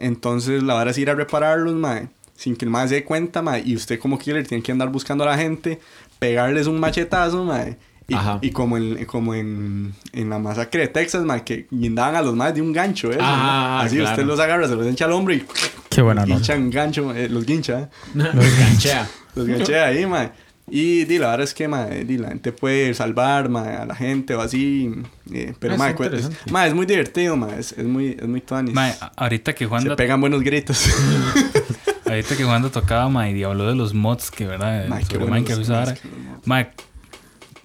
S4: Entonces la vara es ir a repararlos, mae. Sin que el mae se dé cuenta, mae. Y usted como killer tiene que andar buscando a la gente, pegarles un machetazo, mae. Y,
S1: Ajá.
S4: y como, en, como en, en la masacre de Texas, mae, que guindaban a los maes de un gancho, ¿eh?
S1: Ah,
S4: mae. Así
S1: claro.
S4: usted los agarra, se los encha al hombro y
S2: Qué buena noche.
S4: guinchan gancho, mae, los guincha, ¿eh?
S1: Canchea.
S4: Los ganché ahí, mae. Y di, la verdad es que, mae, di, la gente puede salvar, mae, a la gente o así. eh, pero,
S1: Ah,
S4: mae,
S1: está
S4: cu- es,
S1: interesante.
S4: mae, es muy divertido, mae. Es, es muy, es muy tuanis.
S3: Mae, a- ahorita que Juan
S4: Se pegan buenos gritos.
S3: Ahorita que Juan tocaba, mae, y habló de los mods que, ¿verdad?
S4: Mae, qué
S3: Sobre
S4: buenos
S3: Minecraft
S4: los
S3: esa vara.
S4: mods, qué buenos mods.
S3: Mae,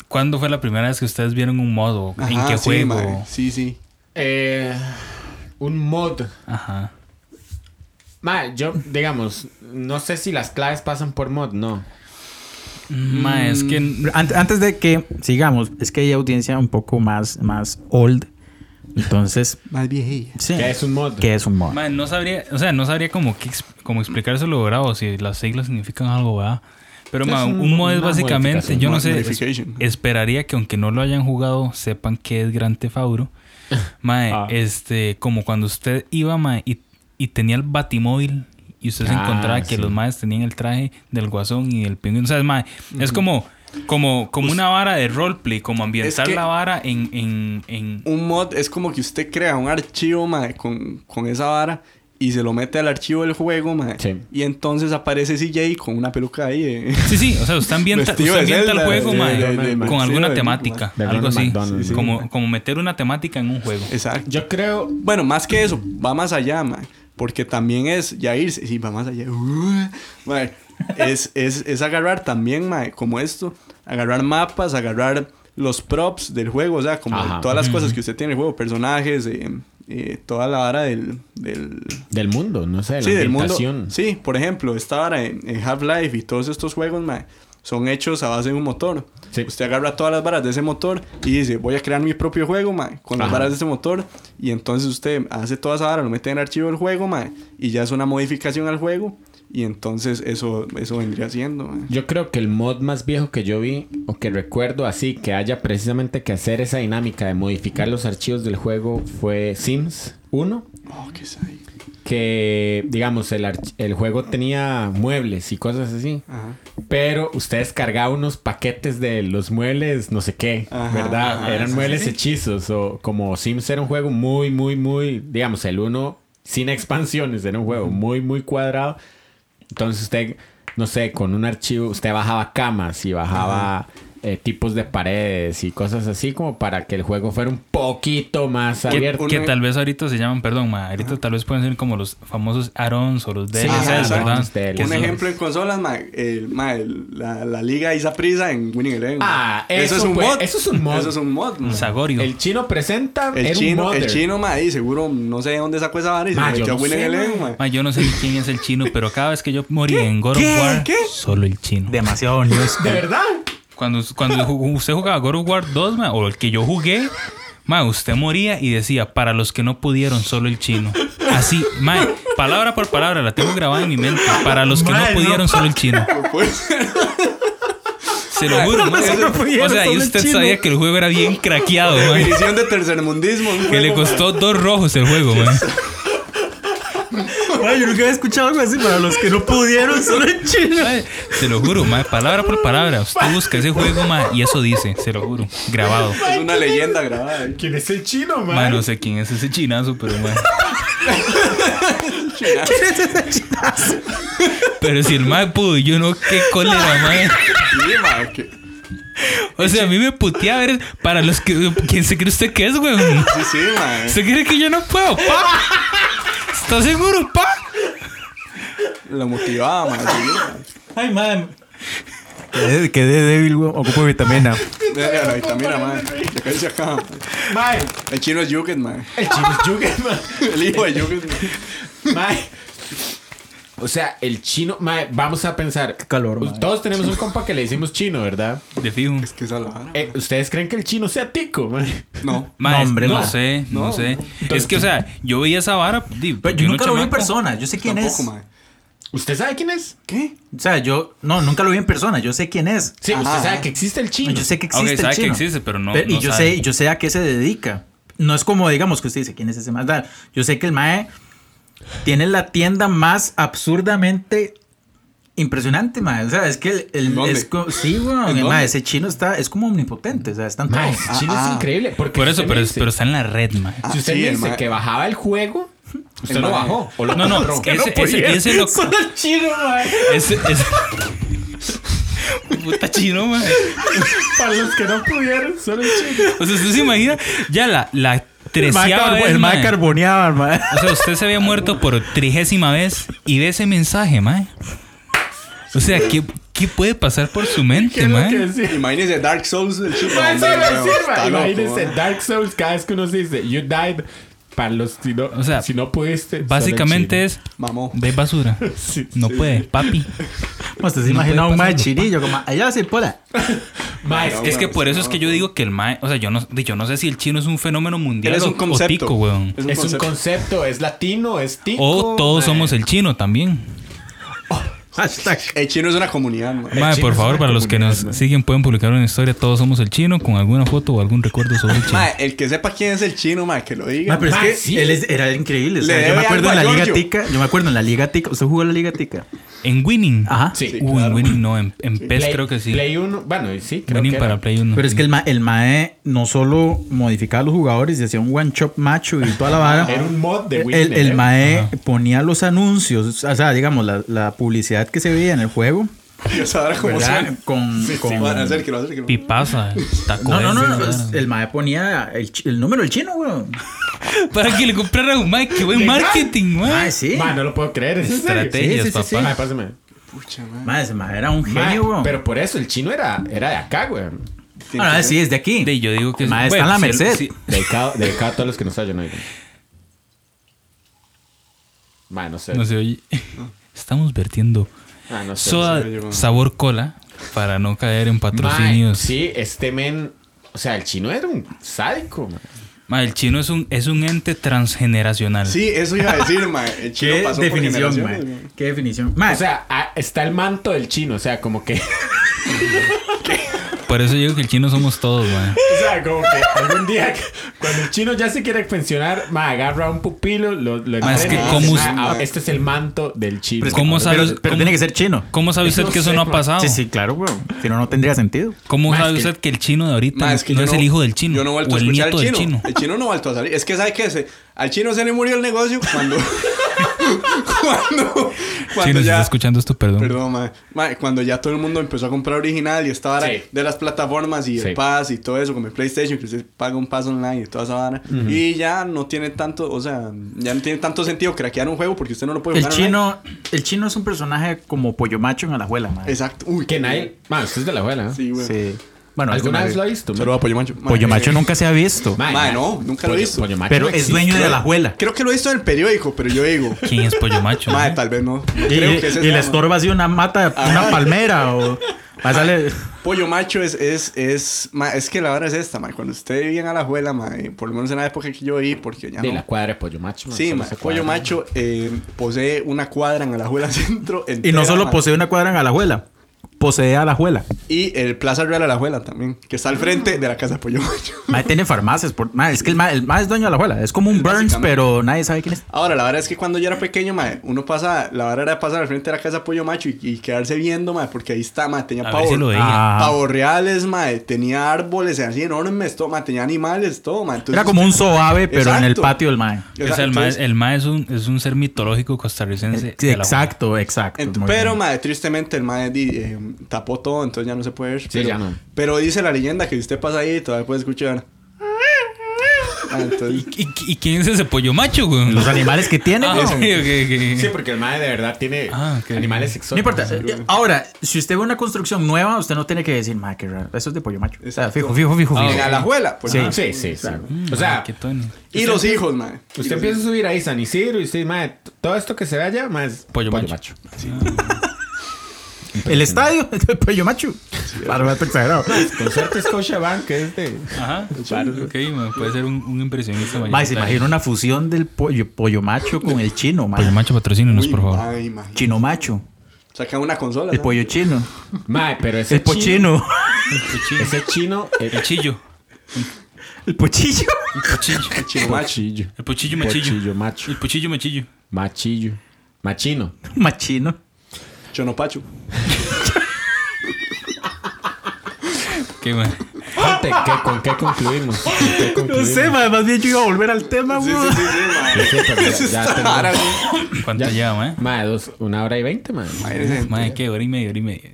S3: ¿cuándo fue la primera vez que ustedes vieron un mod? o ¿En
S4: Ajá,
S3: qué
S4: sí,
S3: juego?
S4: mae, Sí, sí.
S1: Eh, un mod.
S3: Ajá.
S1: Ma, yo, digamos, no sé si las claves pasan por mod, no.
S3: Mae, es que... n-
S2: Mm, Ant- Antes de que sigamos, es que hay audiencia un poco más, más old. Entonces,
S4: Más vieja.
S2: sí.
S1: ¿Qué es un mod?
S2: ¿Qué es un mod?
S3: mae, no sabría... O sea, no sabría cómo, qué ex- cómo explicárselo, ¿verdad? O si las siglas significan algo, ¿verdad? Pero,
S1: Es
S3: mae,
S1: un-
S3: un, mod es
S1: una
S3: básicamente...
S1: modificación,
S3: Yo no
S4: mod-
S3: sé... es-
S4: modification.
S3: esperaría que aunque no lo hayan jugado, sepan qué es Gran Tefauro. Mae,
S1: Ah.
S3: este... Como cuando usted iba, mae, y, y tenía el batimóvil... Y usted se
S1: Ah,
S3: encontraba
S1: sí.
S3: que los maes tenían el traje del guasón y el pingüino. O sea, es, mae, es como... Como, como una vara de roleplay, como ambientar
S4: que-
S3: la vara en... en, en
S4: Un mod es como que usted crea un archivo, mae, con, con esa vara. y se lo mete al archivo del juego, mae.
S1: Sí.
S4: Y entonces aparece CJ con una peluca ahí. eh.
S3: Sí, sí, o sea, usted ambienta,
S4: Vestido
S3: usted
S4: de
S3: ambienta el
S4: Zelda,
S3: juego,
S4: de-
S3: mae,
S4: de- de-
S3: con
S4: de-
S3: alguna
S4: de-
S3: temática,
S1: de
S3: algo
S1: Ronald
S3: así.
S1: McDonald, sí.
S3: Como, como meter una temática en un juego.
S4: Exacto.
S1: Yo creo.
S4: Bueno, más que eso, va más allá, mae. Porque también es ya irse. Sí, va más allá. Uh, mae. Es, es, es agarrar también, mae, como esto. Agarrar mapas, agarrar los props del juego. O sea, como
S1: Ajá.
S4: todas las cosas que usted tiene en el juego. Personajes, eh, eh, toda la vara del... del
S1: Del mundo, no sé, la
S4: sí, del mundo.
S1: ambientación.
S4: Sí, por ejemplo, esta vara en, en Half-Life y todos estos juegos, mae, son hechos a base de un motor.
S1: Sí.
S4: Usted agarra todas las varas de ese motor y dice, voy a crear mi propio juego, mae, con las
S1: Ajá.
S4: varas de ese motor. Y entonces usted hace toda esa vara, lo mete en el archivo del juego, mae, y ya es una modificación al juego. Y entonces eso, eso vendría siendo, mae.
S1: Yo creo que el mod más viejo que yo vi o que recuerdo así que haya precisamente que hacer esa dinámica de modificar los archivos del juego fue Sims 1.
S4: Oh, qué sai.
S1: Que digamos, el, arch- el juego tenía muebles y cosas así.
S4: Ajá.
S1: Pero usted descargaba unos paquetes de los muebles, no sé qué,
S4: Ajá,
S1: ¿verdad?
S4: ajá,
S1: Eran
S4: sí,
S1: muebles
S4: sí.
S1: hechizos o como Sims era un juego muy, muy, muy, digamos, el uno sin expansiones, era un juego muy, muy cuadrado. Entonces usted, no sé, con un archivo, usted bajaba camas y bajaba eh, tipos de paredes y cosas así como para que el juego fuera un poquito más
S3: Que,
S1: abierto.
S3: que tal vez ahorita se llaman, perdón, ma, ahorita tal vez pueden ser como los famosos Arons o los DLCs,
S4: ajá, exacto.
S3: ¿verdad?
S1: Un
S3: Que
S4: Un
S3: son-
S4: ejemplo en consolas, mae, el- mae, el- la, la liga Isaprisa en Winning Eleven. mae.
S1: Ah, eso fue- eso es un mod.
S4: Eso es un mod, mae.
S3: Sagorio.
S1: El chino presenta,
S4: El
S1: era un
S4: chino,
S1: modder.
S4: el chino, ma, ahí seguro no sé de dónde sacó esa vara y se
S1: Ma, yo
S4: metió a
S1: no
S4: Winning
S1: sé,
S4: Eleven,
S1: ma.
S4: ma.
S3: Ma, yo no sé ni quién es el chino, pero cada vez que yo morí en God of
S2: ¿Qué?
S3: War,
S2: ¿Qué?
S3: solo el chino.
S2: Demasiado news.
S1: ¿De verdad?
S3: Cuando, cuando ju- usted jugaba God of War 2, ma, o el que yo jugué, ma, usted moría y decía, para los que no pudieron, solo el chino. Así, ma, palabra por palabra, la tengo grabada en mi mente. Para los que
S2: Ma, no.
S3: no pudieron, solo el chino.
S4: Pues,
S3: Se lo juro, ma.
S2: los que no
S3: O
S2: pudieron,
S3: sea, y
S2: solo el
S3: usted
S2: chino.
S3: sabía que el juego era bien craqueado, ma.
S4: definición de tercermundismo. un
S3: Que le
S4: juego, ma.
S3: costó dos rojos el juego, ma.
S2: Ay, yo nunca había escuchado algo así para los que no pudieron, solo en China.
S3: Ay, Se lo juro, ma. Palabra por palabra. Usted busca ese juego, ma, y eso dice, se lo juro. Grabado.
S4: Es una leyenda grabada. eh.
S1: ¿Quién es el chino, man?
S3: Ma, no sé quién es ese chinazo, pero ma.
S2: ¿Quién es ese chinazo?
S3: Pero si el ma pudo, yo no, qué cólera, ma.
S4: Sí, ma, que-
S3: O sea, a mí me putea ver para los que. ¿Quién se cree usted que es, güey?
S4: sí, sí, ma.
S3: ¿Se cree que yo no puedo, pa? ¿Estás seguro, pa?
S4: Lo motivaba, ma. sí, ma.
S2: Ay, man. Quedé, quedé débil, weón. Ocupo vitamina.
S4: Mira, la vitamina, ma. Se cae hacia acá, ma.
S1: Mae,
S4: El chino es Yuget, ma.
S1: el chino es yugue, mae.
S4: El hijo de Yuget, ma.
S1: Mae. O sea, el chino, mae, vamos a pensar. Qué
S2: calor, mae.
S1: Todos tenemos un compa que le decimos chino, ¿verdad?
S3: De fijo.
S4: ¿Qué es la vara?
S1: Eh, ¿Ustedes creen que el chino sea tico, mae?
S4: No.
S3: Ma,
S2: No,
S3: no,
S2: hombre, ma.
S3: sé, no,
S4: No.
S3: sé. es que, o sea, yo veía esa vara. di,
S2: Pero
S3: porque
S2: yo nunca
S3: uno
S2: lo vi en
S3: chamaco-
S2: persona. Yo sé quién
S4: Tampoco,
S2: es.
S4: ma.
S1: ¿Usted sabe quién es?
S4: ¿Qué?
S2: O sea, yo. No, nunca lo vi en persona. Yo sé quién es.
S1: Sí, usted
S4: Ajá.
S1: sabe que existe el chino.
S2: Yo sé que existe.
S3: Ok,
S2: el
S3: sabe que
S2: chino.
S3: existe, pero no-
S2: y
S3: no
S2: yo
S3: sabe.
S2: sé, y yo sé a qué se dedica. No es como, digamos, que usted dice quién es ese más. Da, Yo sé que el Mae tiene la tienda más absurdamente impresionante, Mae. O sea, es que el. el-
S4: ¿Dónde?
S2: es co- sí, weón.
S4: ¿En
S2: El
S4: dónde?
S2: Mae, ese chino está. Es como omnipotente. O sea, está en todo.
S1: Mae, el chino
S4: Ah,
S1: es
S4: ah.
S1: increíble. Porque
S3: Por eso,
S1: usted me
S3: pero,
S1: dice-
S3: pero está en la red, ma.
S1: Si usted
S4: Ah, sí,
S1: me
S4: el
S1: dice
S4: mae.
S1: que bajaba el juego, usted
S4: El
S1: lo
S4: mae.
S1: bajó. O lo
S3: No, no,
S1: compró.
S3: ese, ese, ese lo.
S2: Solo el chino, Mae.
S3: Ese, ese. Puta chino, ma.
S1: Para los que no pudieron, solo el chino.
S3: O sea, usted se imagina ya la, la
S2: El Mae
S3: treceava
S2: carbo-
S3: vez,
S2: el Mae
S3: ma.
S2: carboneaba, el Mae.
S3: O sea, usted se había muerto por trigésima vez y ve ese mensaje, mae. O sea, ¿qué, qué puede pasar por su mente, mae?
S4: Imagínese Dark Souls del chino.
S1: Mae,
S4: hombre,
S1: eso iba a
S4: weón,
S1: decir,
S4: está
S1: mae.
S4: loco,
S1: Imagínense,
S4: ma.
S1: Dark Souls, cada vez que uno se dice, you died, para los si no,
S3: sea,
S1: si no pudiste. solo
S3: Básicamente
S1: el
S3: es,
S4: Mamó.
S3: ve basura.
S1: Sí,
S3: No
S1: sí.
S3: puede, papi.
S2: Usted se
S3: No
S2: imagina a un
S3: puede
S2: Mae
S3: pasar.
S2: chinillo, como. Allá se pueda.
S1: chino. Mae, es que-
S3: Es que por eso es que yo digo que el mae, o sea, yo no, yo no sé si el chino es un fenómeno mundial
S4: Eres
S3: o,
S4: un
S3: o
S4: concepto.
S3: tico, weón.
S1: es
S3: Oh,
S1: un concepto, es latino, es tico.
S3: O
S1: mae.
S3: todos somos el chino también.
S2: Hashtag.
S4: El chino es una comunidad, mae.
S3: Mae,
S1: chino
S3: por
S1: es
S3: favor,
S1: una
S3: para los que nos
S1: comunidad, mae.
S3: siguen, pueden publicar una historia. Todos somos el chino con alguna foto o algún recuerdo sobre el chino.
S4: Mae, el que sepa quién es el chino, mae, que lo diga.
S2: Ma, pero es
S1: Ma,
S2: que
S1: sí.
S2: él es- era increíble. o sea,
S4: Le
S2: yo
S4: debe
S2: me acuerdo en
S4: algo
S2: la
S4: a
S2: Liga
S4: Giorgio.
S2: Tica. Yo me acuerdo en la Liga Tica. ¿Usted jugó en la Liga Tica?
S3: En Winning.
S2: Ajá.
S1: Sí.
S3: Uy, en
S4: claro.
S3: Winning no, en, en PES creo que sí.
S1: Play 1. Bueno, sí, creo
S3: winning
S1: que
S3: para
S1: era.
S3: Play 1.
S2: Pero es que el, ma- el MAE no solo modificaba a los jugadores y hacía un one shot macho y toda la vara.
S1: Era un mod de ¿eh? Windows.
S2: el, el MAE ponía los anuncios, o sea, digamos, la, la publicidad que se veía en el juego.
S4: Dios, ahora cómo
S2: ¿verdad?
S4: suena.
S2: Con-
S4: Sí, sí,
S2: con-
S4: bueno, acérquelo, acérquelo.
S3: Pipaza, eh. taco.
S2: No, no, no, no,
S3: Bell,
S2: es-
S3: ¿verdad?
S2: El MAE ponía el, chi- el número del chino, weón.
S3: Para que le comprara un Mike, qué buen marketing,
S2: Ah,
S3: güey.
S2: sí.
S1: Ma, no lo puedo creer. ¿es en serio?
S3: Estrategias,
S1: Sí, sí, sí, sí.
S3: papá.
S1: Ma, pásame.
S4: Pucha, mae.
S2: Ma, ese mae era un
S1: Ma,
S2: genio, weón.
S1: pero por eso el chino era, era de acá, güey.
S2: Ah, sí, es de aquí.
S3: De- yo digo que
S2: El
S3: es-
S2: mae
S3: bueno,
S2: está en la
S3: sí,
S2: Merced.
S3: sí.
S1: Dedicado, dedicado a todos los que nos oyen hoy. Ma, no sé.
S3: No se oye. Estamos vertiendo
S1: Ah, no sé.
S3: soda
S4: se oye, güey.
S3: sabor cola para no caer en
S1: Ma,
S3: patrocinios.
S1: sí, este men. O sea, el chino era un sádico, ma.
S3: Ma, el chino es un, es un ente transgeneracional.
S4: Sí, eso iba a decir, mae. El chino
S2: Qué
S4: pasó por
S2: definición, mae.
S4: generaciones, mae.
S2: Qué definición. Mae,
S1: O sea, ah, está el manto del chino. O sea, como que.
S3: Por eso digo que el chino somos todos, ma.
S1: O sea, como que algún día, cuando el chino ya se quiere pensionar, ma, agarra un pupilo, lo, lo
S3: Ma, es
S1: entrena
S3: que
S1: y dice,
S3: cómo
S1: "Ma,
S3: es-
S1: ah, este es el manto del chino.
S3: ¿Cómo
S1: Ma,
S2: pero,
S3: sabes?
S2: pero
S3: cómo-
S2: tiene que ser chino.
S3: ¿Cómo sabe usted
S1: Eso
S3: que eso
S1: sé,
S3: no ha
S1: ma.
S3: pasado?
S2: Sí, sí, claro, weón. Si no, no tendría sentido.
S3: ¿Cómo
S1: Ma, es
S3: sabe
S1: que-
S3: usted que el chino de ahorita
S4: Ma, es que
S3: no
S4: yo
S3: es el hijo del chino?
S4: Yo no he vuelto
S3: o
S4: a
S3: el
S4: escuchar
S3: nieto
S4: al
S3: del
S4: chino.
S3: chino.
S4: El chino no ha vuelto a salir. Es que, ¿sabe qué? Se- al chino se le murió el negocio cuando. cuando.
S3: Chino,
S4: Cuando
S3: si está
S4: ya.
S3: escuchando esto, perdón.
S4: Perdón, mae. Mae, Cuando ya todo el mundo empezó a comprar original y esta vara
S1: Sí.
S4: de las plataformas y
S1: Sí.
S4: el Pass y todo eso, como el PlayStation, que usted paga un Pass online y toda esa vara. Y ya no tiene tanto, o sea, ya no tiene tanto sentido craquear un juego porque usted no lo puede
S2: El
S4: jugar. online.
S2: chino, el chino es un personaje como pollo macho en Alajuela, mae.
S4: Exacto. Uy,
S1: Que nadie. Ma, usted es de la abuela. ¿no?
S4: Sí, güey.
S2: Sí. Bueno,
S1: ¿Alguna
S2: alguna
S1: vez lo ha visto? ma?
S4: Saludos a Pollo Macho. Mae,
S2: Pollo
S4: eh,
S2: macho nunca se ha visto.
S1: Ma,
S4: Ma,
S1: ma,
S4: no, nunca lo he
S1: Pollo-
S4: visto.
S1: Pollo Macho
S2: pero
S1: no
S2: es
S1: existe.
S2: dueño de Alajuela.
S4: Creo que lo he visto en el periódico, pero yo digo.
S3: ¿Quién es Pollo Macho?
S4: Mae,
S3: ma?
S4: tal vez no.
S2: Y,
S4: Creo que ese
S2: y
S4: sea,
S2: le
S4: mae.
S2: estorba así una mata, una palmera o... Pásale...
S4: Pollo macho es, es, es, ma, es que la verdad es esta, ma. Cuando usted vivía en Alajuela, ma, eh, por lo menos en la época que yo viví, porque ya
S1: De
S4: no.
S1: la cuadra de Pollo Macho. ma,
S4: Sí,
S1: solo
S4: ma,
S1: esa
S4: Pollo
S1: cuadra.
S4: macho eh, posee una cuadra en Alajuela Centro.
S2: Y no
S4: entera,
S2: solo
S4: ma,
S2: posee una cuadra en Alajuela, posee Alajuela.
S4: Y el Plaza Real Alajuela también, que está al frente de la casa de Pollo macho.
S2: Mae tiene farmacias. Por, mae, es que el mae, el mae es dueño de Alajuela. Es como un Burns,
S4: Básicamente.
S2: pero nadie sabe quién es.
S4: Ahora, la verdad es que cuando yo era pequeño, ma, uno pasa, la verdad era pasar al frente de la casa de Pollo Macho y, y quedarse viendo, ma, porque ahí está, ma, tenía
S3: A ver si lo
S4: pavor.
S3: veía.
S2: Ah.
S4: Pavos reales, ma, tenía árboles así enormes, todo, ma, tenía animales, todo, ma. Entonces,
S2: Era como un zoave, pero en el
S4: Exacto.
S2: patio del mae.
S4: o sea,
S3: O sea, el ma,
S4: entonces-
S3: el ma es, un, es un ser mitológico costarricense. de la-
S2: Exacto, exacto.
S4: Ent-
S2: Pues muy
S4: pero,
S2: bien.
S4: madre, tristemente el madre di- eh, tapó todo, entonces ya no se puede ver. pero,
S1: ya no.
S4: pero dice la leyenda que si usted pasa ahí, todavía puede escuchar. Ah, entonces,
S3: ¿Y, y quién es ese pollo macho, güey?
S2: Los pues, animales que tiene,
S3: Ah,
S2: weón.
S3: ok, ok, ok.
S1: Sí, porque el madre de verdad tiene
S3: Ah, ok.
S1: animales
S2: No
S1: sexuales.
S2: importa. Eh, Ahora, si usted ve una construcción nueva, usted no tiene que decir, ma, qué raro. Eso es de pollo macho. O sea,
S4: Exacto.
S2: fijo, fijo, fijo,
S3: Ah,
S2: fijo.
S4: en Alajuela, pues.
S1: Sí,
S4: ah.
S1: sí, sí. sí.
S3: Mm,
S1: O sea,
S3: ay, qué tono.
S4: Y los hijos, madre.
S2: Pues,
S1: usted empieza a subir ahí San Isidro y usted, madre, todo esto que se ve allá, más
S3: Pollo Macho.
S1: macho.
S3: Ah,
S2: El estadio es de pollo macho. Para más exagerado.
S1: Con suerte Scotiabank que es de...
S3: Ajá. Ok, ma, puede ser un, un impresionista
S2: Ma, se
S3: mayoritario.
S2: imagina una fusión del pollo, pollo macho con el chino, ma.
S3: Pollo macho,
S2: pues,
S3: patrocínenos, por favor.
S4: Ay, madre.
S2: Chino macho.
S4: Sacan una consola.
S2: El
S4: ¿no?
S2: pollo chino.
S1: Mae, pero ese
S2: El pochino.
S3: El chi-
S1: Ese chino...
S3: El chillo.
S2: El pochillo.
S3: El pochillo.
S4: Chino macho.
S1: Machillo.
S3: El pochillo machillo.
S1: Machillo, macho.
S3: El pochillo machillo.
S1: Machillo. Machino.
S2: Machino.
S4: Chonopacho.
S3: Qué ma.
S1: Gente, ¿qué- ¿Con qué concluimos? ¿Con qué
S2: No
S1: concluimos?
S2: sé, ma. Más bien yo iba a volver al tema,
S4: Sí,
S2: weón.
S4: sí, sí, sí, madre.
S1: Sí, pero ya-
S4: Eso
S1: ya
S4: está
S1: tenemos-
S4: raro, güey.
S3: ¿Cuánto lleva, ma?
S1: Mae, dos, una hora y veinte, mae.
S4: Madre, ese-
S3: Ma, qué hora y media, hora y media.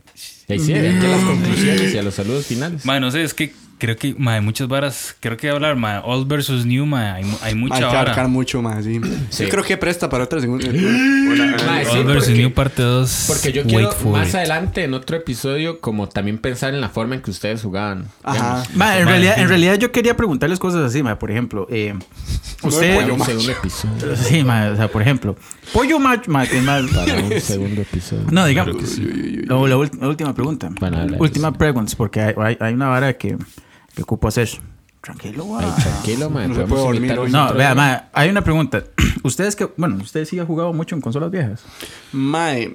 S1: Y ahí sí, aquí a las conclusiones y a los saludos finales.
S3: Ma, no sé, es que creo que, ma, hay muchas varas. Creo que hablar, ma, old versus new, ma, hay, mu- hay
S4: madre, hay
S3: mucha
S4: que abarcar
S3: vara.
S4: mucho, madre, sí.
S1: Sí.
S4: Yo creo que presta para otra segunda. Una-
S1: Mae, sí,
S3: Old versus
S1: porque-
S3: new parte 2.
S1: Porque yo quiero
S3: Wait for
S1: más
S3: it.
S1: adelante en otro episodio como también pensar en la forma en que ustedes jugaban.
S4: Ajá.
S2: Ma, en
S3: Ma,
S2: realidad,
S3: sí.
S2: en realidad yo quería preguntarles cosas así, ma. Por ejemplo, eh, usted.
S1: Para un
S4: macho.
S1: segundo episodio.
S2: Sí, ma, o sea, por ejemplo, pollo macho, ma, que ma-
S1: Para un segundo episodio.
S2: No, digamos. No, la, ult- la última pregunta.
S1: Bueno, dale,
S2: última pregunta, porque hay, hay- hay una vara que, que ocupo hacer. Tranquilo, guau.
S1: Ay, tranquilo, mae.
S4: No se
S1: podemos
S4: puede dormir
S1: invitar
S4: hoy.
S1: otro.
S2: No, vea, mae, hay una pregunta. Ustedes que, bueno, ustedes sí han jugado mucho en consolas viejas.
S4: Mae,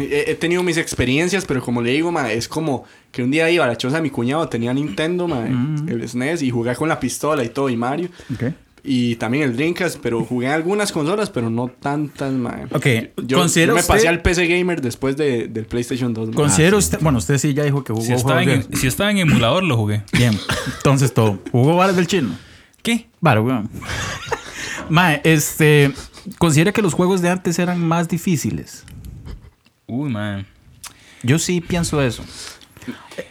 S4: he, he tenido mis experiencias, pero como le digo, mae, es como que un día iba a la choza de mi cuñado, tenía Nintendo, mae,
S3: Mm.
S4: el SNES, y jugué con la pistola y todo, y Mario.
S2: Ok.
S4: Y también el Dreamcast, pero jugué en algunas consolas, pero no tantas, mae.
S2: Ok,
S4: Yo
S2: ¿considera
S4: me pasé
S2: usted-
S4: al PC Gamer después de- del PlayStation 2, mae. Ah,
S2: Considero usted, bueno, usted sí ya dijo que jugó
S3: Si estaba,
S2: juegos
S3: en, em-,
S2: viejos.
S3: si estaba en emulador, lo jugué.
S2: Bien, entonces todo. ¿Jugó balas del chino?
S3: ¿Qué?
S2: Vale, weón. Mae, este. Considera que los juegos de antes eran más difíciles.
S3: Uy, man.
S2: Yo sí pienso eso.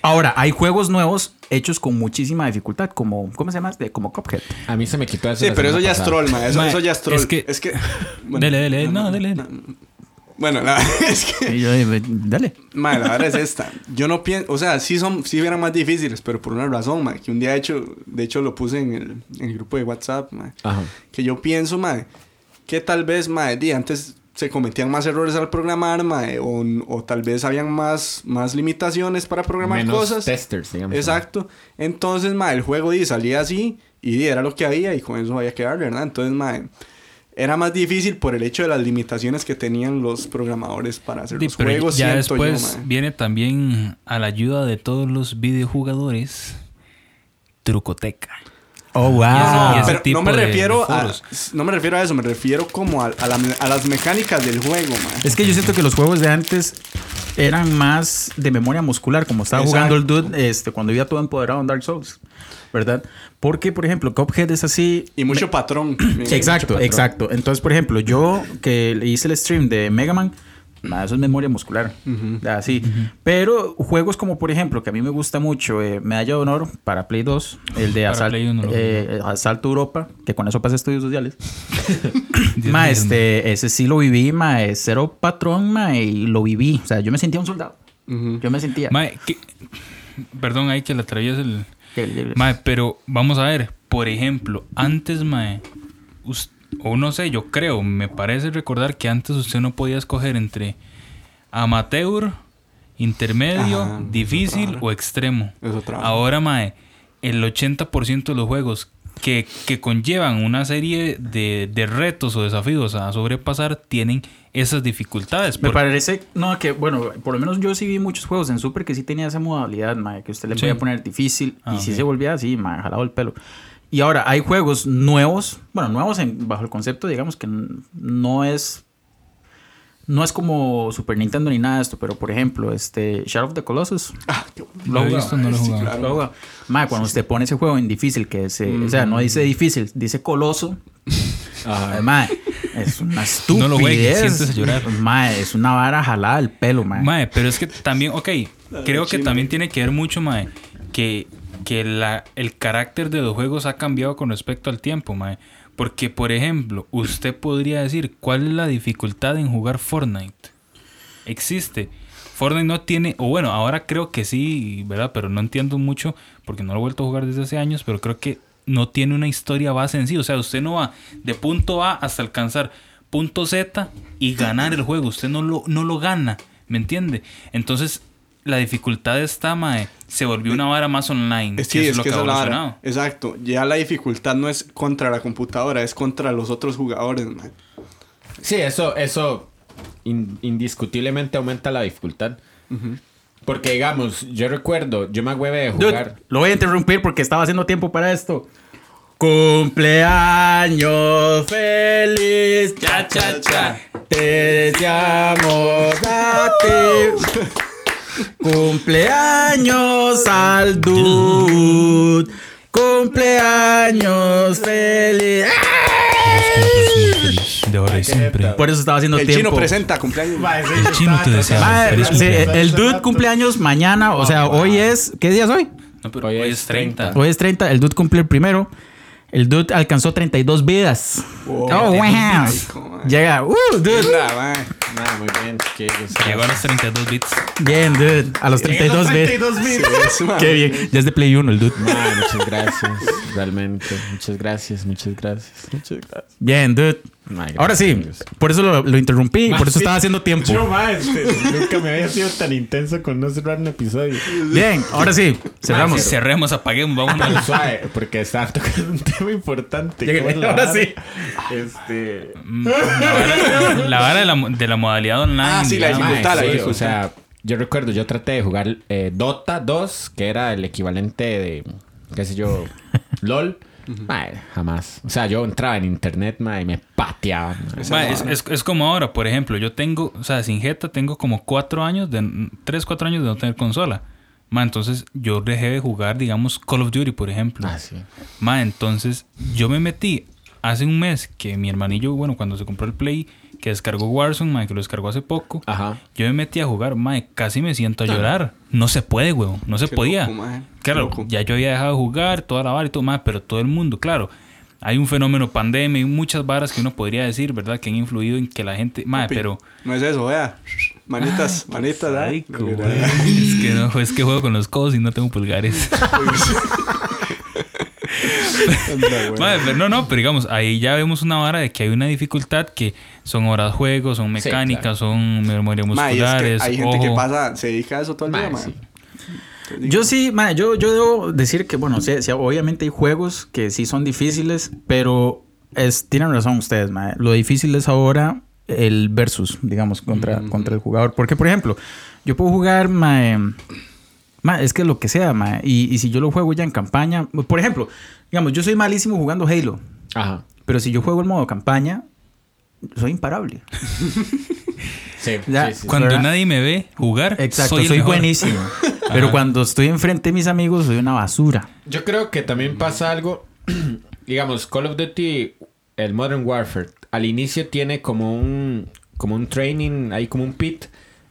S2: Ahora, hay juegos nuevos hechos con muchísima dificultad, como. ¿Cómo se llama? este? Como Cuphead.
S1: A mí se me quitó eso.
S4: Sí,
S1: la
S4: pero eso
S1: semana
S4: ya es
S1: pasada.
S4: troll, mae. Eso,
S3: Mae,
S4: eso ya es troll.
S3: es que-
S4: bueno,
S3: dele, dele. No, dele, dele.
S4: Bueno, la, es que...
S2: Y yo, eh, dale.
S4: Madre, la verdad es esta. Yo no pienso, o sea, sí son, sí eran más difíciles, pero por una razón, madre, que un día de hecho, de hecho lo puse en el, en el grupo de WhatsApp, madre,
S1: Ajá.
S4: que yo pienso, madre, que tal vez, madre, di, antes se cometían más errores al programar, madre, o, o tal vez habían más, más limitaciones para programar
S1: Menos
S4: cosas.
S1: testers, digamos.
S4: Exacto. Entonces, madre, el juego di, salía así y di, era lo que había y con eso había que darle, ¿verdad? Entonces, madre, era más difícil por el hecho de las limitaciones que tenían los programadores para hacer
S3: Sí,
S4: los
S3: pero
S4: juegos.
S3: ya
S4: siento yo,
S3: después
S4: mae.
S3: viene también a la ayuda de todos los videojugadores Trucoteca.
S2: Oh, wow.
S3: Ah,
S4: No,
S3: ese
S4: pero
S3: tipo
S4: no me
S3: de- de
S4: refiero a,
S3: foros.
S4: no me refiero a eso, me refiero como a, a la- a las mecánicas del juego, man.
S2: Es que yo siento que los juegos de antes eran más de memoria muscular, como estaba
S4: Exacto.
S2: jugando el dude este, cuando iba todo empoderado en Dark Souls, ¿verdad? Porque, por ejemplo, Cuphead es así.
S4: Y mucho patrón.
S2: Exacto, exacto. Entonces, por ejemplo, yo que le hice el stream de Mega Man, nada, eso es memoria muscular. Así. Pero juegos como, por ejemplo, que a mí me gusta mucho, eh, Medalla de Honor para Play 2, el de
S3: Para
S2: Asal-
S3: Play uno, lo
S2: eh, Asalto Europa, que con eso pasa estudios sociales.
S3: Dios
S2: Ma,
S3: mío.
S2: este, ese sí lo viví, ma, es cero patrón, ma, y lo viví. O sea, yo me sentía un soldado. Yo me sentía.
S3: Mae, ¿qué? Perdón, ahí que le atravieso el...
S2: que- que-
S3: Mae, pero vamos a ver. Por ejemplo, antes, mae... us- o no sé, yo creo, me parece recordar que antes usted no podía escoger entre amateur, intermedio,
S4: Ajá,
S3: difícil
S4: claro.
S3: o extremo.
S4: Eso trabaja.
S3: Ahora, mae, el 80% de los juegos que, que conllevan una serie de, de retos o desafíos a sobrepasar tienen esas dificultades.
S2: Me
S3: Pues, Por-
S2: parece, no, que bueno, por lo menos yo sí vi muchos juegos en Super que sí tenía esa modalidad, ma, que usted le
S3: Sí.
S2: podía poner difícil
S3: Ah,
S2: y sí
S3: ok.
S2: se volvía así, ma, jalado el pelo. Y ahora hay juegos nuevos, bueno, nuevos en- bajo el concepto, digamos que n- no es no es como Super Nintendo ni nada de esto, pero por ejemplo, este Shadow of the Colossus,
S3: Lo he
S2: Logo.
S3: visto, no lo he
S4: Ah, Sí,
S3: jugado.
S4: claro.
S2: Lo hago. Ma, cuando usted pone ese juego en difícil, que se, o sea,
S3: Mm.
S2: no dice difícil, dice coloso. Además, es una estupidez.
S3: No lo juegue, siéntese a llorar.
S2: Ma, Pues, es una vara jalada al pelo, ma.
S3: Mae, pero es que también, ok, creo que
S4: chino.
S3: también tiene que ver mucho, mae, que, que la, el carácter de los juegos ha cambiado con respecto al tiempo, mae. Porque, por ejemplo, usted podría decir, ¿cuál es la dificultad en jugar Fortnite? Existe. Fortnite no tiene, o bueno, ahora creo que sí, ¿verdad? Pero no entiendo mucho porque no lo he vuelto a jugar desde hace años, pero creo que no tiene una historia base en sí. O sea, usted no va de punto A hasta alcanzar punto Z y ganar el juego. Usted no lo, no lo gana, ¿me entiende? Entonces, la dificultad está, mae, se volvió una vara más online.
S4: Es, sí, es que
S3: ha
S4: esa es la vara.
S3: evolucionado.
S4: Exacto. Ya la dificultad no es contra la computadora, es contra los otros jugadores, man.
S1: Sí, eso, eso in- indiscutiblemente aumenta la dificultad. Porque, digamos, yo recuerdo, yo me agüeve de
S2: Dude,
S1: jugar.
S2: lo voy a interrumpir porque estaba haciendo tiempo para esto. Cumpleaños feliz, cha cha cha, te deseamos a ti. Cumpleaños al dude, cumpleaños feliz.
S3: De ahora y siempre.
S2: Por eso estaba haciendo
S4: El
S2: tiempo.
S4: chino presenta cumpleaños.
S3: El chino te desea
S2: Ma,
S3: feliz
S2: sí,
S3: cumpleaños.
S2: el dude cumpleaños mañana, o sea, hoy es, ¿qué día es hoy?
S3: No, pero hoy es 30.
S2: Hoy es 30, el dude cumple el primero. El dude alcanzó 32 vidas.
S4: Wow.
S2: oh, wow.
S4: cómo,
S2: Llega, uh, dude.
S4: Nada, man.
S1: Nada, muy bien. qué gusto.
S3: Llegó a los 32 bits.
S2: Bien, dude. A los 32 vidas.
S4: Sí, es, man.
S2: Qué bien. Ya es de Play 1 el dude.
S1: Mae, muchas gracias, realmente. Muchas gracias, muchas gracias. Muchas gracias.
S2: Bien, dude.
S1: Mae,
S2: Ahora sí,
S1: gracias.
S2: por eso lo, lo interrumpí, por
S1: Sí.
S2: eso estaba haciendo tiempo.
S1: Yo, mae, este, nunca me había sido tan intenso con no cerrar un episodio.
S2: Bien, ahora sí, cerramos.
S3: Cerramos. Cerremos, apaguemos, vámonos.
S1: Suave, porque estaba tocando un tema importante.
S2: Llegué,
S1: ¿Cómo es la
S2: ahora
S1: vara?
S2: sí.
S1: Este.
S3: Mm, La vara, la vara de, la, mo- de la modalidad online.
S4: Ah, sí, la
S3: digamos.
S1: Mae,
S4: dificultad, la
S1: sí,
S4: dificultad.
S1: o sea, yo recuerdo, yo traté de jugar eh, Dota 2, que era el equivalente de, qué sé yo, LOL. Mae, jamás. O sea, yo entraba en internet, mae, y me pateaba. mae.
S3: Ma, es, es- es como ahora, por ejemplo, yo tengo, o sea, sin jeta tengo como cuatro años, de, tres, cuatro años de no tener consola. Ma, entonces yo dejé de jugar, digamos, Call of Duty, por ejemplo.
S1: Ah, sí.
S3: Ma, entonces yo me metí hace un mes que mi hermanillo, bueno, cuando se compró el Play, que descargó Warzone, ma, que lo descargó hace poco.
S1: Ajá.
S3: Yo me metí a jugar, mae, casi me siento a llorar. No se puede, weón. No se
S4: Qué
S3: podía.
S4: loco, mae. Qué
S3: claro,
S4: loco.
S3: ya yo había dejado de jugar, toda la vara y todo más, pero todo el mundo, claro. Hay un fenómeno pandemia y muchas varas que uno podría decir, ¿verdad? Que han influido en que la gente... Mae,
S4: Papi,
S3: Ah, pero...
S4: No es eso, vea. Manitas, manitas, ¿ah?
S3: Psycho, güey. es que no, es que juego con los codos y no tengo pulgares.
S4: Anda, güey.
S3: Mae, pero no, no, pero digamos, ahí ya vemos una vara de que hay una dificultad que son horas de juego, son
S1: Sí,
S3: mecánicas, son memoria
S4: Ma, y es
S3: musculares,
S4: que hay gente que
S3: ojo.
S4: pasa, se dedica a eso todo el día,
S1: Mae,
S4: ma.
S1: sí.
S2: Yo sí, ma, yo, yo debo decir que, bueno, sí- sí, obviamente hay juegos que sí son difíciles, pero es, tienen razón ustedes, ma. Lo difícil es ahora el versus, digamos, contra, contra el jugador. Porque, por ejemplo, yo puedo jugar, ma, em, ma, es que lo que sea, ma, y, y si yo lo juego ya en campaña, por ejemplo, digamos, yo soy malísimo jugando Halo,
S1: Ajá.
S2: pero si yo juego el modo campaña, soy imparable.
S1: Sí,
S2: Ya,
S1: sí, sí.
S3: Cuando
S2: ¿verdad?
S3: nadie me ve jugar,
S2: Exacto,
S3: soy,
S2: soy,
S3: el mejor.
S2: buenísimo. pero cuando estoy enfrente de mis amigos, soy una basura.
S1: Yo creo que también pasa algo. digamos, Call of Duty, el Modern Warfare, al inicio tiene como un, como un training, hay como un pit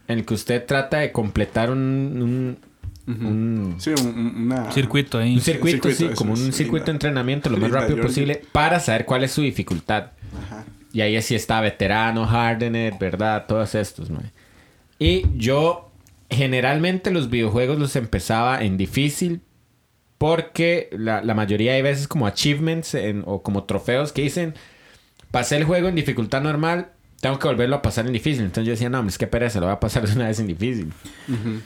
S1: en el que usted trata de completar un, un, un-
S4: Sí, un- un- una...
S3: Circuito ahí.
S1: un circuito,
S4: circuito,
S1: sí,
S4: eso
S1: como
S4: es,
S1: un
S4: linda.
S1: circuito de entrenamiento lo más
S4: Linda,
S1: rápido
S4: Georgie.
S1: posible para saber cuál es su dificultad.
S4: Ajá.
S1: Y ahí sí está veterano, hardened, ¿verdad? Todos estos, man. Y yo generalmente los videojuegos los empezaba en difícil porque la, la mayoría de veces como achievements en- o como trofeos que dicen, pasé el juego en dificultad normal, tengo que volverlo a pasar en difícil. Entonces yo decía, no, hombre, es que pereza, lo voy a pasar de una vez en difícil.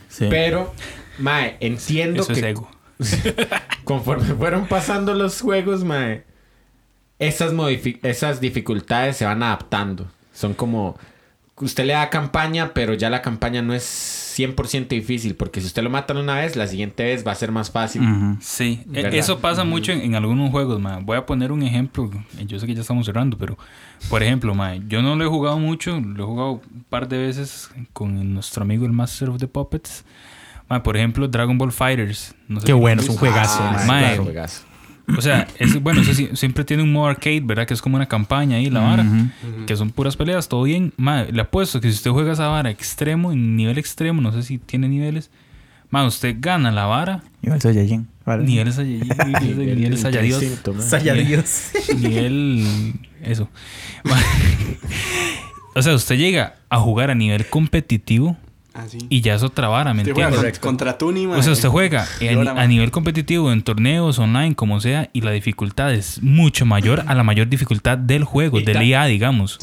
S2: Sí.
S1: Pero, mae, entiendo
S3: Eso
S1: que
S3: es ego.
S1: conforme fueron pasando los juegos, mae, esas, modifi- esas dificultades se van adaptando. Son como, usted le da campaña, pero ya la campaña no es 100% difícil, porque si usted lo matan una vez, la siguiente vez va a ser más fácil.
S2: Ujú.
S3: Sí, e-
S1: ¿Verdad?
S3: eso pasa mucho en, en algunos juegos, ma. Voy a poner un ejemplo. Yo sé que ya estamos cerrando, pero por ejemplo, ma, yo no lo he jugado mucho, lo he jugado un par de veces con nuestro amigo el Master of the Puppets. Ma, por ejemplo, Dragon Ball Fighters. No sé
S2: Qué
S3: si lo
S2: bueno,
S3: han
S2: es un
S3: visto.
S2: juegazo.
S1: Ah,
S2: mae.
S1: sí,
S3: mae.
S1: claro, juegazo.
S3: O sea, es, bueno, eso sí, siempre tiene un modo arcade, ¿verdad? Que es como una campaña ahí, la vara. Que son puras peleas, todo bien. Madre, le apuesto que si usted juega esa vara extremo, en nivel extremo, no sé si tiene niveles. Madre, usted gana la vara,
S2: Nivel Saiyajin. Vale.
S3: niveles allí, niveles, niveles allá Dios.
S1: Instinto, mae.
S2: Saiyadios.
S3: Nivel. Eso. Madre. O sea, usted llega a jugar a nivel competitivo
S4: Ah, sí.
S3: y ya es otra vara, ¿me
S4: Usted
S3: entiendes?
S4: juega con- contra Tuni, ma.
S3: O sea, este usted juega
S4: Y
S3: a,
S4: ahora,
S3: ni-
S4: ma.
S3: a nivel competitivo, en torneos, online, como sea, y la dificultad es mucho mayor a la mayor dificultad del juego,
S1: Y
S3: del
S1: ta-
S3: IA, digamos.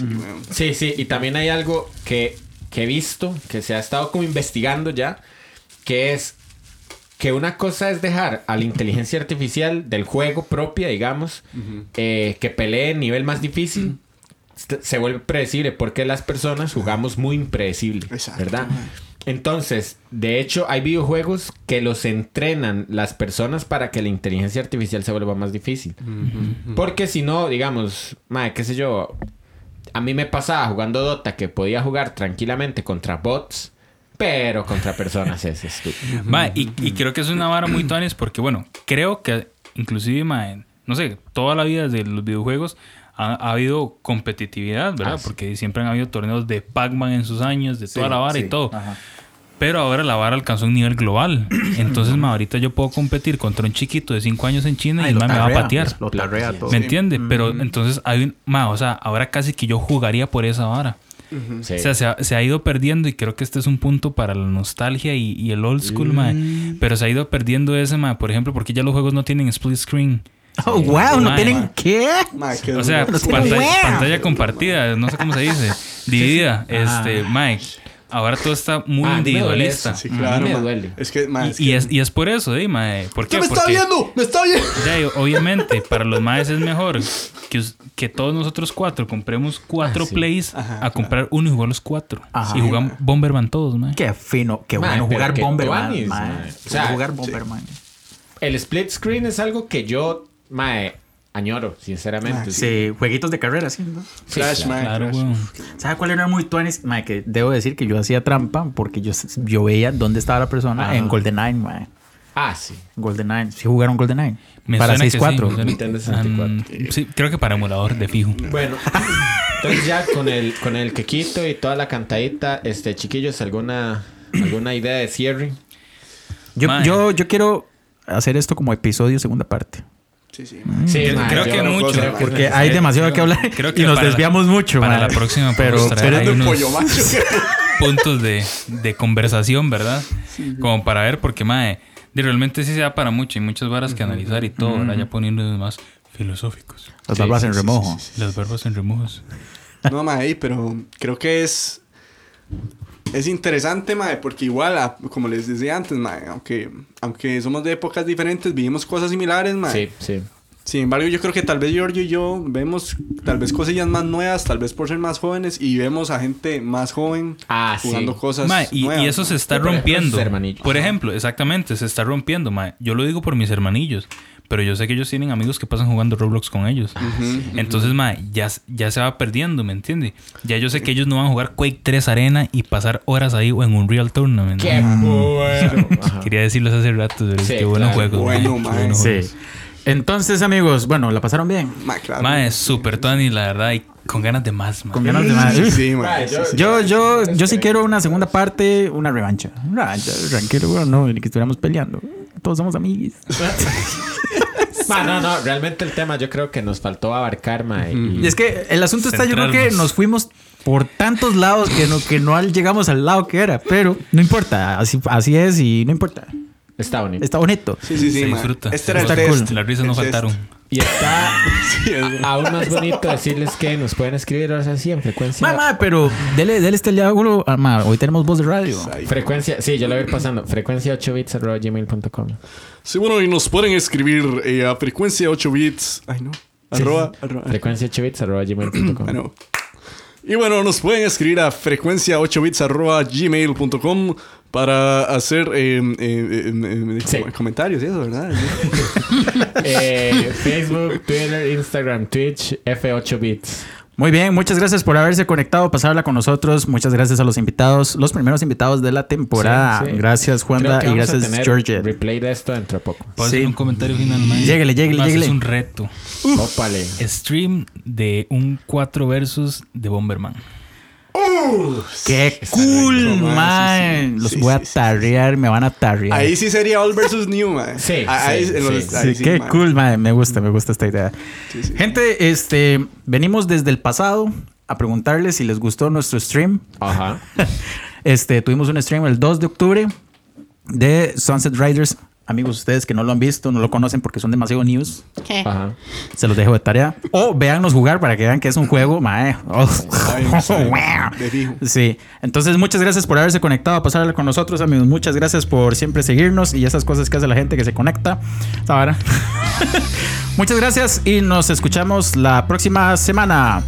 S1: Sí, sí, y también hay algo que, que he visto, que se ha estado como investigando ya, que es que una cosa es dejar a la inteligencia artificial del juego propia, digamos, eh, que pelee en nivel más difícil, st- se vuelve predecible, porque las personas jugamos muy impredecible,
S4: Exacto,
S1: ¿verdad?
S4: man.
S1: Entonces, de hecho, hay videojuegos que los entrenan las personas para que la inteligencia artificial se vuelva más difícil. Porque si no, digamos, madre, qué sé yo, a mí me pasaba jugando Dota que podía jugar tranquilamente contra bots, pero contra personas es estúpido.
S3: Ma, y, y creo que es una vara muy tuanis porque, bueno, creo que inclusive, ma, en- no sé, toda la vida de los videojuegos ha, ha habido competitividad, ¿verdad?
S1: Ah, sí.
S3: Porque siempre han habido torneos de Pac-Man en sus años, de toda la vara y todo.
S2: Ajá.
S3: Pero ahora la vara alcanzó un nivel global. Entonces, ma, ahorita yo puedo competir contra un chiquito de 5 años en China y el ma me va a patear.
S2: Lo tarrea todo.
S3: ¿Me entiende? Pero entonces hay un... ma, o sea, ahora casi que yo jugaría por esa vara.
S1: Sí.
S3: O sea, se ha, se ha ido perdiendo y creo que este es un punto para la nostalgia y,
S1: Mm.
S3: y el old school, mae. Pero se ha ido perdiendo ese, mae. Por ejemplo, porque ya los juegos no tienen split screen.
S2: Oh, wow, no
S3: Mae,
S2: tienen
S3: mae.
S2: qué.
S4: Mae, qué
S3: O sea,
S4: duro.
S3: pantalla,
S2: hueva.
S3: pantalla compartida, no sé cómo se dice. Dividida. Este, Mike, ahora todo está muy
S1: Ah,
S3: individualista.
S4: Sí,
S1: a mí
S4: claro.
S1: me
S4: mae.
S1: duele.
S4: Es que, mae, es
S3: Y, y
S4: que-
S3: es, y es por eso, dime. ¿Por qué?
S4: ¡Usted me está
S3: Porque-
S4: viendo! ¡Me está viendo!
S3: Ya, y obviamente, para los maes es mejor que, us- que todos nosotros cuatro compremos cuatro
S1: Ah, sí.
S3: plays a comprar uno y jugar los cuatro.
S2: Ajá.
S3: y jugar Bomberman todos, mae.
S2: Qué fino, qué
S1: Mae,
S2: bueno
S1: pero
S2: jugar
S1: qué
S2: Bomberman.
S1: tuanis,
S2: mae.
S1: mae.
S2: Qué
S1: O sea,
S2: bueno jugar Bomberman.
S1: El split screen es algo que yo, mae, añoro, sinceramente.
S2: Sí, jueguitos de carrera, sí. ¿no?
S1: Sí,
S4: Flash, mae,
S3: Claro,
S4: Flash.
S3: weón.
S2: ¿Sabes cuál era muy tuanis? Mae, que debo decir que yo hacía trampa porque yo, yo veía dónde estaba la persona
S1: Ajá.
S2: en GoldenEye, mae.
S1: Ah, sí.
S2: GoldenEye. Sí jugaron GoldenEye.
S3: Me
S2: para
S3: suena que sí,
S2: 6-4.
S3: me suena-
S1: Nintendo 64.
S3: Mm, sí, creo que para emulador de fijo.
S1: Bueno, entonces ya con el, con el quequito y toda la cantadita, este, chiquillos, ¿alguna, alguna idea de cierre?
S2: yo,
S3: Mae.
S2: yo, yo quiero hacer esto como episodio segunda parte.
S4: Sí, sí.
S1: Sí,
S3: Creo- creo que mucho,
S4: Porque
S2: Porque hay demasiado que hablar
S3: Creo que
S2: y nos
S3: para la-
S2: desviamos mucho.
S3: para
S2: mae.
S3: la próxima
S2: pero,
S3: podemos traer
S2: pero
S3: ahí
S4: de
S3: unos-
S4: pollo macho.
S3: puntos de, de conversación, ¿verdad? Como para ver, porque, mae, de- realmente sí se da para mucho. Hay muchas varas que analizar y todo, ¿verdad? Ya poniéndonos más filosóficos.
S2: Las barbas en remojo.
S3: Las verbas en remojos.
S4: No, mae, pero creo que es. Es interesante, mae, porque igual, a- como les decía antes, mae, aunque, aunque somos de épocas diferentes, vivimos cosas similares, mae.
S1: Sí, sí.
S4: Sin embargo, yo creo que tal vez Giorgio y yo vemos tal vez cosillas más nuevas, tal vez por ser más jóvenes, y vemos a gente más joven
S1: Ah, sí.
S4: jugando cosas
S3: Mae, y,
S4: nuevas.
S3: y eso se está
S1: Por ejemplo,
S3: rompiendo.
S1: sus hermanillos.
S3: Por ejemplo, exactamente, se está rompiendo, mae. Yo lo digo por mis hermanillos, pero yo sé que ellos tienen amigos que pasan jugando Roblox con ellos. Entonces, mae, ya, s- ya se va perdiendo, ¿me entiendes? Ya yo sé que ellos no van a jugar Quake 3 Arena y pasar horas ahí o en un Real Tournament.
S1: ¡Qué
S3: Ajá.
S1: bueno! Ajá.
S3: Quería decirlos hace rato, pero
S1: Sí,
S3: qué buenos
S1: claro.
S3: juegos.
S4: Bueno,
S3: mae. Qué
S4: mae.
S3: buenos
S2: Sí.
S3: juegos.
S2: Entonces, amigos, bueno, la pasaron bien.
S4: Mae, claro.
S3: Mae, es súper Tony, la verdad, y con ganas de más, mae.
S2: Con ganas de más.
S4: Sí,
S1: Mae,
S4: mae.
S1: yo-
S2: Yo, yo, yo sí quiero una segunda parte, una revancha. Una revancha, tranquilo, güey, no, ni que estuviéramos peleando. Todos somos amigos.
S1: Ma, no, no, realmente el tema yo creo que nos faltó abarcar, mae.
S2: Y es que el asunto está, yo creo que
S3: Centrarnos.
S2: nos fuimos por tantos lados que no, que no al- llegamos al lado que era, pero no importa, así, así es y no importa.
S1: está bonito.
S2: Está bonito.
S4: Sí, sí, sí,
S3: Se
S4: mae.
S3: disfruta.
S4: Este era el
S2: Está
S4: test.
S2: cool.
S3: Las risas no
S4: El test.
S3: faltaron.
S1: Y está
S4: Sí, es-
S1: aún más bonito decirles que nos pueden escribir ahora sí en frecuencia.
S2: Mamá, pero dele, dele este diálogo. ah, ma, hoy tenemos voz de radio.
S4: Ahí.
S1: Frecuencia, sí, yo lo voy a ir pasando. Frecuencia 8 bits arroba gmail.com.
S4: Sí, bueno, y nos pueden escribir eh, a frecuencia 8 bits. Ay, no. Arroba, arroba.
S1: Frecuencia 8 bits arroba gmail.com.
S4: Bueno. Y bueno, nos pueden escribir a frecuencia 8 bits arroba gmail.com para hacer eh, eh, eh, eh, eh,
S1: Sí.
S4: com- comentarios y eso, ¿verdad?
S1: Eh, Facebook, Twitter, Instagram, Twitch, F8 bits.
S2: Muy bien, muchas gracias por haberse conectado, pasarla con nosotros. Muchas gracias a los invitados, los primeros invitados de la temporada.
S1: Sí, sí.
S2: Gracias,
S1: Creo
S2: Juanda,
S1: que
S2: y
S1: vamos a
S2: gracias,
S1: tener
S2: George.
S1: Replay de esto dentro de poco.
S3: Puedo
S2: Sí.
S3: hacer un comentario final, mae.
S2: Lléguele, lléguele,
S3: Mae, eso
S2: lléguele.
S3: Es un reto.
S1: Ópale.
S3: Stream de un 4 versus de Bomberman.
S2: ¡Qué cool,
S4: rico, man. "Ah, Sí,
S2: man!
S4: sí,
S2: Los
S4: sí,
S2: voy a
S4: sí, sí,
S2: tarrear, me van a tarrear.
S4: Ahí sí sería All versus New, man.
S1: Sí,
S4: Ah, ahí-
S1: sí,
S4: en los-
S1: sí.
S4: ahí
S2: Sí, qué
S4: man.
S2: cool, man. Me gusta, me gusta esta idea.
S4: Sí, sí.
S2: Gente, este, venimos desde el pasado a preguntarles si les gustó nuestro stream.
S1: Ajá.
S2: Este, tuvimos un stream el 2 de octubre de Sunset Riders. Amigos, ustedes que no lo han visto, no lo conocen porque son demasiado news,
S1: Ajá.
S2: se los dejo de tarea. O véannos jugar para que vean que es un juego, mae. Oh,
S4: Ay,
S2: wow.
S4: de fijo.
S2: Sí, entonces muchas gracias por haberse conectado a pasarla con nosotros, amigos. Muchas gracias por siempre seguirnos y esas cosas que hace la gente que se conecta. Ahora. muchas gracias y nos escuchamos la próxima semana.